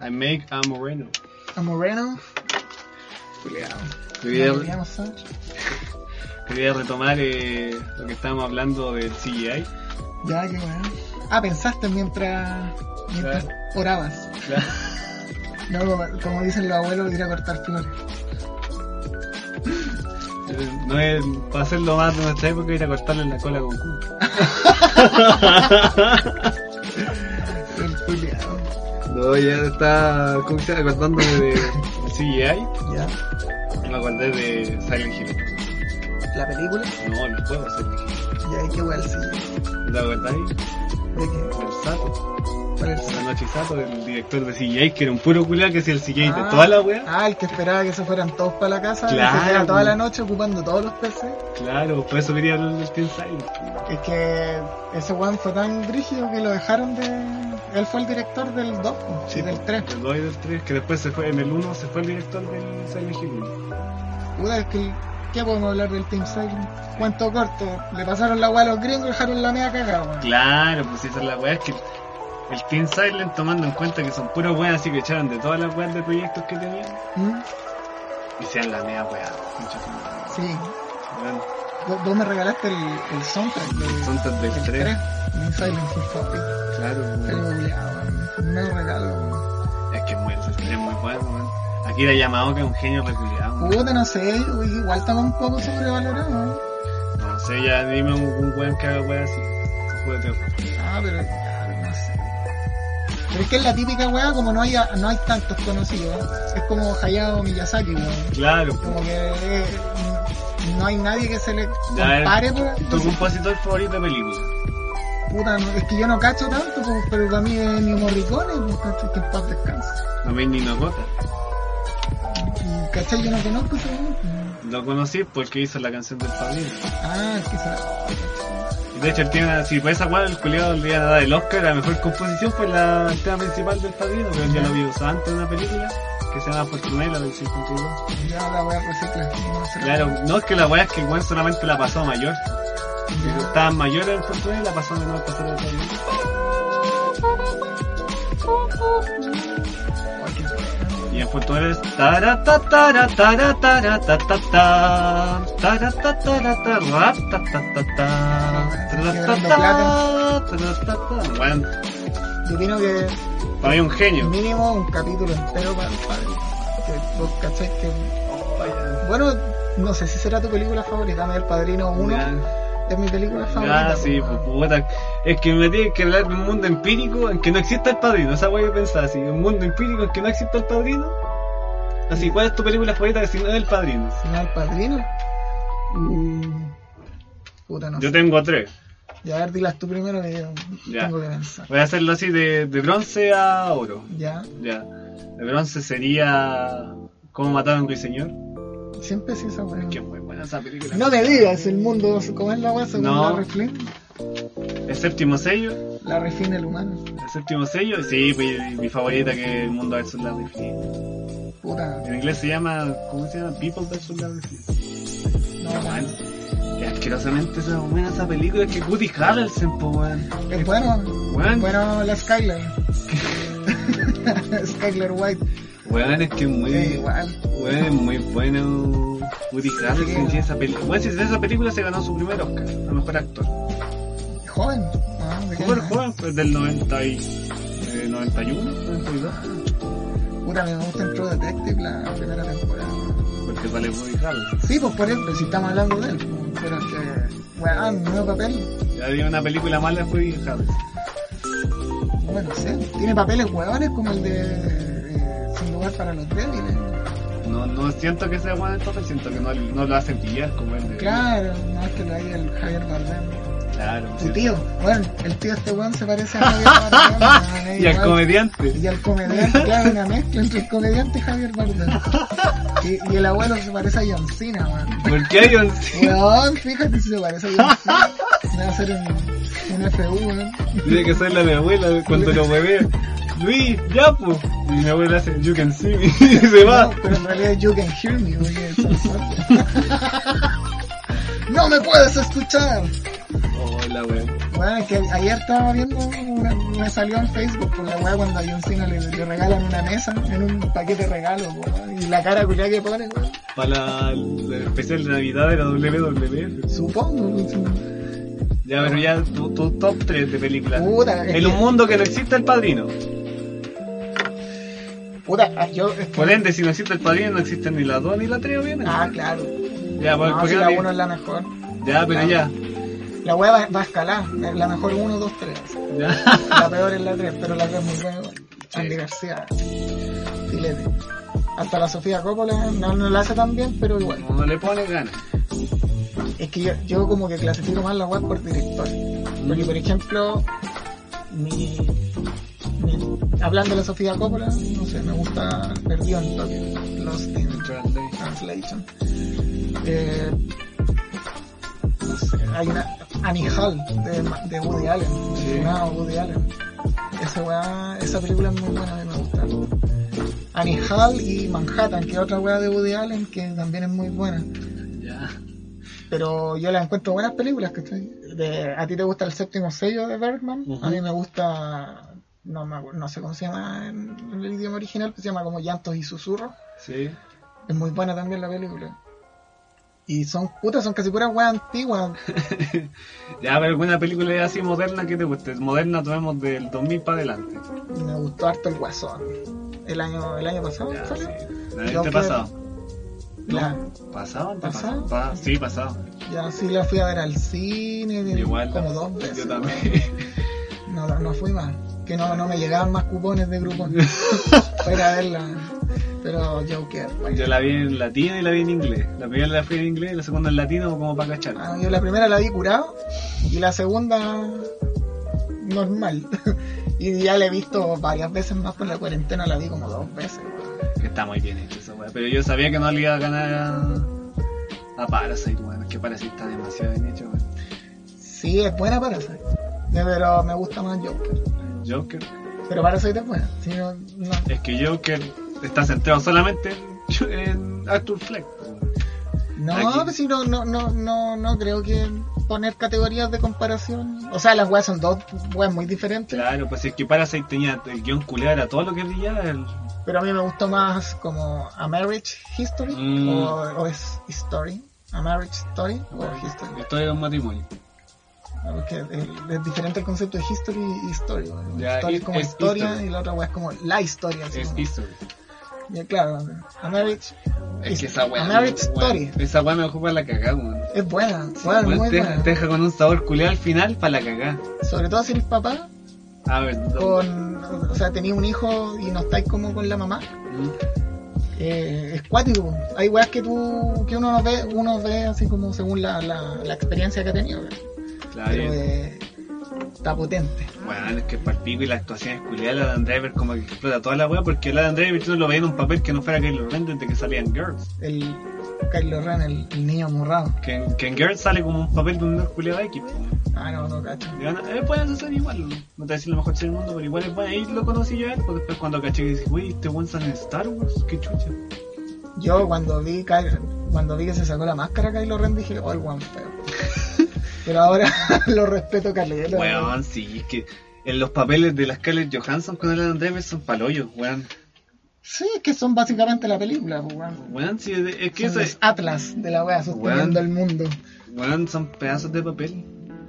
[SPEAKER 3] I make a moreno.
[SPEAKER 2] a Moreno. Juliado.
[SPEAKER 3] Debería,
[SPEAKER 2] No queríamos saber.
[SPEAKER 3] debería retomar eh, lo que estábamos hablando del CGI.
[SPEAKER 2] Ya, qué bueno. Ah, pensaste mientras, mientras orabas. No, como, como dicen los abuelos, ir a cortar flores.
[SPEAKER 3] No es para hacerlo más de nuestra época ir a cortarle la cola con Q.
[SPEAKER 2] El Juliado.
[SPEAKER 3] No, ya está ¿cómo se llama? acordándome de CGI.
[SPEAKER 2] Ya.
[SPEAKER 3] Me acordé de Silent Hill.
[SPEAKER 2] La película.
[SPEAKER 3] No, no puedo Silent Hill.
[SPEAKER 2] Ya, qué bueno, sí.
[SPEAKER 3] ¿Te acordáis?
[SPEAKER 2] ¿De qué?
[SPEAKER 3] Del Sato.
[SPEAKER 2] ¿Cuál es?
[SPEAKER 3] La noche Sato, pues, del director de CGI, que era un puro culiao que hacía el CGI
[SPEAKER 2] Ah,
[SPEAKER 3] de toda la wea.
[SPEAKER 2] Ah, el que esperaba que se fueran todos para la casa. Y
[SPEAKER 3] Claro.
[SPEAKER 2] se quedaba toda la noche ocupando todos los PCs.
[SPEAKER 3] Claro, por eso quería hablar del Team Silent.
[SPEAKER 2] Es que ese one fue tan rígido que lo dejaron de. Él fue el director del 2 y del 3.
[SPEAKER 3] Del 2 y del 3, que después se fue, en el 1 se fue el director del Silent Hill.
[SPEAKER 2] Puta, es que. ¿Qué podemos hablar del Team Silent? Cuento corto. Le pasaron la agua a los gringos y dejaron la media cagada, weón.
[SPEAKER 3] Claro, pues esa es la weá, es que el Team Silent tomando en cuenta que son puros weas así que echaron de todas las weas de proyectos que tenían,
[SPEAKER 2] ¿Mm?
[SPEAKER 3] y sean la media wea, concha su madre.
[SPEAKER 2] Sí.
[SPEAKER 3] Weón,
[SPEAKER 2] Vos, vos me regalaste el, el soundtrack de-
[SPEAKER 3] Son tan
[SPEAKER 2] del
[SPEAKER 3] del
[SPEAKER 2] 3.
[SPEAKER 3] 3,
[SPEAKER 2] Team Silent fue papi.
[SPEAKER 3] claro,
[SPEAKER 2] Pero,
[SPEAKER 3] weón.
[SPEAKER 2] weón, un mero regalo, weón.
[SPEAKER 3] Es que es muy, el 3 es muy bueno, weón. Aquí era llamado que es un genio reculeado, weón.
[SPEAKER 2] Puta, no sé, uy, igual estaba un poco sobrevalorado. ¿no?
[SPEAKER 3] No sé, ya dime un, un weón que haga weas así. un juego de terror.
[SPEAKER 2] Ah, pero claro, no sé. Pero es que es la típica weá, como no, haya, no hay tantos conocidos. Es como Hayao Miyazaki, weón.
[SPEAKER 3] Claro, pues.
[SPEAKER 2] Como que eh, no hay nadie que se le
[SPEAKER 3] Ya, eh,
[SPEAKER 2] compare, por así
[SPEAKER 3] tu
[SPEAKER 2] decirlo.
[SPEAKER 3] compositor favorito de película.
[SPEAKER 2] Puta, no- es que yo no cacho tanto, pues, pero para mí es mi morricone, pues, cacho, que en paz descansa.
[SPEAKER 3] No me ni nota.
[SPEAKER 2] Y, ¿Cachai? Yo no conozco ese weón.
[SPEAKER 3] Lo conocí porque hizo la canción del Pablito.
[SPEAKER 2] Ah, es que se la...
[SPEAKER 3] Y De hecho, él tiene una, si por esa cual el culiado le iban a dar el Oscar a mejor composición por la, el tema principal del padrino, pero él ya lo había usado antes en una película que se llama Fortunela del 52.
[SPEAKER 2] Ya la voy a reciclar. No sé.
[SPEAKER 3] Claro, no es que la weá es que el weón solamente la pasó mayor.
[SPEAKER 2] Ya.
[SPEAKER 3] Cuando Estaba mayor en Fortunela, la pasó menor, pasó de padrino.
[SPEAKER 2] Ay, qué bueno.
[SPEAKER 3] Y en Fortunela es tara ta tara tara tara ta ta ta tara ta tara ta ra ta ta ta ta tara ta ta tara ta ta. Bueno,
[SPEAKER 2] Yo opino que
[SPEAKER 3] para mí un genio.
[SPEAKER 2] mínimo un capítulo entero para que vos cachés que bueno no sé si será tu película favorita ¿no? El Padrino 1
[SPEAKER 3] Ya.
[SPEAKER 2] es mi película favorita
[SPEAKER 3] Ah, sí, pues
[SPEAKER 2] weón.
[SPEAKER 3] puta. Es que me tienen que hablar de un mundo empírico en que no exista el padrino. Esa wea yo pensaba así, un mundo empírico en que no exista el padrino. Así, ¿cuál es tu película favorita que si no es el padrino?
[SPEAKER 2] pues. si no El Padrino mm, puta no
[SPEAKER 3] Yo
[SPEAKER 2] sé.
[SPEAKER 3] tengo tres.
[SPEAKER 2] ya a ver dilas tú primero que yo
[SPEAKER 3] Ya.
[SPEAKER 2] tengo que pensar
[SPEAKER 3] Voy a hacerlo así de, de bronce a oro.
[SPEAKER 2] ya
[SPEAKER 3] Ya. De bronce sería. ¿Cómo matar a un ruiseñor?
[SPEAKER 2] siempre sí esa weá.
[SPEAKER 3] Que es muy buena esa película.
[SPEAKER 2] no me digas el mundo como es la weá según
[SPEAKER 3] No.
[SPEAKER 2] la reflín
[SPEAKER 3] El séptimo sello.
[SPEAKER 2] la refina el humano
[SPEAKER 3] El séptimo sello. Sí, mi, mi favorita que es el mundo versus la refri.
[SPEAKER 2] puta
[SPEAKER 3] En inglés se llama. ¿Cómo se llama? People versus la refri.
[SPEAKER 2] no,
[SPEAKER 3] No, man. Es asquerosamente esa, buena esa película que Woody Harrelson, po, weón.
[SPEAKER 2] es bueno
[SPEAKER 3] Weón,
[SPEAKER 2] bueno la Skyler Skyler White
[SPEAKER 3] weón, es que es muy,
[SPEAKER 2] Sí, igual.
[SPEAKER 3] weón, es muy bueno Woody Harrelson.
[SPEAKER 2] Sí.
[SPEAKER 3] sí, esa película. Weón, si es de esa película se ganó su primer Oscar, a mejor actor.
[SPEAKER 2] Joven. Ah, de
[SPEAKER 3] Súper
[SPEAKER 2] qué?
[SPEAKER 3] joven, pues del 90 y, eh, 91, 92.
[SPEAKER 2] Puta, me gusta en True Detective la primera temporada.
[SPEAKER 3] Porque sale Woody Harrelson.
[SPEAKER 2] Sí, pues por ejemplo, si estamos hablando de él. pues, Pero es que, weón, nuevo papel.
[SPEAKER 3] Ya había una película mala fue Woody Harrelson.
[SPEAKER 2] Bueno, no sé. Tiene papeles huevones como el de eh, Sin lugar para los débiles.
[SPEAKER 3] No, no siento que sea bueno el papel, siento que no, no lo hacen pillar como el de...
[SPEAKER 2] Claro, no es que lo haya el Javier Bardem.
[SPEAKER 3] Claro.
[SPEAKER 2] Tu
[SPEAKER 3] sí.
[SPEAKER 2] tío, bueno, el tío este weón se parece a Javier Bardem. ah,
[SPEAKER 3] Y al
[SPEAKER 2] igual.
[SPEAKER 3] comediante.
[SPEAKER 2] Y al comediante, claro, una mezcla entre el comediante y Javier Bardem. Y, y el abuelo se parece a John Cena, weón.
[SPEAKER 3] ¿Por qué hay un...
[SPEAKER 2] Weón, fíjate si se parece a John Cena. Me va a hacer un, un FU, weón.
[SPEAKER 3] Tiene que ser la de abuela cuando lo huevea. Luis, ya pues. Y mi abuela hace, you can see me. Y se va.
[SPEAKER 2] No, pero en realidad you can hear me, oye, el Sansón. ¡No me puedes escuchar!
[SPEAKER 3] Oh, la wea.
[SPEAKER 2] Bueno, es que ayer estaba viendo, una- me salió en Facebook por la weá cuando a John Cena le, le regalan una mesa en un paquete de regalo, weón, y la cara culiada que pone, weón.
[SPEAKER 3] Para el especial de Navidad de la WWF.
[SPEAKER 2] Supongo, weón.
[SPEAKER 3] Ya, pero ya tu, tu top 3 de películas.
[SPEAKER 2] Puta, es
[SPEAKER 3] En
[SPEAKER 2] que-
[SPEAKER 3] un mundo que no existe el padrino.
[SPEAKER 2] Puta, ah, yo... es que-
[SPEAKER 3] Por ende, si no existe el padrino, no existen ni la 2 ni la 3, obviamente.
[SPEAKER 2] Ah, claro.
[SPEAKER 3] ya, pues,
[SPEAKER 2] No,
[SPEAKER 3] ¿por
[SPEAKER 2] si
[SPEAKER 3] qué
[SPEAKER 2] la
[SPEAKER 3] no-
[SPEAKER 2] 1 es la mejor.
[SPEAKER 3] Ya, pero ya.
[SPEAKER 2] La weá va, va a escalar. La mejor 1, 2, 3.
[SPEAKER 3] Ya.
[SPEAKER 2] La peor es la 3, pero la 3 es muy buena. igual. Andy
[SPEAKER 3] Sí.
[SPEAKER 2] García, filete. Hasta la Sofía Coppola eh, no, no la hace tan bien, pero igual.
[SPEAKER 3] No le pone ganas.
[SPEAKER 2] Es que yo, yo como que clasifico más la web por director. Porque, por ejemplo, mi, mi- hablando de la Sofía Coppola, no sé, me gusta Perdido en Tokio, Lost in Translation. Eh, no sé, hay una Annie Hall de, Ma- de Woody Allen,
[SPEAKER 3] Sí.
[SPEAKER 2] no, Woody Allen. Esa weá, esa película es muy buena, a mí me gusta. Annie Hall y Manhattan, que es otra weá de Woody Allen que también es muy buena.
[SPEAKER 3] Ya.
[SPEAKER 2] Pero yo las encuentro buenas películas, ¿cachai? De, ¿A ti te gusta el séptimo sello de Bergman?
[SPEAKER 3] Ujú.
[SPEAKER 2] A mí me gusta, no, me acu- no sé cómo se llama en, en el idioma original, pero se llama como Llantos y Susurros.
[SPEAKER 3] Sí.
[SPEAKER 2] Es muy buena también la película. Y son putas, son casi puras weas antiguas.
[SPEAKER 3] Ya, pero alguna película así moderna que te guste. Moderna tomemos del 2000 para adelante.
[SPEAKER 2] Me gustó harto El Guasón. El año, el año pasado,
[SPEAKER 3] Ya, sí.
[SPEAKER 2] ¿sale?
[SPEAKER 3] La del
[SPEAKER 2] Yo
[SPEAKER 3] te
[SPEAKER 2] creo-
[SPEAKER 3] pasado.
[SPEAKER 2] La- ¿Pasado?
[SPEAKER 3] ¿Pasado? ¿Pasado? Pa- sí, pasado.
[SPEAKER 2] ya sí la fui a ver al cine,
[SPEAKER 3] Igual.
[SPEAKER 2] como dos veces.
[SPEAKER 3] Yo también.
[SPEAKER 2] No, no fui más. Que no, no me llegaban más cupones de grupo. Para verla. Pero Joker.
[SPEAKER 3] Yo la vi en latino y la vi en inglés. La primera la fui en inglés y la segunda en latino como para cachar.
[SPEAKER 2] Ah, yo la primera la vi curado y la segunda normal. Y ya la he visto varias veces más por la cuarentena, la vi como dos veces.
[SPEAKER 3] Que está muy bien hecho esa weá. Pero yo sabía que no le iba a ganar a, a Parasite, weón. Es que Parasite está demasiado bien hecho, weón.
[SPEAKER 2] Sí, es buena Parasite. Ya, Pero me gusta más Joker.
[SPEAKER 3] Joker.
[SPEAKER 2] Pero Parasite es buena. Si no, no.
[SPEAKER 3] Es que Joker está centrado solamente en, en Arthur Fleck. weón.
[SPEAKER 2] No,
[SPEAKER 3] Aquí.
[SPEAKER 2] pues sí, no, no, no, no, no creo que poner categorías de comparación. O sea, las weas son dos weas muy diferentes.
[SPEAKER 3] Claro, pues es que Parasite tenía el guión culeado, era todo lo que brillaba. el-
[SPEAKER 2] Pero a mí me gustó más como A Marriage History
[SPEAKER 3] Mm.
[SPEAKER 2] o, o es Story. A Marriage Story o History.
[SPEAKER 3] Historia de un matrimonio.
[SPEAKER 2] Porque es, es diferente el concepto de History y Story. ¿no?
[SPEAKER 3] Ya,
[SPEAKER 2] story
[SPEAKER 3] es-
[SPEAKER 2] es como
[SPEAKER 3] es
[SPEAKER 2] historia
[SPEAKER 3] history.
[SPEAKER 2] y la otra weá es como la historia. así
[SPEAKER 3] Es
[SPEAKER 2] como-
[SPEAKER 3] history.
[SPEAKER 2] Ya, claro, A Marriage
[SPEAKER 3] Es que esa weá.
[SPEAKER 2] A Marriage
[SPEAKER 3] weón,
[SPEAKER 2] Story
[SPEAKER 3] Esa weá me ocupa la cagada, weón.
[SPEAKER 2] es buena, weón,
[SPEAKER 3] Weón,
[SPEAKER 2] muy
[SPEAKER 3] te,
[SPEAKER 2] buena.
[SPEAKER 3] te deja con un sabor culeado al final para la cagada.
[SPEAKER 2] Sobre todo si eres papá,
[SPEAKER 3] A ver, no.
[SPEAKER 2] con, o sea, tenéis un hijo y no estáis como con la mamá.
[SPEAKER 3] Mm.
[SPEAKER 2] eh, es cuático. Hay weas que tú, que uno no ve, uno ve así como según la, la, la experiencia que ha tenido. ¿verdad?
[SPEAKER 3] Claro,
[SPEAKER 2] Pero
[SPEAKER 3] yo-
[SPEAKER 2] eh, está potente.
[SPEAKER 3] Bueno, es que es pico y la actuación es culiada de Adam Driver como que explota toda la weá porque el Adam Driver tú lo veías en un papel que no fuera Kylo Ren desde que salía en Girls.
[SPEAKER 2] El Kylo Ren, el, el niño amurrado.
[SPEAKER 3] Que en, que en Girls sale como un papel de un nerd culiado X. po.
[SPEAKER 2] Ah, no, no, cacho.
[SPEAKER 3] Y van a- eh, pueden hacer igual, no te voy a decir lo mejor serie del mundo, pero igual es bueno. Y lo conocí yo a él, pues después cuando caché que dije, uy, este weón sale en Star Wars, qué chucha.
[SPEAKER 2] Yo cuando vi Ky- cuando vi que se sacó la máscara Kylo Ren dije, oh, el one feo. Pero ahora lo respeto Carlito.
[SPEAKER 3] Weón, sí, es que en los papeles de la Scarlett Johansson con el Adam Driver son palollos, weón.
[SPEAKER 2] Sí, es que son básicamente la película, pues, weón.
[SPEAKER 3] Weón, sí, es, es que
[SPEAKER 2] Son
[SPEAKER 3] eso
[SPEAKER 2] los
[SPEAKER 3] es,
[SPEAKER 2] Atlas de la wea sosteniendo
[SPEAKER 3] Weón.
[SPEAKER 2] el mundo.
[SPEAKER 3] weón, son pedazos de papel.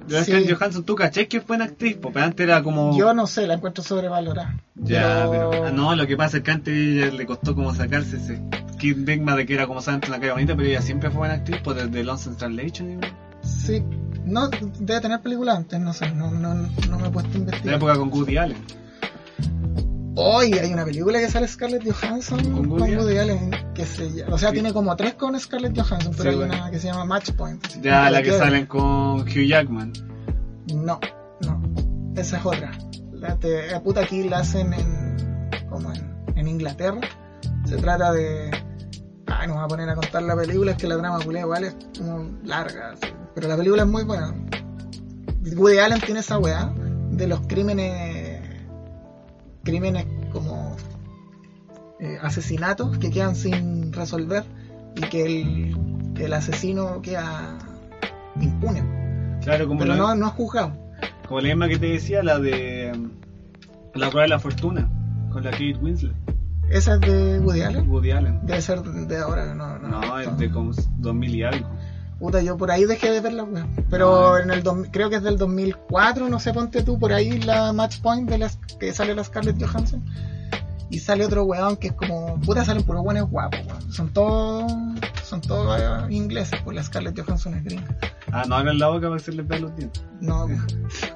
[SPEAKER 3] La
[SPEAKER 2] Sí.
[SPEAKER 3] Scarlett Johansson, tú caché que es buena actriz, po, pero antes era como...
[SPEAKER 2] Yo no sé, la encuentro sobrevalorada.
[SPEAKER 3] Ya, pero... ah, no, lo que pasa es que antes ella le costó como sacarse ese kit digma de que era como Santa en la cara bonita, pero ella siempre fue buena actriz, pues desde Lost in Translation, digo.
[SPEAKER 2] Sí, no, debe tener películas antes, no sé, no, no, no me he puesto a
[SPEAKER 3] de la
[SPEAKER 2] investigar.
[SPEAKER 3] época con Woody Allen.
[SPEAKER 2] Hoy hay una película que sale Scarlett Johansson
[SPEAKER 3] ¿Con
[SPEAKER 2] con
[SPEAKER 3] Woody
[SPEAKER 2] Woody, Allen, que se llama, o sea,
[SPEAKER 3] Sí.
[SPEAKER 2] tiene como tres con Scarlett Johansson, pero
[SPEAKER 3] Sí,
[SPEAKER 2] hay
[SPEAKER 3] bueno.
[SPEAKER 2] una que se llama Match Point.
[SPEAKER 3] Ya, la que
[SPEAKER 2] queda-
[SPEAKER 3] salen con Hugh Jackman.
[SPEAKER 2] No, no. Esa es otra. La, te- la puta aquí la hacen en, como en, en Inglaterra. Se trata de... Ay, nos va a poner a contar la película, es que la trama culé igual es como larga. así. Pero la película es muy buena. Woody Allen tiene esa weá de los crímenes... Crímenes como... eh, asesinatos que quedan sin resolver y que el, que el asesino queda impune.
[SPEAKER 3] Claro, como
[SPEAKER 2] Pero
[SPEAKER 3] la,
[SPEAKER 2] no, no es juzgado.
[SPEAKER 3] como la misma que te decía, la de mm, La prueba de la fortuna, con la Kate Winslet,
[SPEAKER 2] ¿Esa es de Woody Allen?
[SPEAKER 3] Woody Allen.
[SPEAKER 2] Debe ser de ahora, no, no.
[SPEAKER 3] No, es de como 2000 y algo.
[SPEAKER 2] Puta, yo por ahí dejé de verla, weón. Pero
[SPEAKER 3] eh.
[SPEAKER 2] en el dos- creo que es del 2004, no sé, ponte tú por ahí la Match Point de las que sale la Scarlett Johansson. Y sale otro weón que es como, puta, salen puros buenos guapos, weón. Son todos, son todos eh, ingleses, pues la Scarlett Johansson es gringa.
[SPEAKER 3] Ah, no hagan la boca para hacerles ver los dientes,
[SPEAKER 2] No, weón.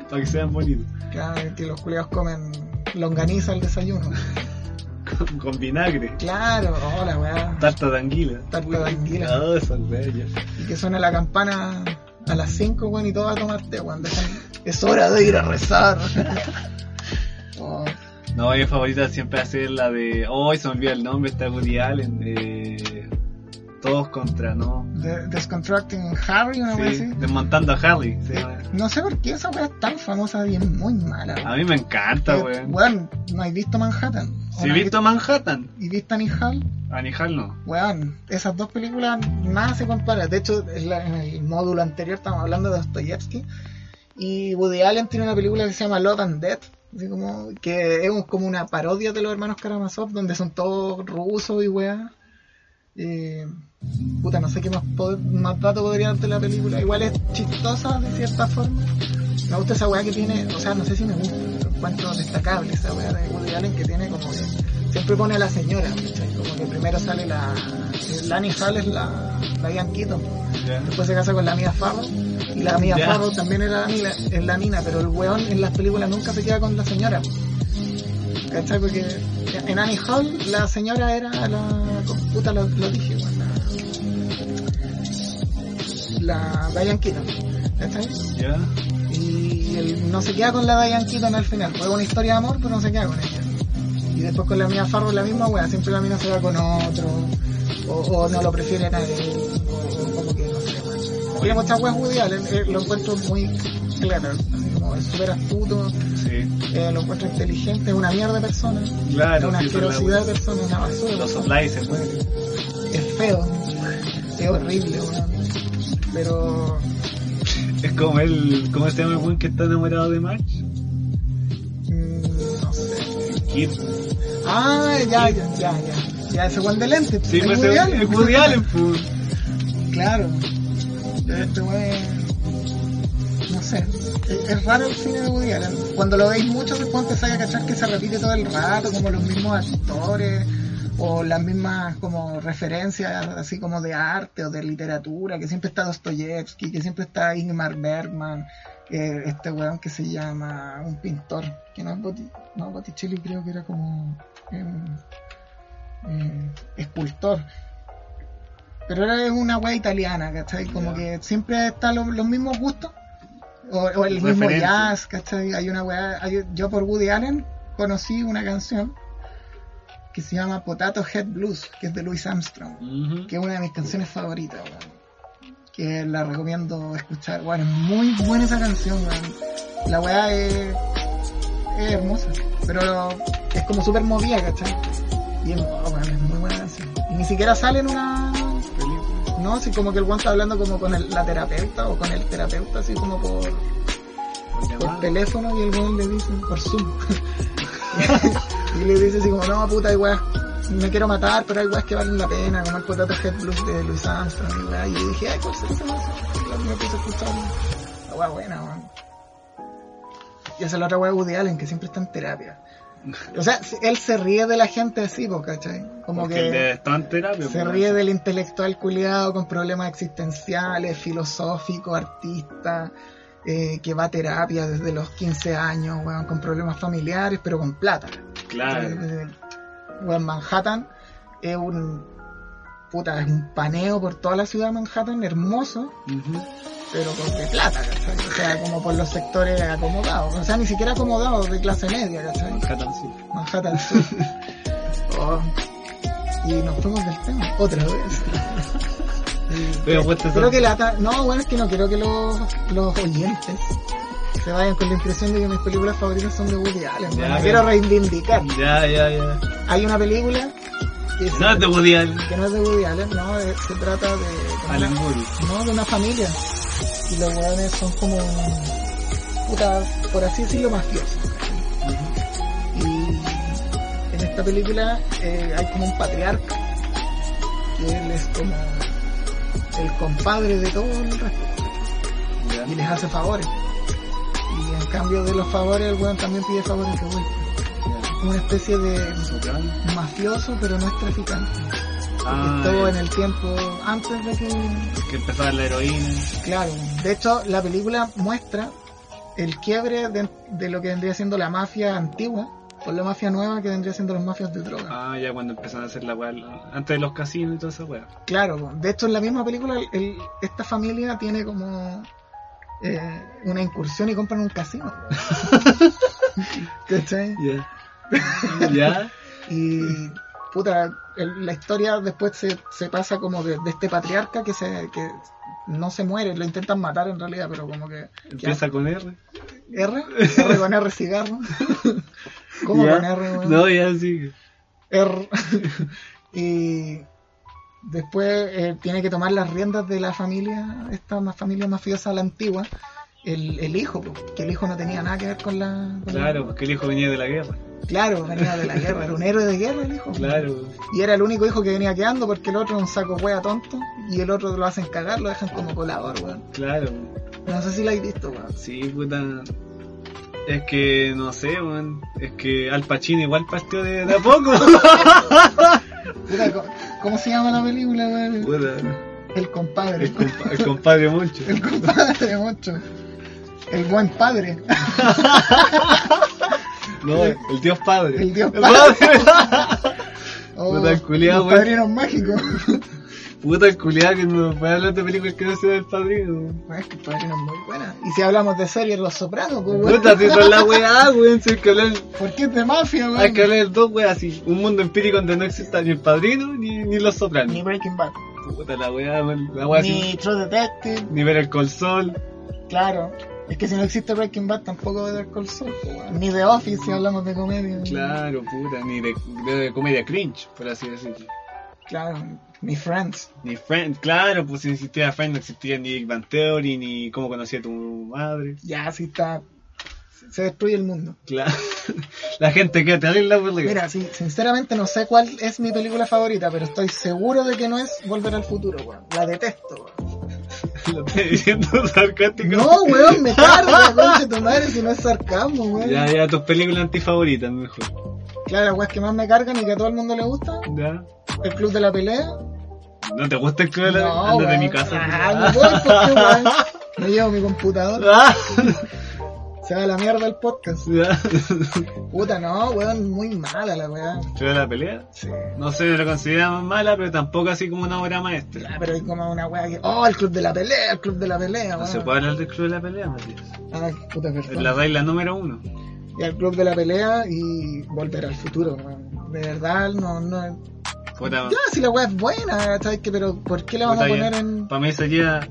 [SPEAKER 3] para que sean bonitos.
[SPEAKER 2] claro, que los culeados comen longaniza al desayuno.
[SPEAKER 3] Con, con vinagre,
[SPEAKER 2] Claro, hola, weón.
[SPEAKER 3] tarta de anguila.
[SPEAKER 2] Tarta de anguila.
[SPEAKER 3] Ah, esas bellas.
[SPEAKER 2] Y que suena la campana a las 5, weón, y todo va a tomarte, weón. Dejan- Es hora de ir a rezar. Oh,
[SPEAKER 3] No, mi favorita siempre hace la de. Oh, se me olvida el nombre, está Woody Allen. De... Todos contra, ¿no?
[SPEAKER 2] de- Desconstructing Harry, una weá
[SPEAKER 3] Sí,
[SPEAKER 2] así.
[SPEAKER 3] desmontando a Harley. se llama.
[SPEAKER 2] No sé por qué esa weá es tan famosa y es muy mala,
[SPEAKER 3] A
[SPEAKER 2] weón.
[SPEAKER 3] mí me encanta,
[SPEAKER 2] Eh,
[SPEAKER 3] weón.
[SPEAKER 2] weón, ¿no has visto Manhattan? ¿O
[SPEAKER 3] Si
[SPEAKER 2] no
[SPEAKER 3] he
[SPEAKER 2] has
[SPEAKER 3] visto Manhattan,
[SPEAKER 2] ¿Y viste Annie Hall?
[SPEAKER 3] a Nihal no.
[SPEAKER 2] Weón, esas dos películas nada se compara. De hecho, en, la- en el módulo anterior estábamos hablando de Dostoyevsky. Y Woody Allen tiene una película que se llama Love and Death. así como, que es un- como una parodia de los hermanos Karamazov, donde son todos rusos y weá. Eh, puta, no sé qué más, po- más dato podría darte la película. Igual es chistosa de cierta forma. Me gusta esa weá que tiene, o sea, no sé si me gusta, pero encuentro destacable esa weá de Woody Allen que tiene como que siempre pone a la señora, ¿cachai? Como que primero sale la. Lani Hall es la, la Ian Keaton,
[SPEAKER 3] Ya.
[SPEAKER 2] después se casa con la Mia Farrow, y la Mia
[SPEAKER 3] Ya.
[SPEAKER 2] Farrow también era la, es la mina, pero el weón en las películas nunca se queda con la señora. ¿Cachai? Porque en Annie Hall la señora era la. Puta, lo, lo dije, weón. La la Diane Keaton, ¿cachai?
[SPEAKER 3] Ya.
[SPEAKER 2] Y él no se queda con la Diane Keaton al final. Fue una historia de amor, pero no se queda con ella. Y después con la Mia Farrow la misma wea, siempre la mina se va con otro. O, o no lo prefiere nadie. O, o como que no sé. weón. Tiene muchas weas Woody Allen, eh, lo encuentro muy claro. Así como es súper astuto,
[SPEAKER 3] Sí.
[SPEAKER 2] eh, lo encuentro inteligente, es una mierda de persona. Es
[SPEAKER 3] Claro,
[SPEAKER 2] una
[SPEAKER 3] Ah, sí, son la-
[SPEAKER 2] asquerosidad de persona, una basura. de
[SPEAKER 3] Los
[SPEAKER 2] persona
[SPEAKER 3] Sly se mueren.
[SPEAKER 2] es feo, es horrible, weón. Pero
[SPEAKER 3] Es como el. ¿Cómo se llama el buen que está enamorado de March?
[SPEAKER 2] mm, no sé.
[SPEAKER 3] Kid.
[SPEAKER 2] Ah, ya, ya, ya, ya. Ya, ese weón de lente.
[SPEAKER 3] Sí,
[SPEAKER 2] el
[SPEAKER 3] me
[SPEAKER 2] Woody
[SPEAKER 3] hace.
[SPEAKER 2] Allen.
[SPEAKER 3] El Woody Allen, Eh. pues.
[SPEAKER 2] Claro. Este weón. No sé. Es, es raro el cine de Woody Allen. Cuando lo veis mucho, después empezáis a cachar que se repite todo el rato, como los mismos actores o las mismas como referencias así como de arte o de literatura, que siempre está Dostoyevsky, que siempre está Ingmar Bergman, que este weón que se llama un pintor, que no es Boti, no, Botticelli creo que era como em, eh, escultor. Pero era una weá italiana, ¿cachai? Como que siempre están los, los mismos gustos. O, o el mismo
[SPEAKER 3] Referencia.
[SPEAKER 2] jazz, ¿cachai? Hay una weá. hay- yo por Woody Allen conocí una canción que se llama Potato Head Blues, que es de Louis Armstrong,
[SPEAKER 3] Ujú.
[SPEAKER 2] que es una de mis canciones favoritas, weón. Que la recomiendo escuchar, weón. Es muy buena esa canción, weón. La weá es, es hermosa, pero es como súper movida, ¿cachai? Y es, oh, weón, es muy buena canción. Y ni siquiera sale en una
[SPEAKER 3] Película.
[SPEAKER 2] no, si como que el guan está hablando como con el- la terapeuta o con el terapeuta, así como por, por
[SPEAKER 3] Llamada.
[SPEAKER 2] teléfono y el guan le dice, por Zoom. y le dice así como, no, puta, hay weas, me quiero matar, pero hay weas que valen la pena, como el potato Head Blues de Luis Armstrong y weas. Y yo dije, ay, ¿cuál será esa wea? Y me puse a escuchar la wea buena, weón. Y esa es la otra wea de Woody Allen, que siempre está en terapia. O sea, él se ríe de la gente así, po, ¿cachai? Como
[SPEAKER 3] Porque
[SPEAKER 2] que...
[SPEAKER 3] el de está en terapia.
[SPEAKER 2] Se
[SPEAKER 3] pues.
[SPEAKER 2] ríe del intelectual culiado con problemas existenciales, filosófico, artista, eh, que va a terapia desde los 15 años, weón, con problemas familiares, pero con plata.
[SPEAKER 3] Claro.
[SPEAKER 2] Eh, weón, Manhattan es un. Puta, es un paneo por toda la ciudad de Manhattan, hermoso,
[SPEAKER 3] Ujú.
[SPEAKER 2] pero por de plata, ¿cachai? O sea, como por los sectores acomodados. O sea, ni siquiera acomodados, de clase media, ¿cachai?
[SPEAKER 3] Manhattan
[SPEAKER 2] Manhattan Sur. Oh. Y nos fuimos del tema, otra vez. Y
[SPEAKER 3] Pero pues, puesto
[SPEAKER 2] creo
[SPEAKER 3] eso.
[SPEAKER 2] que la... ta- No, bueno, es que no quiero que los, los oyentes se vayan con la impresión de que mis películas favoritas son de Woody Allen.
[SPEAKER 3] Ya,
[SPEAKER 2] bueno,
[SPEAKER 3] pero-
[SPEAKER 2] quiero reivindicar.
[SPEAKER 3] sí. Ya, ya, ya.
[SPEAKER 2] Hay una película que, se-
[SPEAKER 3] No es de Woody Allen.
[SPEAKER 2] que no es de Woody Allen, no, eh, se trata de...
[SPEAKER 3] Alan Moore.
[SPEAKER 2] No, de una familia. Y los hueones son como... Puta, por así decirlo, mafiosos. Y en esta película eh, hay como un patriarca, que él es como el compadre de todo el resto,
[SPEAKER 3] Ya.
[SPEAKER 2] y les hace favores. Y en cambio de los favores, el weón también pide favores que güey.
[SPEAKER 3] Ya.
[SPEAKER 2] Una especie de
[SPEAKER 3] Soprano.
[SPEAKER 2] mafioso, pero no es traficante. Porque
[SPEAKER 3] Ah,
[SPEAKER 2] estuvo
[SPEAKER 3] ya.
[SPEAKER 2] en el tiempo antes de que
[SPEAKER 3] que empezaba la heroína.
[SPEAKER 2] Claro, de hecho la película muestra el quiebre de, de lo que vendría siendo la mafia antigua por la mafia nueva que vendría siendo las mafias de droga.
[SPEAKER 3] Ah, ya cuando empezaron a hacer la weá, la- antes de los casinos y toda esa weá.
[SPEAKER 2] Claro, de hecho en la misma película el- esta familia tiene como eh, una incursión y compran un casino. ¿Cachai?
[SPEAKER 3] Ya. ya.
[SPEAKER 2] Y puta, el- la historia después se, se pasa como de, de este patriarca que, se, que no se muere, lo intentan matar en realidad, pero como que... que
[SPEAKER 3] Empieza con R.
[SPEAKER 2] R, R con R cigarro. ¿Cómo
[SPEAKER 3] Ya.
[SPEAKER 2] con R, weón?
[SPEAKER 3] No, ya sí.
[SPEAKER 2] R. y después eh, tiene que tomar las riendas de la familia, esta ma- familia mafiosa, la antigua, el, el hijo, po, que el hijo no tenía nada que ver con la... con la-
[SPEAKER 3] Claro, porque el hijo venía de la guerra.
[SPEAKER 2] Claro, venía de la guerra, era un héroe de guerra el hijo.
[SPEAKER 3] Claro.
[SPEAKER 2] Y era el único hijo que venía quedando porque el otro es un saco wea tonto y el otro lo hacen cagar, lo dejan como colador, weón.
[SPEAKER 3] Claro,
[SPEAKER 2] No sé si la hay visto, weón.
[SPEAKER 3] sí, puta. Es que, no sé, weón. Es que Al Pacino igual partió de, de a poco.
[SPEAKER 2] Puta, ¿cómo- ¿Cómo se llama la película, weón?
[SPEAKER 3] Puta,
[SPEAKER 2] El compadre.
[SPEAKER 3] el, compa- el compadre mucho.
[SPEAKER 2] El compadre, mucho. El buen padre.
[SPEAKER 3] No, el Dios Padre.
[SPEAKER 2] ¿Eh? El Dios Padre.
[SPEAKER 3] Puta, el culiao,
[SPEAKER 2] Oh, los
[SPEAKER 3] güey.
[SPEAKER 2] padrinos mágicos.
[SPEAKER 3] Puta, el culiado que nos puede hablar de películas que no sea del padrino. weón.
[SPEAKER 2] Bueno, es que el padrino es muy buena. Y si hablamos de series, Los Sopranos, pues, güey.
[SPEAKER 3] Puta, si son la weá, weón. Si hay que hablar,
[SPEAKER 2] ¿Por qué es de mafia, güey?
[SPEAKER 3] hay que hablar de dos weas así. Un mundo empírico donde no exista ni el padrino ni, ni los sopranos.
[SPEAKER 2] Ni Breaking Bad.
[SPEAKER 3] Puta, la weá, weón. La weá
[SPEAKER 2] ni
[SPEAKER 3] así.
[SPEAKER 2] True Detective,
[SPEAKER 3] Ni ver el colsol.
[SPEAKER 2] claro. Es que si no existe Breaking Bad, tampoco de Call Saul, pues, güey. Ni The Office, si hablamos de comedia. güey.
[SPEAKER 3] Claro, puta. Ni de, de comedia cringe, por así decirlo.
[SPEAKER 2] Claro. Ni Friends.
[SPEAKER 3] Ni Friends, claro, pues si no existía Friends no existía ni Big Bang Theory, ni cómo conocía a tu madre.
[SPEAKER 2] Ya, así está. Se destruye el mundo.
[SPEAKER 3] Claro. La gente que te la por la
[SPEAKER 2] Mira, sí, sinceramente no sé cuál es mi película favorita, pero estoy seguro de que no es Volver al Futuro, weón. La detesto, weón.
[SPEAKER 3] Lo estoy diciendo sarcástico.
[SPEAKER 2] No, weón, me carga, conche tu madre, si no es sarcasmo, weón.
[SPEAKER 3] Ya, ya, tus películas antifavoritas, mejor.
[SPEAKER 2] Claro, las weas que más me cargan y que a todo el mundo le gusta,
[SPEAKER 3] Ya.
[SPEAKER 2] El Club de la Pelea.
[SPEAKER 3] ¿No te gusta el club de la
[SPEAKER 2] no,
[SPEAKER 3] Ándate de
[SPEAKER 2] weón.
[SPEAKER 3] mi casa.
[SPEAKER 2] Ah, no voy, ¿por qué, weón? Me llevo mi computador,
[SPEAKER 3] Ah,
[SPEAKER 2] se va a la mierda el podcast.
[SPEAKER 3] ya.
[SPEAKER 2] Puta, no, weón, muy mala la weá.
[SPEAKER 3] ¿Club de la pelea?
[SPEAKER 2] Sí.
[SPEAKER 3] No sé, la consideramos mala, pero tampoco así como una obra maestra.
[SPEAKER 2] Ya, pero hay como una weá que, oh, el Club de la Pelea, el Club de la Pelea,
[SPEAKER 3] No
[SPEAKER 2] weón.
[SPEAKER 3] se puede hablar del club de la pelea, Matías.
[SPEAKER 2] Ah, puta,
[SPEAKER 3] Es
[SPEAKER 2] perdón.
[SPEAKER 3] la regla número uno.
[SPEAKER 2] y al club de la pelea y volver al futuro, weón. De verdad, no, no.
[SPEAKER 3] Puta,
[SPEAKER 2] Ya, si la weá es buena, ¿sabes qué? Pero ¿por qué la van a poner en.
[SPEAKER 3] Para mí sería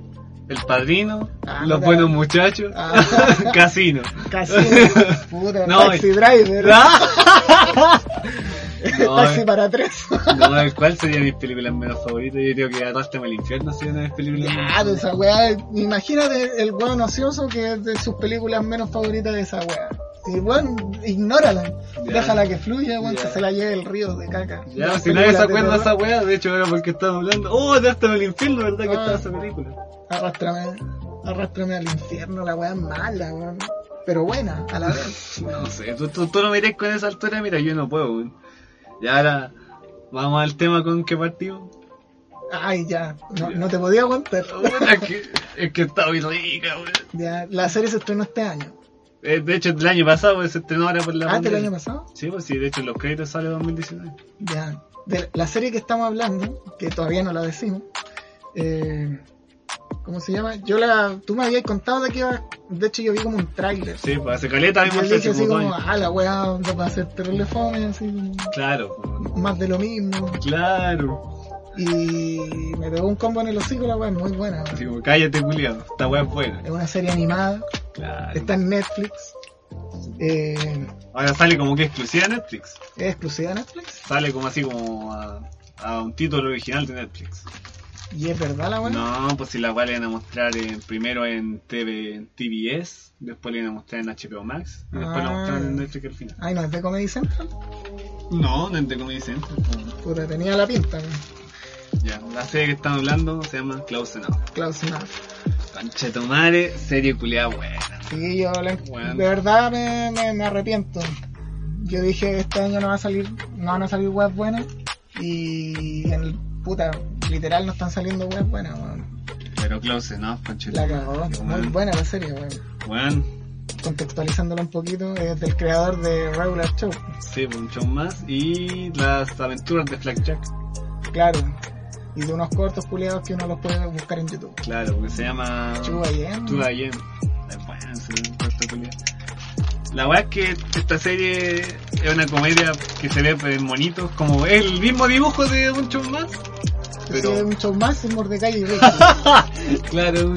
[SPEAKER 3] El Padrino,
[SPEAKER 2] Ah,
[SPEAKER 3] Los
[SPEAKER 2] puta.
[SPEAKER 3] Buenos Muchachos,
[SPEAKER 2] Ah.
[SPEAKER 3] Casino.
[SPEAKER 2] Casino, puta,
[SPEAKER 3] No,
[SPEAKER 2] taxi driver,
[SPEAKER 3] No,
[SPEAKER 2] taxi
[SPEAKER 3] eh.
[SPEAKER 2] para tres.
[SPEAKER 3] No, el cual sería mis películas menos favoritas. Yo creo que Arrastrame al Infierno sería una de mis películas menos
[SPEAKER 2] Ya, de esa weá, imagínate el weón ocioso que es de sus películas menos favoritas de esa weá. Y weón, ignórala,
[SPEAKER 3] Ya.
[SPEAKER 2] déjala que fluya, weón,
[SPEAKER 3] Ya.
[SPEAKER 2] que se la lleve el río de caca.
[SPEAKER 3] Ya,
[SPEAKER 2] Las
[SPEAKER 3] si nadie se
[SPEAKER 2] películas de
[SPEAKER 3] acuerda de
[SPEAKER 2] terror,
[SPEAKER 3] esa weá, de hecho era porque estábamos hablando. Oh, Arrastrame al Infierno, ¿verdad que
[SPEAKER 2] Ah.
[SPEAKER 3] estaba esa película?
[SPEAKER 2] Arrástrame, arrástrame al infierno, la weá es mala, weón. Pero buena, a la vez.
[SPEAKER 3] No sé, tú, tú, tú no mirás con esa altura, mira, yo no puedo, weón. Y ahora, vamos al tema con qué partimos.
[SPEAKER 2] Ay, ya, no, no te podía aguantar.
[SPEAKER 3] Puta, es, que, es que está muy rica, weón.
[SPEAKER 2] Ya, la serie se estrenó este año.
[SPEAKER 3] Eh, De hecho, el año pasado pues, se estrenó ahora por la
[SPEAKER 2] Ah, del
[SPEAKER 3] pandemia.
[SPEAKER 2] año pasado.
[SPEAKER 3] Sí, pues sí, de hecho, en los créditos sale 2019.
[SPEAKER 2] Ya. De la serie que estamos hablando, que todavía no la decimos, eh, ¿Cómo se llama? Yo la. Tú me habías contado de que iba. De hecho, yo vi como un tráiler.
[SPEAKER 3] Sí, pues hace caleta
[SPEAKER 2] Y
[SPEAKER 3] vimos
[SPEAKER 2] yo
[SPEAKER 3] el
[SPEAKER 2] dije así
[SPEAKER 3] segundo
[SPEAKER 2] como,
[SPEAKER 3] año.
[SPEAKER 2] ah, la weá va a ser terrible fome, así como,
[SPEAKER 3] Claro, po.
[SPEAKER 2] más de lo mismo.
[SPEAKER 3] claro.
[SPEAKER 2] Y me pegó un combo en el hocico, la weá es muy buena. weón.
[SPEAKER 3] Así como, cállate, Julián, esta weá es buena.
[SPEAKER 2] Es una serie animada,
[SPEAKER 3] Claro.
[SPEAKER 2] está en Netflix. Eh,
[SPEAKER 3] Ahora sale como que exclusiva de Netflix.
[SPEAKER 2] ¿Es exclusiva de Netflix?
[SPEAKER 3] Sale como así como a, a un título original de Netflix.
[SPEAKER 2] ¿Y es verdad la weá?
[SPEAKER 3] No, pues si la cual le iban a mostrar en, primero en TV, en TBS, después le iban a mostrar en HBO Max, y después la
[SPEAKER 2] Ah.
[SPEAKER 3] mostraron en Netflix al final.
[SPEAKER 2] Ay, no, es de Comedy Central.
[SPEAKER 3] No, no es de Comedy Central. po.
[SPEAKER 2] Puta, tenía la pinta, weón.
[SPEAKER 3] Ya, la serie que estamos hablando se llama Close Enough.
[SPEAKER 2] Klaus Naff.
[SPEAKER 3] Conchetumare, serie culiada buena.
[SPEAKER 2] Sí, yo la-
[SPEAKER 3] Bueno.
[SPEAKER 2] de verdad me, me, me arrepiento. Yo dije, este año no va a salir, no van a salir webs buenas. Y en el puta, literal no están saliendo webs buenas, weón.
[SPEAKER 3] Pero Close Enough,
[SPEAKER 2] La
[SPEAKER 3] conchetumare.
[SPEAKER 2] cagó,
[SPEAKER 3] Bueno.
[SPEAKER 2] muy buena la serie, weón.
[SPEAKER 3] Bueno,
[SPEAKER 2] Contextualizándolo un poquito, es del creador de Regular Show.
[SPEAKER 3] sí, pues, un show más. Y las aventuras de Blackjack.
[SPEAKER 2] Claro. Y de unos cortos culiados que uno los puede buscar en YouTube.
[SPEAKER 3] Claro, porque se llama...
[SPEAKER 2] Chuba y em.
[SPEAKER 3] Tú bien. La weá es que esta serie es una comedia que se ve en monitos, como es el mismo dibujo de un show más.
[SPEAKER 2] Sí,
[SPEAKER 3] pero-
[SPEAKER 2] hay un show más en Mordecai y Rick.
[SPEAKER 3] Claro.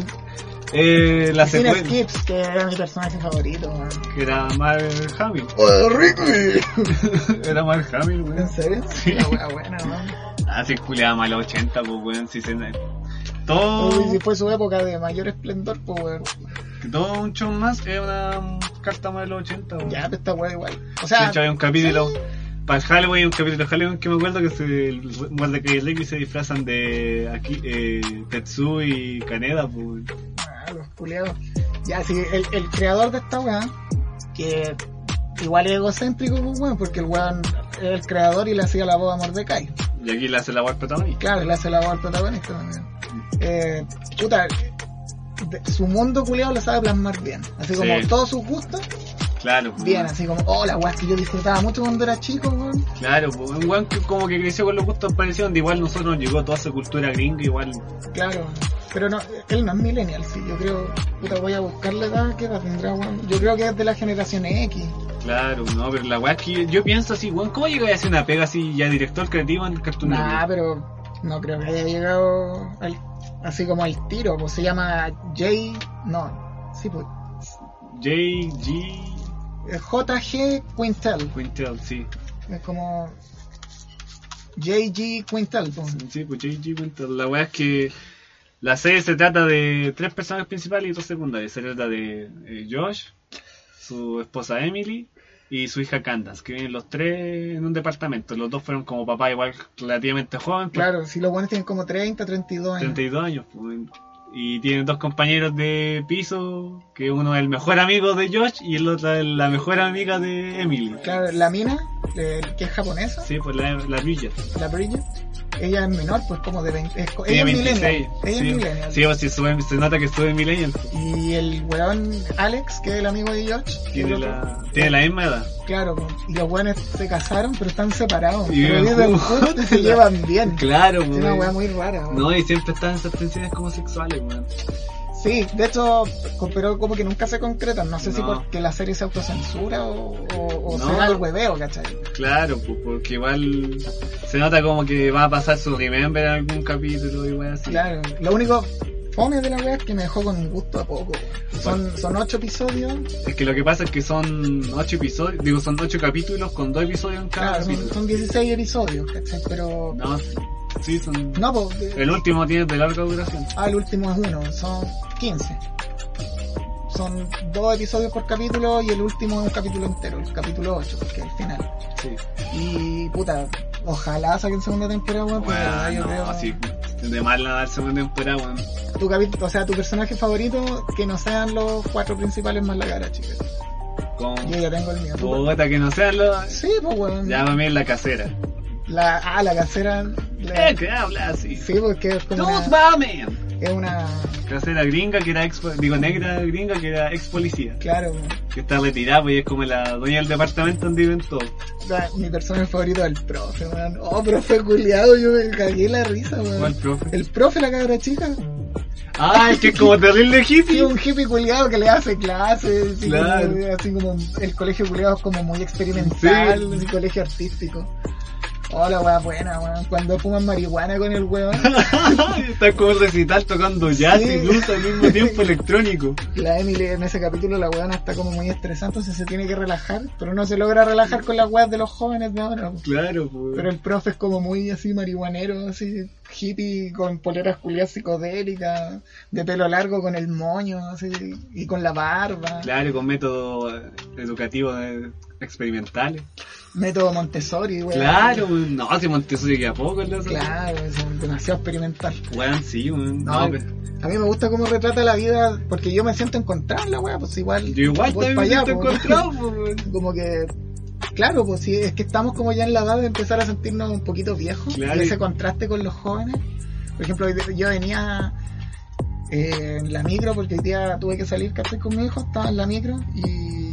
[SPEAKER 3] Eh, la
[SPEAKER 2] Sin
[SPEAKER 3] secuencia
[SPEAKER 2] Skips, que era mi personaje favorito, weón.
[SPEAKER 3] que era Mark Hamill.
[SPEAKER 2] Oh.
[SPEAKER 3] era Mark Hamill,
[SPEAKER 2] ¿En
[SPEAKER 3] weón. Ah,
[SPEAKER 2] serio?
[SPEAKER 3] Sí.
[SPEAKER 2] La wea buena, weón.
[SPEAKER 3] Así culeaba mal 80, pues weón, si se
[SPEAKER 2] Uy,
[SPEAKER 3] Todo,
[SPEAKER 2] sí fue su época de mayor esplendor, pues weón.
[SPEAKER 3] todo un show más es una carta más de los 80, weón.
[SPEAKER 2] Ya, pues esta weá igual. O
[SPEAKER 3] De
[SPEAKER 2] sea,
[SPEAKER 3] hecho, hay un capítulo para Halloween, un capítulo de Halloween que me acuerdo que se, el Mordecai y Rigby se disfrazan de aquí, eh, Tetsu y Kaneda. Pues.
[SPEAKER 2] ah, los culiados. Ya, sí, el, el creador de esta weá, que igual es egocéntrico, pues weón, porque el weón era el creador y le hacía la voz a Mordecai.
[SPEAKER 3] Y aquí le hace la guarda protagonista.
[SPEAKER 2] Claro, le hace la voz al protagonista también. Eh, puta, de- su mundo culiado lo sabe plasmar bien. Así como
[SPEAKER 3] Sí.
[SPEAKER 2] todos sus gustos,
[SPEAKER 3] Claro, pues,
[SPEAKER 2] bien, así como, oh, la weá que yo disfrutaba mucho cuando era chico, weón.
[SPEAKER 3] claro, pues, un weón que como que creció con los gustos parecidos, donde igual nosotros nos llegó toda esa cultura gringa, igual.
[SPEAKER 2] Claro, pero no, él no es millennial, sí, yo creo, puta, voy a buscar la edad que la tendrá, weón. Yo creo que es de la generación X.
[SPEAKER 3] Claro, no, pero la weá es que yo, yo pienso así, weón, ¿cómo llegáis a hacer una pega así ya director creativo en el Cartoon
[SPEAKER 2] Nah,
[SPEAKER 3] Network?
[SPEAKER 2] pero no creo que haya llegado al- así como al tiro, pues se llama J, no, sí, pues,
[SPEAKER 3] J.G.
[SPEAKER 2] eh, JG Quintel,
[SPEAKER 3] Quintel, sí.
[SPEAKER 2] es como JG Quintel, pues.
[SPEAKER 3] Sí, pues JG Winter. La weá es que la serie se trata de tres personajes principales y dos secundarias. Se trata de eh, Josh, su esposa Emily y su hija Candace, que viven los tres en un departamento. Los dos fueron como papá igual relativamente joven, pues,
[SPEAKER 2] Claro, si los buenos tienen como 30, 32 años.
[SPEAKER 3] 32 años. pues, y tienen dos compañeros de piso, que uno es el mejor amigo de Josh y el otro es la mejor amiga de Emily.
[SPEAKER 2] Claro, la mina, eh, que es japonesa,
[SPEAKER 3] Sí, pues la, la Bridget.
[SPEAKER 2] la Bridget, ella es menor, pues como de 20. es co-
[SPEAKER 3] Tiene
[SPEAKER 2] ella es
[SPEAKER 3] 26.
[SPEAKER 2] millennial. Ella
[SPEAKER 3] sí,
[SPEAKER 2] es millennial.
[SPEAKER 3] Sí, pues, sí, sube- se nota que sube millennial. pues.
[SPEAKER 2] Y el weón Alex, que es el amigo de George, que
[SPEAKER 3] Tiene
[SPEAKER 2] el otro-
[SPEAKER 3] la, tiene la misma edad.
[SPEAKER 2] Claro, po. y los weones se casaron, pero están separados.
[SPEAKER 3] Y
[SPEAKER 2] pero
[SPEAKER 3] viven
[SPEAKER 2] viven
[SPEAKER 3] juntos.
[SPEAKER 2] juntos y se llevan bien.
[SPEAKER 3] Claro, pues,
[SPEAKER 2] Es una weá muy rara. weón.
[SPEAKER 3] No, y siempre están esas tensiones como sexuales, weón.
[SPEAKER 2] Sí, de hecho, co- pero como que nunca se concretan. No sé si
[SPEAKER 3] No.
[SPEAKER 2] porque la serie se autocensura o, o, o
[SPEAKER 3] No.
[SPEAKER 2] será el hueveo, ¿cachai?
[SPEAKER 3] Claro, pues, porque igual se nota como que va a pasar su remember en algún capítulo y weón así.
[SPEAKER 2] Claro, lo único fome de la weá es que me dejó con gusto a poco. weón. Son, son ocho episodios,
[SPEAKER 3] Es que lo que pasa es que son ocho episodios, digo, son ocho capítulos con dos episodios en cada
[SPEAKER 2] claro, son,
[SPEAKER 3] capítulo.
[SPEAKER 2] son 16 episodios, ¿cachai? Pero...
[SPEAKER 3] No, sí, son...
[SPEAKER 2] No, pues... de-
[SPEAKER 3] El último tiene de larga duración.
[SPEAKER 2] Ah, el último es uno, son 15. Son dos episodios por capítulo y el último es un capítulo entero, el capítulo 8, que es el final.
[SPEAKER 3] Sí.
[SPEAKER 2] Y puta, ojalá saquen segunda temporada, weón, porque de verdad yo
[SPEAKER 3] no,
[SPEAKER 2] creo.
[SPEAKER 3] así, de mal la segunda temporada, weón.
[SPEAKER 2] Tu capi- o sea, tu personaje favorito, que no sean los cuatro principales más la cara, chicos.
[SPEAKER 3] Con...
[SPEAKER 2] Yo ya tengo el mío. ¿tú?
[SPEAKER 3] Puta, que no sean los...
[SPEAKER 2] Sí, pues weón.
[SPEAKER 3] Llámame la casera.
[SPEAKER 2] La, ah, la casera. la-
[SPEAKER 3] Eh, que habla así.
[SPEAKER 2] sí, porque es como
[SPEAKER 3] Don't
[SPEAKER 2] una,
[SPEAKER 3] mames.
[SPEAKER 2] es una,
[SPEAKER 3] casera gringa que era ex digo negra gringa que era ex policía
[SPEAKER 2] claro,
[SPEAKER 3] que está retirada pues, y es como la dueña del departamento donde viven todos
[SPEAKER 2] la- mi personaje favorito es el profe, weón. Oh, profe culiado, yo me cagué la risa, weón.
[SPEAKER 3] ¿Cuál profe
[SPEAKER 2] El profe, la cabra chica.
[SPEAKER 3] Ah, el que es como terrible
[SPEAKER 2] Sí,
[SPEAKER 3] hippie.
[SPEAKER 2] un hippie culiado que le hace clases, así,
[SPEAKER 3] Claro.
[SPEAKER 2] como, así como el colegio culiado es como muy experimental,
[SPEAKER 3] Sí.
[SPEAKER 2] un colegio artístico. Hola, weá, buena, weón. Cuando fuman marihuana con el weón,
[SPEAKER 3] Está como el recital tocando jazz
[SPEAKER 2] Sí.
[SPEAKER 3] y blues al mismo tiempo electrónico.
[SPEAKER 2] la Emily en ese capítulo, la weona está como muy estresada, entonces se tiene que relajar, pero no se logra relajar con las weas de los jóvenes de ahora. po.
[SPEAKER 3] Claro, pues.
[SPEAKER 2] Pero el profe es como muy así marihuanero, así hippie, con poleras culiadas psicodélicas, de pelo largo con el moño, así, y con la barba.
[SPEAKER 3] Claro, con métodos educativos eh, experimentales.
[SPEAKER 2] Método Montessori, weón.
[SPEAKER 3] Claro, weón. no, si Montessori queda poco, ¿no?
[SPEAKER 2] Claro, es demasiado experimental.
[SPEAKER 3] Weón, sí, weón.
[SPEAKER 2] No, pues,
[SPEAKER 3] No, pero-
[SPEAKER 2] A mí me gusta cómo retrata la vida, porque yo me siento encontrado en la weá, pues igual.
[SPEAKER 3] yo igual
[SPEAKER 2] voy
[SPEAKER 3] también
[SPEAKER 2] pa'
[SPEAKER 3] me
[SPEAKER 2] allá,
[SPEAKER 3] siento
[SPEAKER 2] pues.
[SPEAKER 3] encontrado, pues, weón.
[SPEAKER 2] Como que, claro, pues sí, es que estamos como ya en la edad de empezar a sentirnos un poquito viejos.
[SPEAKER 3] Claro.
[SPEAKER 2] Y ese contraste con los jóvenes. Por ejemplo, hoy día- yo venía eh, en la micro, porque hoy día tuve que salir, ¿cachai? Con mi hijo, estaba en la micro, y,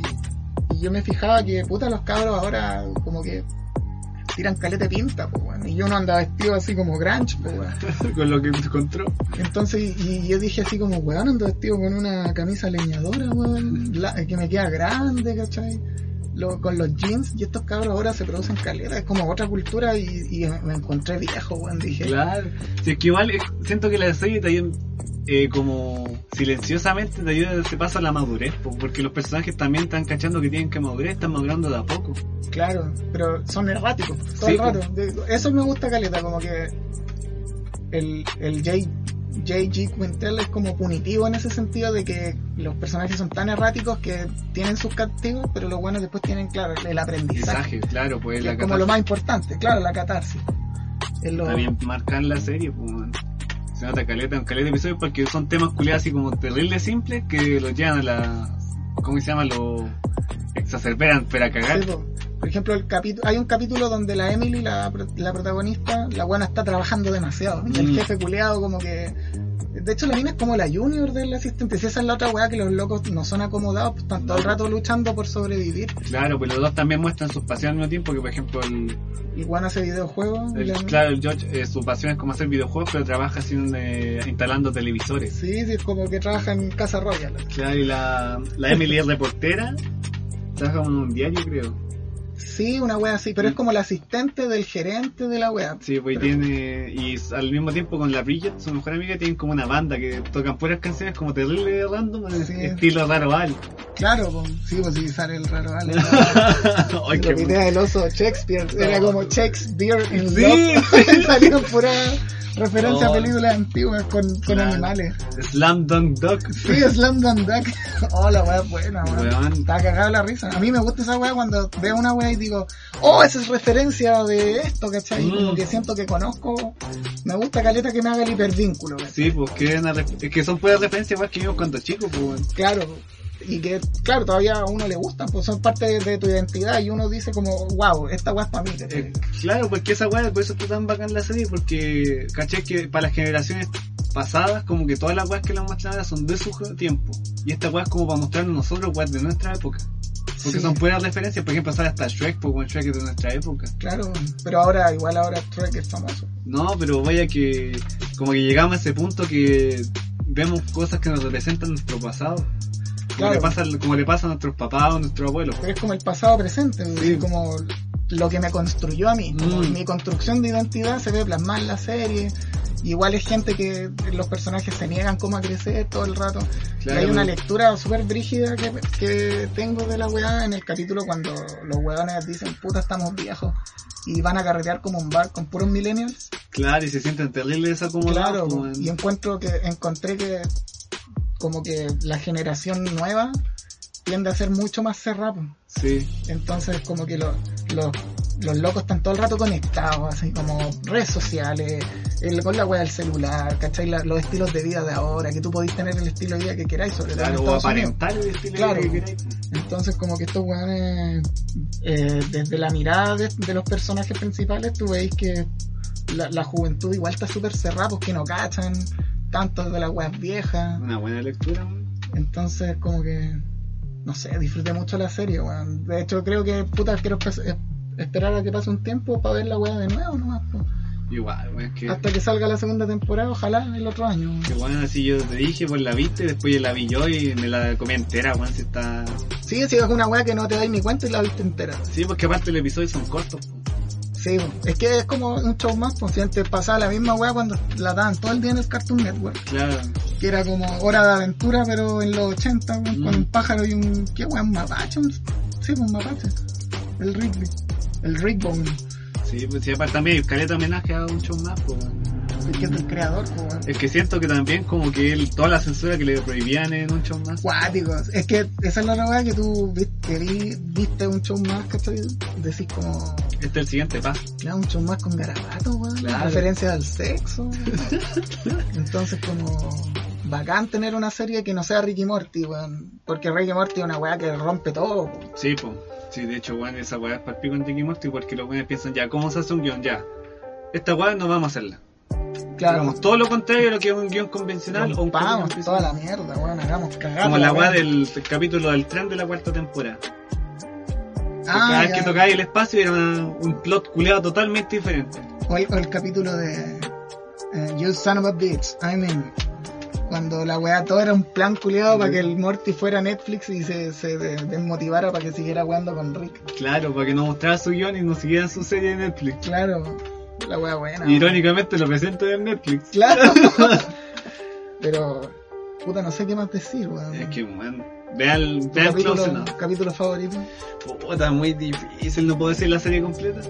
[SPEAKER 2] y yo me fijaba que, puta, los cabros ahora, como que tiran caleta de pinta, pues, weón. Y yo no andaba vestido así como grunge, pues, weón.
[SPEAKER 3] Con lo que me encontró.
[SPEAKER 2] Entonces, y yo dije así como, weón, ando vestido con una camisa leñadora, weón, la- que me queda grande, ¿cachai? Lo- con los jeans, y estos cabros ahora se producen caletas, es como otra cultura, y, y me encontré viejo, weón, dije.
[SPEAKER 3] Claro. Si es que igual eh, siento que la serie también eh, como silenciosamente te ayuda, se pasa la madurez, po, porque los personajes también están cachando que tienen que madurar, están madurando de a poco.
[SPEAKER 2] Claro, pero son erráticos, todo
[SPEAKER 3] Sí,
[SPEAKER 2] el rato. De- Eso me gusta caleta, como que el, el J. J.G. Quintel es como punitivo en ese sentido de que los personajes son tan erráticos que tienen sus castigos, pero los buenos después tienen, claro, el aprendizaje.
[SPEAKER 3] Mensaje, claro, pues
[SPEAKER 2] es
[SPEAKER 3] la
[SPEAKER 2] como
[SPEAKER 3] catarsis.
[SPEAKER 2] lo más importante, claro, la catarsis. Es lo-
[SPEAKER 3] También marcar la serie, pues weón. se nota caleta, caleta de episodios porque son temas culiados así como terribles simples que los llevan a la. ¿Cómo se llama? Lo exacerberan, pero a cagar.
[SPEAKER 2] Sí, po. por ejemplo, el capítulo, hay un capítulo donde la Emily, la, pro- la protagonista, la buena está trabajando demasiado. Y el
[SPEAKER 3] Mm.
[SPEAKER 2] jefe culeado como que... De hecho, la mina es como la junior del asistente. Si esa es la otra weá que los locos no son acomodados, pues están todo el rato luchando por sobrevivir.
[SPEAKER 3] Claro, pues los dos también muestran sus pasiones al mismo tiempo, que por ejemplo el,
[SPEAKER 2] Y Juan hace videojuegos. y
[SPEAKER 3] El-
[SPEAKER 2] la-
[SPEAKER 3] claro, el George, eh, su pasión es como hacer videojuegos, pero trabaja así, eh, instalando televisores.
[SPEAKER 2] Sí, sí, es como que trabaja en Casa Royal.
[SPEAKER 3] Claro, y la, la Emily es reportera, trabaja en un diario, creo.
[SPEAKER 2] Sí, una weá así,
[SPEAKER 3] Mm.
[SPEAKER 2] pero es como la asistente del gerente de la weá.
[SPEAKER 3] Sí, pues y tiene. Y s- al mismo tiempo con la Bridget, su mejor amiga, tienen como una banda que tocan puras canciones como terrible random, eh,
[SPEAKER 2] Sí.
[SPEAKER 3] estilo raro al.
[SPEAKER 2] Claro, po. sí, pues sí, sale el raro Ale.
[SPEAKER 3] Ay,
[SPEAKER 2] la
[SPEAKER 3] qué
[SPEAKER 2] idea del oso Shakespeare era
[SPEAKER 3] No.
[SPEAKER 2] como Shakespeare in
[SPEAKER 3] Sí,
[SPEAKER 2] Love. Salieron pura referencia a
[SPEAKER 3] No.
[SPEAKER 2] películas antiguas con, con
[SPEAKER 3] Claro.
[SPEAKER 2] animales.
[SPEAKER 3] Slam Dunk Duck.
[SPEAKER 2] Sí, Slam Dunk Duck. Oh, la wea es buena, weón.
[SPEAKER 3] Weón.
[SPEAKER 2] Está cagada la risa. A mí me gusta esa wea cuando veo una wea y digo, oh, esa es referencia de esto, ¿cachai? Como
[SPEAKER 3] Mm.
[SPEAKER 2] que siento que conozco. Me gusta caleta que me haga el hipervínculo, ¿cachai?
[SPEAKER 3] Sí, pues que, era una ref- es que son puras referencias igual que vimos cuando chicos, pues. bueno.
[SPEAKER 2] Claro. Y que, claro, todavía a uno le gustan, pues son parte de, de tu identidad y uno dice como, wow, esta wea es para mí, ¿cachai?
[SPEAKER 3] Eh, claro, porque esa weá, por eso está tan bacán la serie, porque caché que para las generaciones pasadas, como que todas las weas que las mostraban ahora son de su tiempo. Y esta weá es como para mostrarnos nosotros weas de nuestra época. Porque
[SPEAKER 2] Sí.
[SPEAKER 3] son puras referencias, por ejemplo, sale hasta Shrek, porque bueno, Shrek es de nuestra época.
[SPEAKER 2] Claro, pero ahora, igual ahora Trek es famoso.
[SPEAKER 3] No, pero vaya que como que llegamos a ese punto que vemos cosas que nos representan nuestro pasado. Como,
[SPEAKER 2] Claro.
[SPEAKER 3] le, pasa, como le pasa a nuestros papás o a nuestros abuelos.
[SPEAKER 2] Pero es como el pasado presente,
[SPEAKER 3] Sí.
[SPEAKER 2] es como lo que me construyó a mí. como
[SPEAKER 3] Mm.
[SPEAKER 2] Mi construcción de identidad se ve plasmada en la serie. Igual es gente que los personajes se niegan como a crecer todo el rato. Y
[SPEAKER 3] Claro,
[SPEAKER 2] hay una
[SPEAKER 3] pero-
[SPEAKER 2] lectura súper brígida que, que tengo de la weá en el capítulo cuando los weones dicen, puta, estamos viejos. Y van a carretear como un bar con puros millennials.
[SPEAKER 3] Claro, y se sienten terribles
[SPEAKER 2] Claro,
[SPEAKER 3] desacomodados. como en-
[SPEAKER 2] y encuentro que encontré que como que la generación nueva tiende a ser mucho más cerrada. po.
[SPEAKER 3] Sí.
[SPEAKER 2] Entonces como que lo- lo- los locos están todo el rato conectados, así como redes sociales, el, con la wea del celular, ¿cachai? La- los estilos de vida de ahora, que tú podís tener el estilo de vida que queráis, sobre
[SPEAKER 3] Claro,
[SPEAKER 2] todo en
[SPEAKER 3] o
[SPEAKER 2] Estados Unidos.
[SPEAKER 3] aparentar el estilo
[SPEAKER 2] Claro.
[SPEAKER 3] que queráis.
[SPEAKER 2] Entonces como que estos weones, eh, desde la mirada de, de los personajes principales, tú veis que la, la juventud igual está súper cerrada porque no cachan tanto de las weas viejas.
[SPEAKER 3] Una buena lectura, weón.
[SPEAKER 2] Entonces como que, no sé, disfruté mucho la serie, weón. De hecho creo que, puta, quiero espe- esperar a que pase un tiempo para ver la wea de nuevo nomás. po.
[SPEAKER 3] Igual, weón, es que.
[SPEAKER 2] Hasta que salga la segunda temporada, ojalá el otro año.
[SPEAKER 3] Que bueno, así yo te dije, pues la viste, después yo la vi yo y me la comí entera, weón, si está...
[SPEAKER 2] Sí, si es una weá que no te dais ni cuenta y la viste entera.
[SPEAKER 3] Sí, porque aparte los episodios son cortos, po.
[SPEAKER 2] Sí, es que es como un show más, pues si antes pasaba la misma weá cuando la daban todo el día en el Cartoon Network.
[SPEAKER 3] Claro.
[SPEAKER 2] Que era como hora de aventura, pero en los 80, weón,
[SPEAKER 3] Mm.
[SPEAKER 2] con un pájaro y un. ¿Qué weá? Un mapache. un- Sí, pues, un mapache. El Rigby. El Rigbone.
[SPEAKER 3] Sí, pues sí, aparte también, Caleta homenaje a un show más, po, weón.
[SPEAKER 2] Es que es el creador, pues, weón.
[SPEAKER 3] Es que siento que también como que él, toda la censura que le prohibían en un show más.
[SPEAKER 2] Cuáticos. Es que esa es la otra weá que tú viste, que vi- viste un show más, ¿cachai? Decís como.
[SPEAKER 3] Este es el siguiente paso.
[SPEAKER 2] Claro, mucho más con garabato, weón.
[SPEAKER 3] Claro.
[SPEAKER 2] Referencias al sexo. Entonces, como. Bacán tener una serie que no sea Ricky Morty, weón. Porque Ricky Morty es una weá que rompe todo, po.
[SPEAKER 3] Sí, pues. Sí, de hecho, weón, esa weá es para el pico en Ricky Morty porque los weones piensan, ya, ¿cómo se hace un guión? Ya. Esta weá no vamos a hacerla.
[SPEAKER 2] Claro.
[SPEAKER 3] Hagamos todo lo contrario a lo que es un guión convencional o un
[SPEAKER 2] Rompamos
[SPEAKER 3] guión
[SPEAKER 2] toda la mierda, weón. Hagamos cagada.
[SPEAKER 3] Como la
[SPEAKER 2] weá.
[SPEAKER 3] weá del, del capítulo del tren de la cuarta temporada. Cada
[SPEAKER 2] Ah,
[SPEAKER 3] vez
[SPEAKER 2] ya.
[SPEAKER 3] que tocáis el espacio era un plot culeado totalmente diferente.
[SPEAKER 2] O el, o el capítulo de. eh, you son of a bitch, I mean. Cuando la weá todo era un plan culiado para que el Morty fuera a Netflix y se, se de- desmotivara para que siguiera weando con Rick.
[SPEAKER 3] Claro, para que no mostrara su guión y no siguiera su serie de Netflix.
[SPEAKER 2] Claro, la weá buena. weón.
[SPEAKER 3] Irónicamente lo presento en Netflix.
[SPEAKER 2] Claro. Pero, puta, no sé qué más decir, weón.
[SPEAKER 3] Es que, weón, vean,
[SPEAKER 2] ¿Tu
[SPEAKER 3] vean Close
[SPEAKER 2] capítulo,
[SPEAKER 3] Enough.
[SPEAKER 2] capítulo favorito.
[SPEAKER 3] Puta, muy difícil, no puedo decir la serie completa.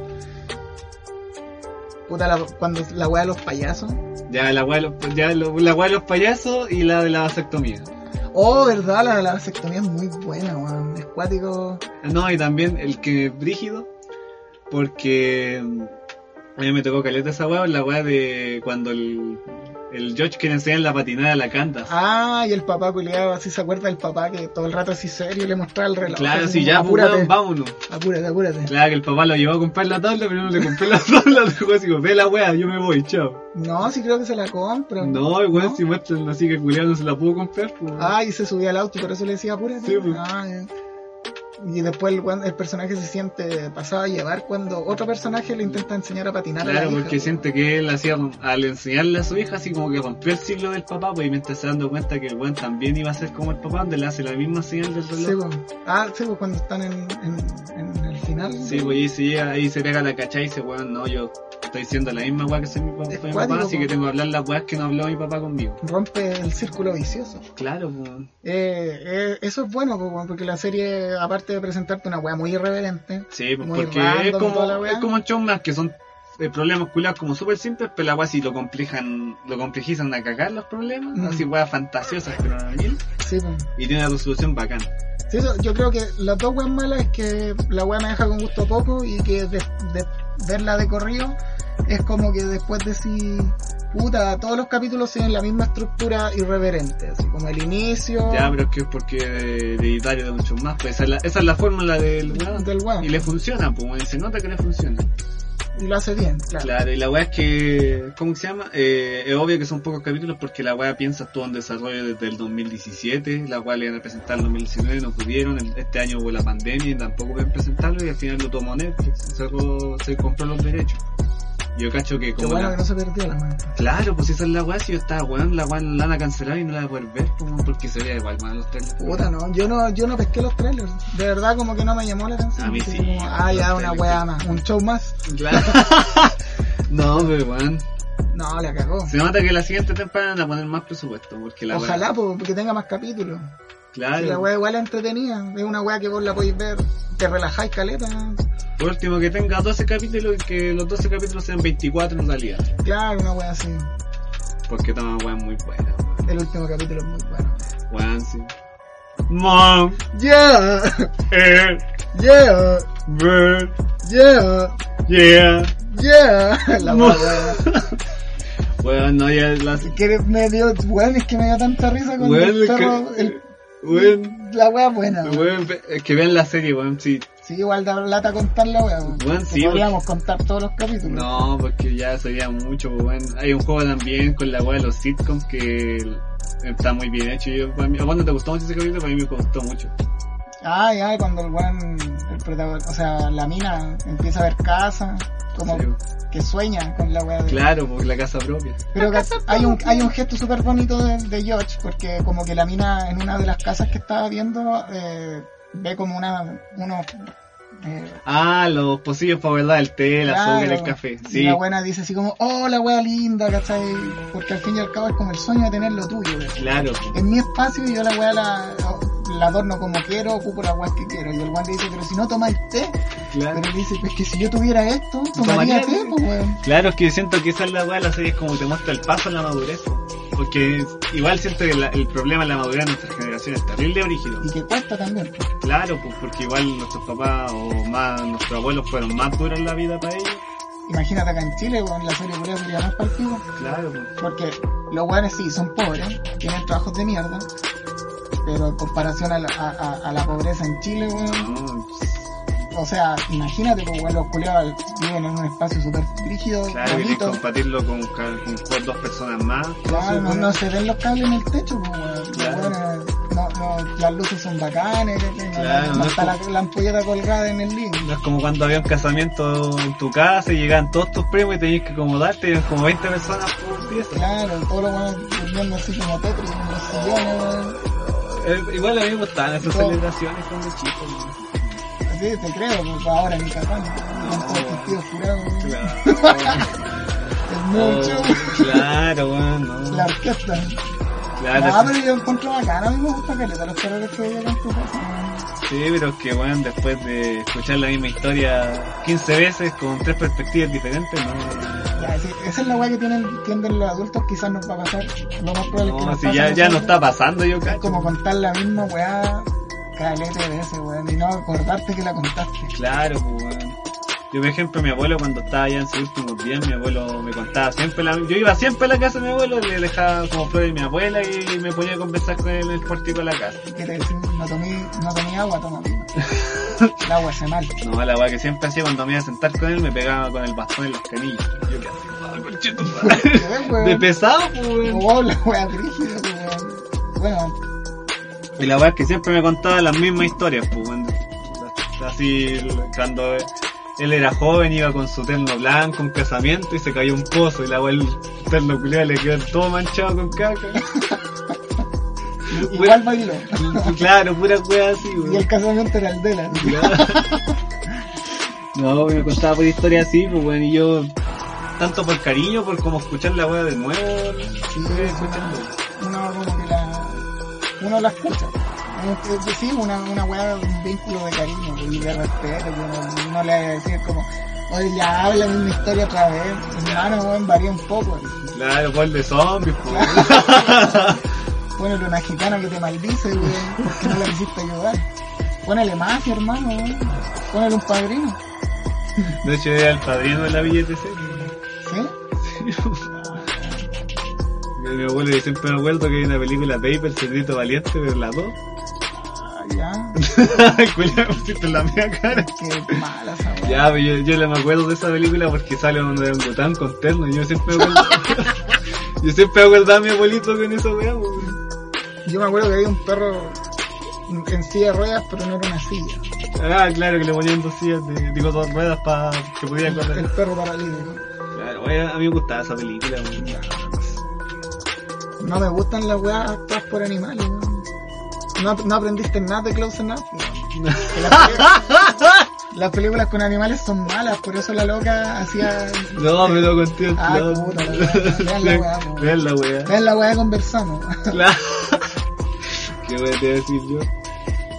[SPEAKER 2] Puta, la- cuando la weá de los payasos.
[SPEAKER 3] Ya, la weá de los- ya lo- la weá de los payasos y la de la vasectomía.
[SPEAKER 2] Oh, verdad, la, la vasectomía es muy buena, weón. Es cuático.
[SPEAKER 3] No, y también el que es brígido, porque mm, a mí me tocó caleta esa weá, la weá de cuando el, el George quiere enseñar la patinada a la Candace.
[SPEAKER 2] Ah, y el papá culiado, así se acuerda del papá que todo el rato así serio le mostraba el reloj.
[SPEAKER 3] claro,
[SPEAKER 2] así
[SPEAKER 3] sí,
[SPEAKER 2] como,
[SPEAKER 3] ya, pues,
[SPEAKER 2] apúrate,
[SPEAKER 3] weón, vámonos.
[SPEAKER 2] apúrate, apúrate.
[SPEAKER 3] Claro, que el papá lo llevó a comprar la tabla, pero no le compré la tabla, le dijo así, como, ve la weá, yo me voy, chao.
[SPEAKER 2] No, sí creo que se la compra.
[SPEAKER 3] No, el weón,
[SPEAKER 2] ¿No?
[SPEAKER 3] si muestran así que culiado no se la pudo comprar, pues.
[SPEAKER 2] Ah, y se subía al auto y por eso le decía apúrate.
[SPEAKER 3] Sí, pues.
[SPEAKER 2] Ah, ya. Y después el, guan- el personaje se siente pasado a llevar cuando otro personaje le intenta enseñar a patinar. a la
[SPEAKER 3] Claro,
[SPEAKER 2] hija,
[SPEAKER 3] porque
[SPEAKER 2] pues.
[SPEAKER 3] siente que él hacía, al enseñarle a su hija, así como que rompió el siglo del papá, pues y mientras se dando cuenta que el weón también iba a ser como el papá, donde le hace la misma señal del
[SPEAKER 2] Sí,
[SPEAKER 3] reloj.
[SPEAKER 2] pues. Ah, sí, pues cuando están en, en- en el final.
[SPEAKER 3] Sí, pues y sí, ahí se pega la cachá y dice, weón, no, yo estoy diciendo la misma weá que soy mi papá,
[SPEAKER 2] Es
[SPEAKER 3] fue mi
[SPEAKER 2] cuático,
[SPEAKER 3] papá, así
[SPEAKER 2] po.
[SPEAKER 3] que tengo que hablar las weas que no habló mi papá conmigo.
[SPEAKER 2] Rompe el círculo vicioso.
[SPEAKER 3] Claro, pues.
[SPEAKER 2] Eh, eh, eso es bueno, pues, weón, porque la serie, aparte de presentarte una wea muy irreverente,
[SPEAKER 3] Sí, pues,
[SPEAKER 2] Muy
[SPEAKER 3] porque
[SPEAKER 2] random y
[SPEAKER 3] es
[SPEAKER 2] toda la
[SPEAKER 3] como,
[SPEAKER 2] weá.
[SPEAKER 3] es como en show más que son eh, problemas culados como súper simples, pero la weá sí lo complejan, lo complejizan a cagar los problemas,
[SPEAKER 2] Mm.
[SPEAKER 3] así weas fantasiosas, pero no mil,
[SPEAKER 2] sí, pues.
[SPEAKER 3] y tiene una resolución bacán.
[SPEAKER 2] Sí, eso, yo creo que las dos weas malas es que la wea me deja con gusto poco y que de, de- verla de corrido es como que después de si puta, todos los capítulos tienen la misma estructura irreverente, así como el inicio
[SPEAKER 3] Ya, pero es que es porque es hereditario de muchos más. Pues esa es la, esa es la fórmula del weón.
[SPEAKER 2] del weón
[SPEAKER 3] Y le funciona, pues weón, se nota que le funciona.
[SPEAKER 2] y lo hace bien, claro.
[SPEAKER 3] Claro, y la weá es que. ¿Cómo se llama? Eh, es obvio que son pocos capítulos porque la weá piensa todo en desarrollo desde el 2017. La weá le iban a presentar en 2019, no pudieron. el- Este año hubo la pandemia y tampoco pueden presentarlo. Y al final lo tomó Netflix, sacó- se compró los derechos. Yo cacho que
[SPEAKER 2] Qué
[SPEAKER 3] como.
[SPEAKER 2] bueno que
[SPEAKER 3] la-
[SPEAKER 2] no se perdió la wea.
[SPEAKER 3] Claro, pues esa es la weá. Si yo estaba weón, la weá la van a cancelar y no la voy a poder ver, pues, weón, porque se veía igual, weón, los trailers.
[SPEAKER 2] Puta, no, yo no, yo no pesqué los trailers. De verdad, como que no me llamó la atención.
[SPEAKER 3] A mí
[SPEAKER 2] Así
[SPEAKER 3] sí,
[SPEAKER 2] como, ah,
[SPEAKER 3] los
[SPEAKER 2] ya, una
[SPEAKER 3] trailers.
[SPEAKER 2] weá más, un show más.
[SPEAKER 3] Claro. no, pero weón.
[SPEAKER 2] No, la cagó.
[SPEAKER 3] Se nota que la siguiente temporada van a poner más presupuesto. Porque la weá-
[SPEAKER 2] Ojalá, po, porque tenga más capítulos. Si Ah, la
[SPEAKER 3] Claro.
[SPEAKER 2] weá igual es entretenida. Es una weá que vos la podéis ver. Te relajáis caleta.
[SPEAKER 3] Por último, que tenga 12 capítulos y que los 12 capítulos sean 24 en realidad.
[SPEAKER 2] Claro, una weá así.
[SPEAKER 3] Porque toma weón muy buena. weón.
[SPEAKER 2] El último capítulo es muy bueno.
[SPEAKER 3] Weón, sí. Mom,
[SPEAKER 2] Yeah,
[SPEAKER 3] eh,
[SPEAKER 2] yeah,
[SPEAKER 3] bird,
[SPEAKER 2] yeah,
[SPEAKER 3] yeah.
[SPEAKER 2] yeah. La
[SPEAKER 3] No.
[SPEAKER 2] weá buena.
[SPEAKER 3] Weón, no, ya las.
[SPEAKER 2] Que me dio, weón, es que me dio tanta risa cuando
[SPEAKER 3] Weón,
[SPEAKER 2] el
[SPEAKER 3] es
[SPEAKER 2] perro,
[SPEAKER 3] que-
[SPEAKER 2] el-
[SPEAKER 3] Weón,
[SPEAKER 2] la weá buena. weón.
[SPEAKER 3] weón, es que vean la serie, weón, sí.
[SPEAKER 2] Sí, igual da lata contar la wea. weón.
[SPEAKER 3] Weón, sí,
[SPEAKER 2] Podríamos contar todos los capítulos.
[SPEAKER 3] No, porque ya sería mucho, weón. Hay un juego también con la weá de los sitcoms que está muy bien hecho. Yo, para mí- a vos no te gustó mucho ese capítulo, para mí me gustó mucho.
[SPEAKER 2] Ay, ay, cuando el weón, el protagonista, o sea, la mina empieza a ver casa Como
[SPEAKER 3] Sí.
[SPEAKER 2] que sueñan con la weá de...
[SPEAKER 3] Claro, porque la casa propia.
[SPEAKER 2] Pero que hay un, hay un gesto súper bonito de, de George, porque como que la mina en una de las casas que estaba viendo eh, ve como una, unos... eh,
[SPEAKER 3] Ah, los pocillos para guardar el té, la azúcar,
[SPEAKER 2] claro,
[SPEAKER 3] el café.
[SPEAKER 2] y
[SPEAKER 3] Sí,
[SPEAKER 2] la buena dice así como, oh, la wea linda, ¿cachai? Porque al fin y al cabo es como el sueño de tener lo tuyo. ¿cachai?
[SPEAKER 3] claro.
[SPEAKER 2] Es mi espacio y yo la wea la, la adorno como quiero, ocupo la wea que quiero. Y el weón le dice, pero si no tomáis té, pero
[SPEAKER 3] Claro.
[SPEAKER 2] él dice, pues que si yo tuviera esto, tomaría
[SPEAKER 3] Tomaría
[SPEAKER 2] té,
[SPEAKER 3] té.
[SPEAKER 2] pues weón.
[SPEAKER 3] Claro, es que siento que esa es la weá de la serie, es como te muestra el paso a la madurez. Porque igual siento que la- el problema de la madurez de nuestra generación es terrible brígido.
[SPEAKER 2] Y que cuesta también. pues.
[SPEAKER 3] Claro, pues porque igual nuestros papás o más nuestros abuelos fueron más duros en la vida para ellos.
[SPEAKER 2] Imagínate acá en Chile, weón, la serie culia sería más partido.
[SPEAKER 3] Claro, pues.
[SPEAKER 2] Porque los weones sí son pobres, tienen trabajos de mierda, pero en comparación a la, a, a- a la pobreza en Chile, weón,
[SPEAKER 3] No,
[SPEAKER 2] o sea, imagínate, pues weón, los culiados viven en un espacio súper rígido,
[SPEAKER 3] claro, querés
[SPEAKER 2] bonito,
[SPEAKER 3] compartirlo con, ca- con cu- dos personas más.
[SPEAKER 2] Claro, no, no se ven los cables en el techo, pues, weón. Los
[SPEAKER 3] Claro.
[SPEAKER 2] weones, no, no, las luces son bacanes, ¿cachai? No-
[SPEAKER 3] Claro,
[SPEAKER 2] no,
[SPEAKER 3] no es
[SPEAKER 2] está la,
[SPEAKER 3] como-
[SPEAKER 2] la ampolleta colgada en el living.
[SPEAKER 3] No es como cuando había un casamiento en tu casa y llegaban todos tus primos y tenías que acomodarte y eran como 20 personas por pieza.
[SPEAKER 2] Claro, todos los weones durmiendo así como Tetris en los sillones, weón.
[SPEAKER 3] Eh, igual a mí me gustaban esas
[SPEAKER 2] Todo.
[SPEAKER 3] celebraciones cuando chico. ¿no?
[SPEAKER 2] Sí, te creo, pues ahora ni capaz, con todos
[SPEAKER 3] weón.
[SPEAKER 2] los tíos curados, weón.
[SPEAKER 3] Claro,
[SPEAKER 2] Es
[SPEAKER 3] Oh.
[SPEAKER 2] mucho.
[SPEAKER 3] claro, bueno, no.
[SPEAKER 2] La orquesta.
[SPEAKER 3] Ah, Claro,
[SPEAKER 2] no, Ah, pero yo encuentro bacana, a mí me gusta que le los perros que estoy en tu casa.
[SPEAKER 3] sí, pero es que bueno, después de escuchar la misma historia 15 veces con tres perspectivas diferentes, no.
[SPEAKER 2] Ya, sí, esa es la weá que tienen, tienden los adultos, quizás nos va a pasar. Lo más probable es que
[SPEAKER 3] No,
[SPEAKER 2] nos
[SPEAKER 3] si
[SPEAKER 2] pase
[SPEAKER 3] ya,
[SPEAKER 2] a
[SPEAKER 3] ya no
[SPEAKER 2] nosotros.
[SPEAKER 3] está pasando, yo
[SPEAKER 2] Es
[SPEAKER 3] cacho.
[SPEAKER 2] como contar la misma weá caleta de veces, weón, y no acordarte que la contaste.
[SPEAKER 3] Claro, pues, weón. Yo, por ejemplo, mi abuelo cuando estaba ya en sus últimos días, mi abuelo me contaba siempre la... Yo iba siempre a la casa de mi abuelo, le dejaba como flores a mi abuela y me ponía a conversar con él en el pórtico de la casa.
[SPEAKER 2] Y Que te decían, no tomé, no tomé agua, toma. vino. El agua se mal.
[SPEAKER 3] No, la weá que siempre hacía cuando me iba a sentar con él, me pegaba con el bastón en las canillas. Yo qué hacía, ah, conchito, madre. De pesado, pues, weón.
[SPEAKER 2] Wow, la weá brígida, weón. Bueno,
[SPEAKER 3] Y la verdad es que siempre me contaba las mismas historias, pues, weón. así cuando él era joven iba con su terno blanco, un casamiento y se cayó un pozo y la weá el terno culiado le quedó todo manchado con caca.
[SPEAKER 2] igual bailó.
[SPEAKER 3] claro, pura weá así,
[SPEAKER 2] Y el
[SPEAKER 3] weón.
[SPEAKER 2] casamiento era el de la.
[SPEAKER 3] No, me contaba por historias así, pues weón, y yo tanto por cariño, por como escuchar la weá de nuevo,
[SPEAKER 2] Sí,
[SPEAKER 3] estoy
[SPEAKER 2] es
[SPEAKER 3] escuchando.
[SPEAKER 2] uno como que la uno la escucha Es- es decir una una weá un vínculo de cariño y de respeto que uno, uno le va a decir como oye ya habla mi historia otra vez hermano weón varía un poco
[SPEAKER 3] Claro, por el de zombies, pues. weón.
[SPEAKER 2] ponele una gitana que te maldice weón porque no la quisiste ayudar ponele mafia hermano weón ponele un padrino
[SPEAKER 3] De hecho era el padrino de la billetecera.
[SPEAKER 2] ¿sí?
[SPEAKER 3] Mi abuelo yo siempre me acuerdo que hay una película Paper, Secreto Valiente, pero la dos.
[SPEAKER 2] Ah, ya
[SPEAKER 3] El culiao me pusiste en la mía cara.
[SPEAKER 2] qué mala esa weá
[SPEAKER 3] Ya, pero yo, yo le me acuerdo de esa película porque sale un orangután con terno y yo siempre me acuerdo. yo siempre me acuerdo a mi abuelito con esa weá, weón.
[SPEAKER 2] yo me acuerdo que había un perro en silla de ruedas pero no era una silla
[SPEAKER 3] Ah, claro, que le ponían dos sillas, de, digo dos ruedas para que pudiera
[SPEAKER 2] el
[SPEAKER 3] correr.
[SPEAKER 2] perro paralítico
[SPEAKER 3] Claro, weón, a mí me gustaba esa película, weón.
[SPEAKER 2] No me gustan las weas actuadas por animales, weón. No, no aprendiste nada de Close Enough, weón. Que Las, películas- las películas con animales son malas, por eso la loca hacía...
[SPEAKER 3] No, me lo conté al
[SPEAKER 2] Ah,
[SPEAKER 3] lado.
[SPEAKER 2] puta, la weá. Vean la weá, weón.
[SPEAKER 3] Vean la weá.
[SPEAKER 2] ¿Ves la wea que conversamos?
[SPEAKER 3] Claro. ¿Qué voy a decir yo?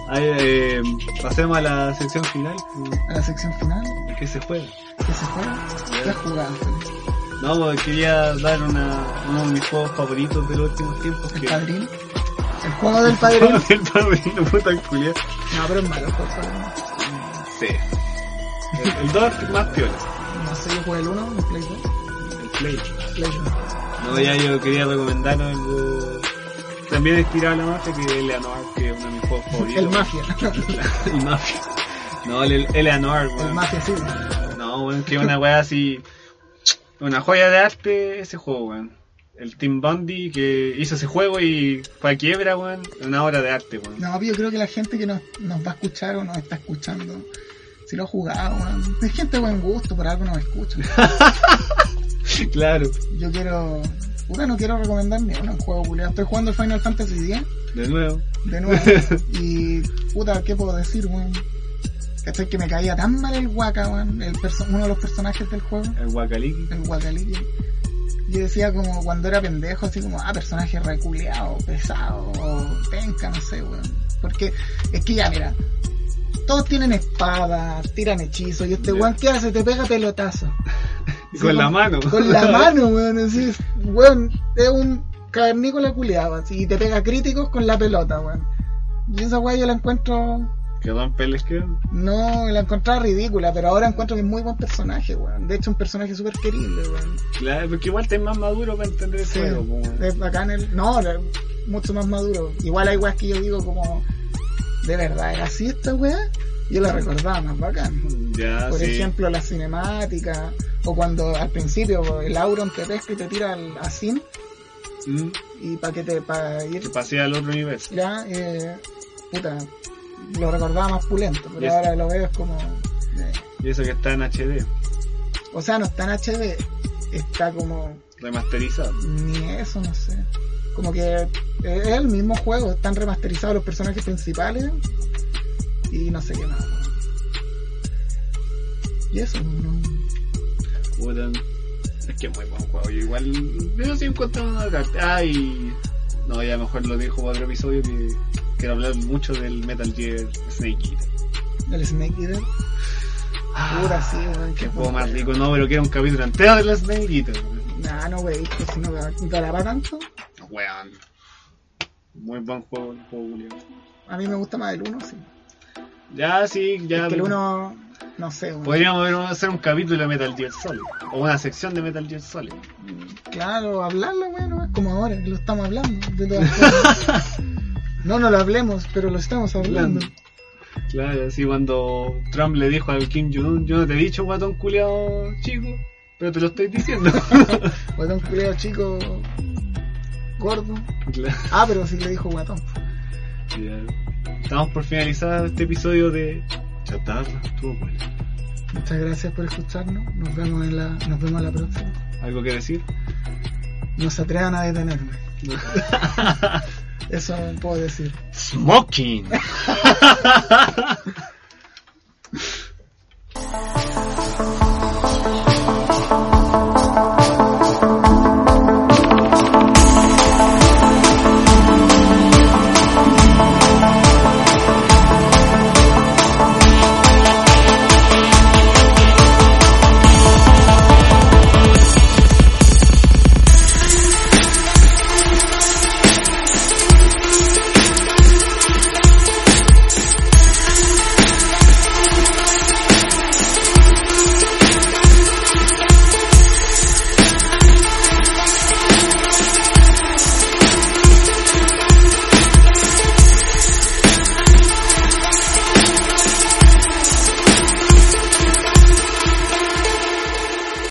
[SPEAKER 3] Ay, eh, pasemos a la sección final.
[SPEAKER 2] A la sección final,
[SPEAKER 3] ¿Qué se juega?
[SPEAKER 2] que se juega. ¿Qué jugada?
[SPEAKER 3] No, porque quería dar una, uno de mis juegos favoritos de los últimos tiempos.
[SPEAKER 2] ¿El
[SPEAKER 3] Que...
[SPEAKER 2] padrino? ¿El juego del padrino?
[SPEAKER 3] El padrino, puta culia.
[SPEAKER 2] No, pero es malo el juego del padrino.
[SPEAKER 3] Sí. El, el 2 más piola.
[SPEAKER 2] No sé, yo jugué el 1, el Play 2.
[SPEAKER 3] El play.
[SPEAKER 2] Play 2.
[SPEAKER 3] No, ya yo quería recomendar algo. También inspirado a la mafia que Eleanor, que es uno de mis juegos favoritos.
[SPEAKER 2] El Mafia.
[SPEAKER 3] el mafia. No, el Eleanor,
[SPEAKER 2] El
[SPEAKER 3] weón.
[SPEAKER 2] Mafia, sí.
[SPEAKER 3] No, weón, que una weá así. Una joya de arte ese juego, weón. El Team Bundy que hizo ese juego y fue a quiebra, weón. Una obra de arte, weón.
[SPEAKER 2] No, pero yo creo que la gente que nos, nos va a escuchar o nos está escuchando Si lo he jugado, weón. Es gente de buen gusto, por algo nos escucha.
[SPEAKER 3] Claro,
[SPEAKER 2] Yo quiero. Puta, no quiero recomendar ni uno, un juego culiado. Estoy jugando el Final Fantasy X
[SPEAKER 3] de nuevo.
[SPEAKER 2] de nuevo. y puta, ¿qué puedo decir, weón? ¿Cachai? Que me caía tan mal el Waka, weón. El perso- uno de los personajes del juego,
[SPEAKER 3] El Guacaliqui.
[SPEAKER 2] el Wakaliqui. Yo decía como cuando era pendejo, así como, ah, personaje reculeado, pesado, o penca, no sé, weón. Porque es que ya, mira, todos tienen espadas, tiran hechizos, y este
[SPEAKER 3] Ya.
[SPEAKER 2] weón, ¿qué hace? Te pega pelotazo. Sí,
[SPEAKER 3] Con la
[SPEAKER 2] con-
[SPEAKER 3] mano.
[SPEAKER 2] Con la mano, weón. Así es, weón, es un cavernícola culiado, así, y te pega críticos con la pelota, weón. Y esa weá yo la encuentro.
[SPEAKER 3] Que van peles que.
[SPEAKER 2] No, la encontraba ridícula, pero ahora encuentro que es muy buen personaje, weón. De hecho, un personaje súper querible, weón.
[SPEAKER 3] Claro, porque igual te es más maduro para entender el
[SPEAKER 2] Sí, Eh,
[SPEAKER 3] juego. po, weón.
[SPEAKER 2] es bacán el. No, es mucho más maduro. Igual hay weas que yo digo como. De verdad, era así esta weá. Yo la recordaba más bacán.
[SPEAKER 3] Ya,
[SPEAKER 2] Por
[SPEAKER 3] Ah, sí.
[SPEAKER 2] ejemplo, la cinemática, o cuando al principio el Auron te pesca y te tira al, a Sin,
[SPEAKER 3] Mm,
[SPEAKER 2] y para que te para
[SPEAKER 3] que
[SPEAKER 2] ir
[SPEAKER 3] pasé al otro universo.
[SPEAKER 2] ya eh, puta lo recordaba más pulento pero
[SPEAKER 3] Yes.
[SPEAKER 2] ahora lo veo es como eh,
[SPEAKER 3] Y eso que está en HD,
[SPEAKER 2] o sea no está en HD está como
[SPEAKER 3] remasterizado.
[SPEAKER 2] ni eso no sé como que eh, es el mismo juego están remasterizados los personajes principales y no sé qué más y eso no,
[SPEAKER 3] Puta, Es que es muy buen juego. Yo igual. Yo sí encontré una carta. Ay. No, ya mejor lo dejo para otro episodio que quiero hablar mucho del Metal Gear Snake Eater.
[SPEAKER 2] el Snake Eater Pura, sí, weón,
[SPEAKER 3] Ah, qué
[SPEAKER 2] qué
[SPEAKER 3] juego
[SPEAKER 2] buen
[SPEAKER 3] más
[SPEAKER 2] juego.
[SPEAKER 3] rico. No, pero quiero un capítulo entero del Snake Eater. weón.
[SPEAKER 2] nah no wey que si no galaba tanto
[SPEAKER 3] Weón. Muy buen juego, el juego culiao.
[SPEAKER 2] a mí me gusta más el 1 sí
[SPEAKER 3] Ya, sí, ya.
[SPEAKER 2] Es
[SPEAKER 3] Pues-
[SPEAKER 2] que el 1 no sé weón.
[SPEAKER 3] Podríamos haber- hacer un capítulo de Metal Gear Solid. O una sección de Metal Gear Solid.
[SPEAKER 2] Claro, hablarlo, bueno, es como ahora, que lo estamos hablando. de todas formas. no, no lo hablemos, pero lo estamos hablando.
[SPEAKER 3] Claro, así cuando Trump le dijo al Kim Jong-un, yo no te he dicho guatón culiao chico, pero te lo estoy diciendo.
[SPEAKER 2] Guatón culeo chico, gordo.
[SPEAKER 3] Claro.
[SPEAKER 2] Ah, pero sí le dijo guatón.
[SPEAKER 3] Ya. Estamos por finalizar este episodio de Chatarra, tu abuela.
[SPEAKER 2] Muchas gracias por escucharnos. Nos vemos en la, nos vemos la próxima.
[SPEAKER 3] ¿Algo que decir?
[SPEAKER 2] No se atrevan a detenerme. Eso puedo decir.
[SPEAKER 3] Smoking.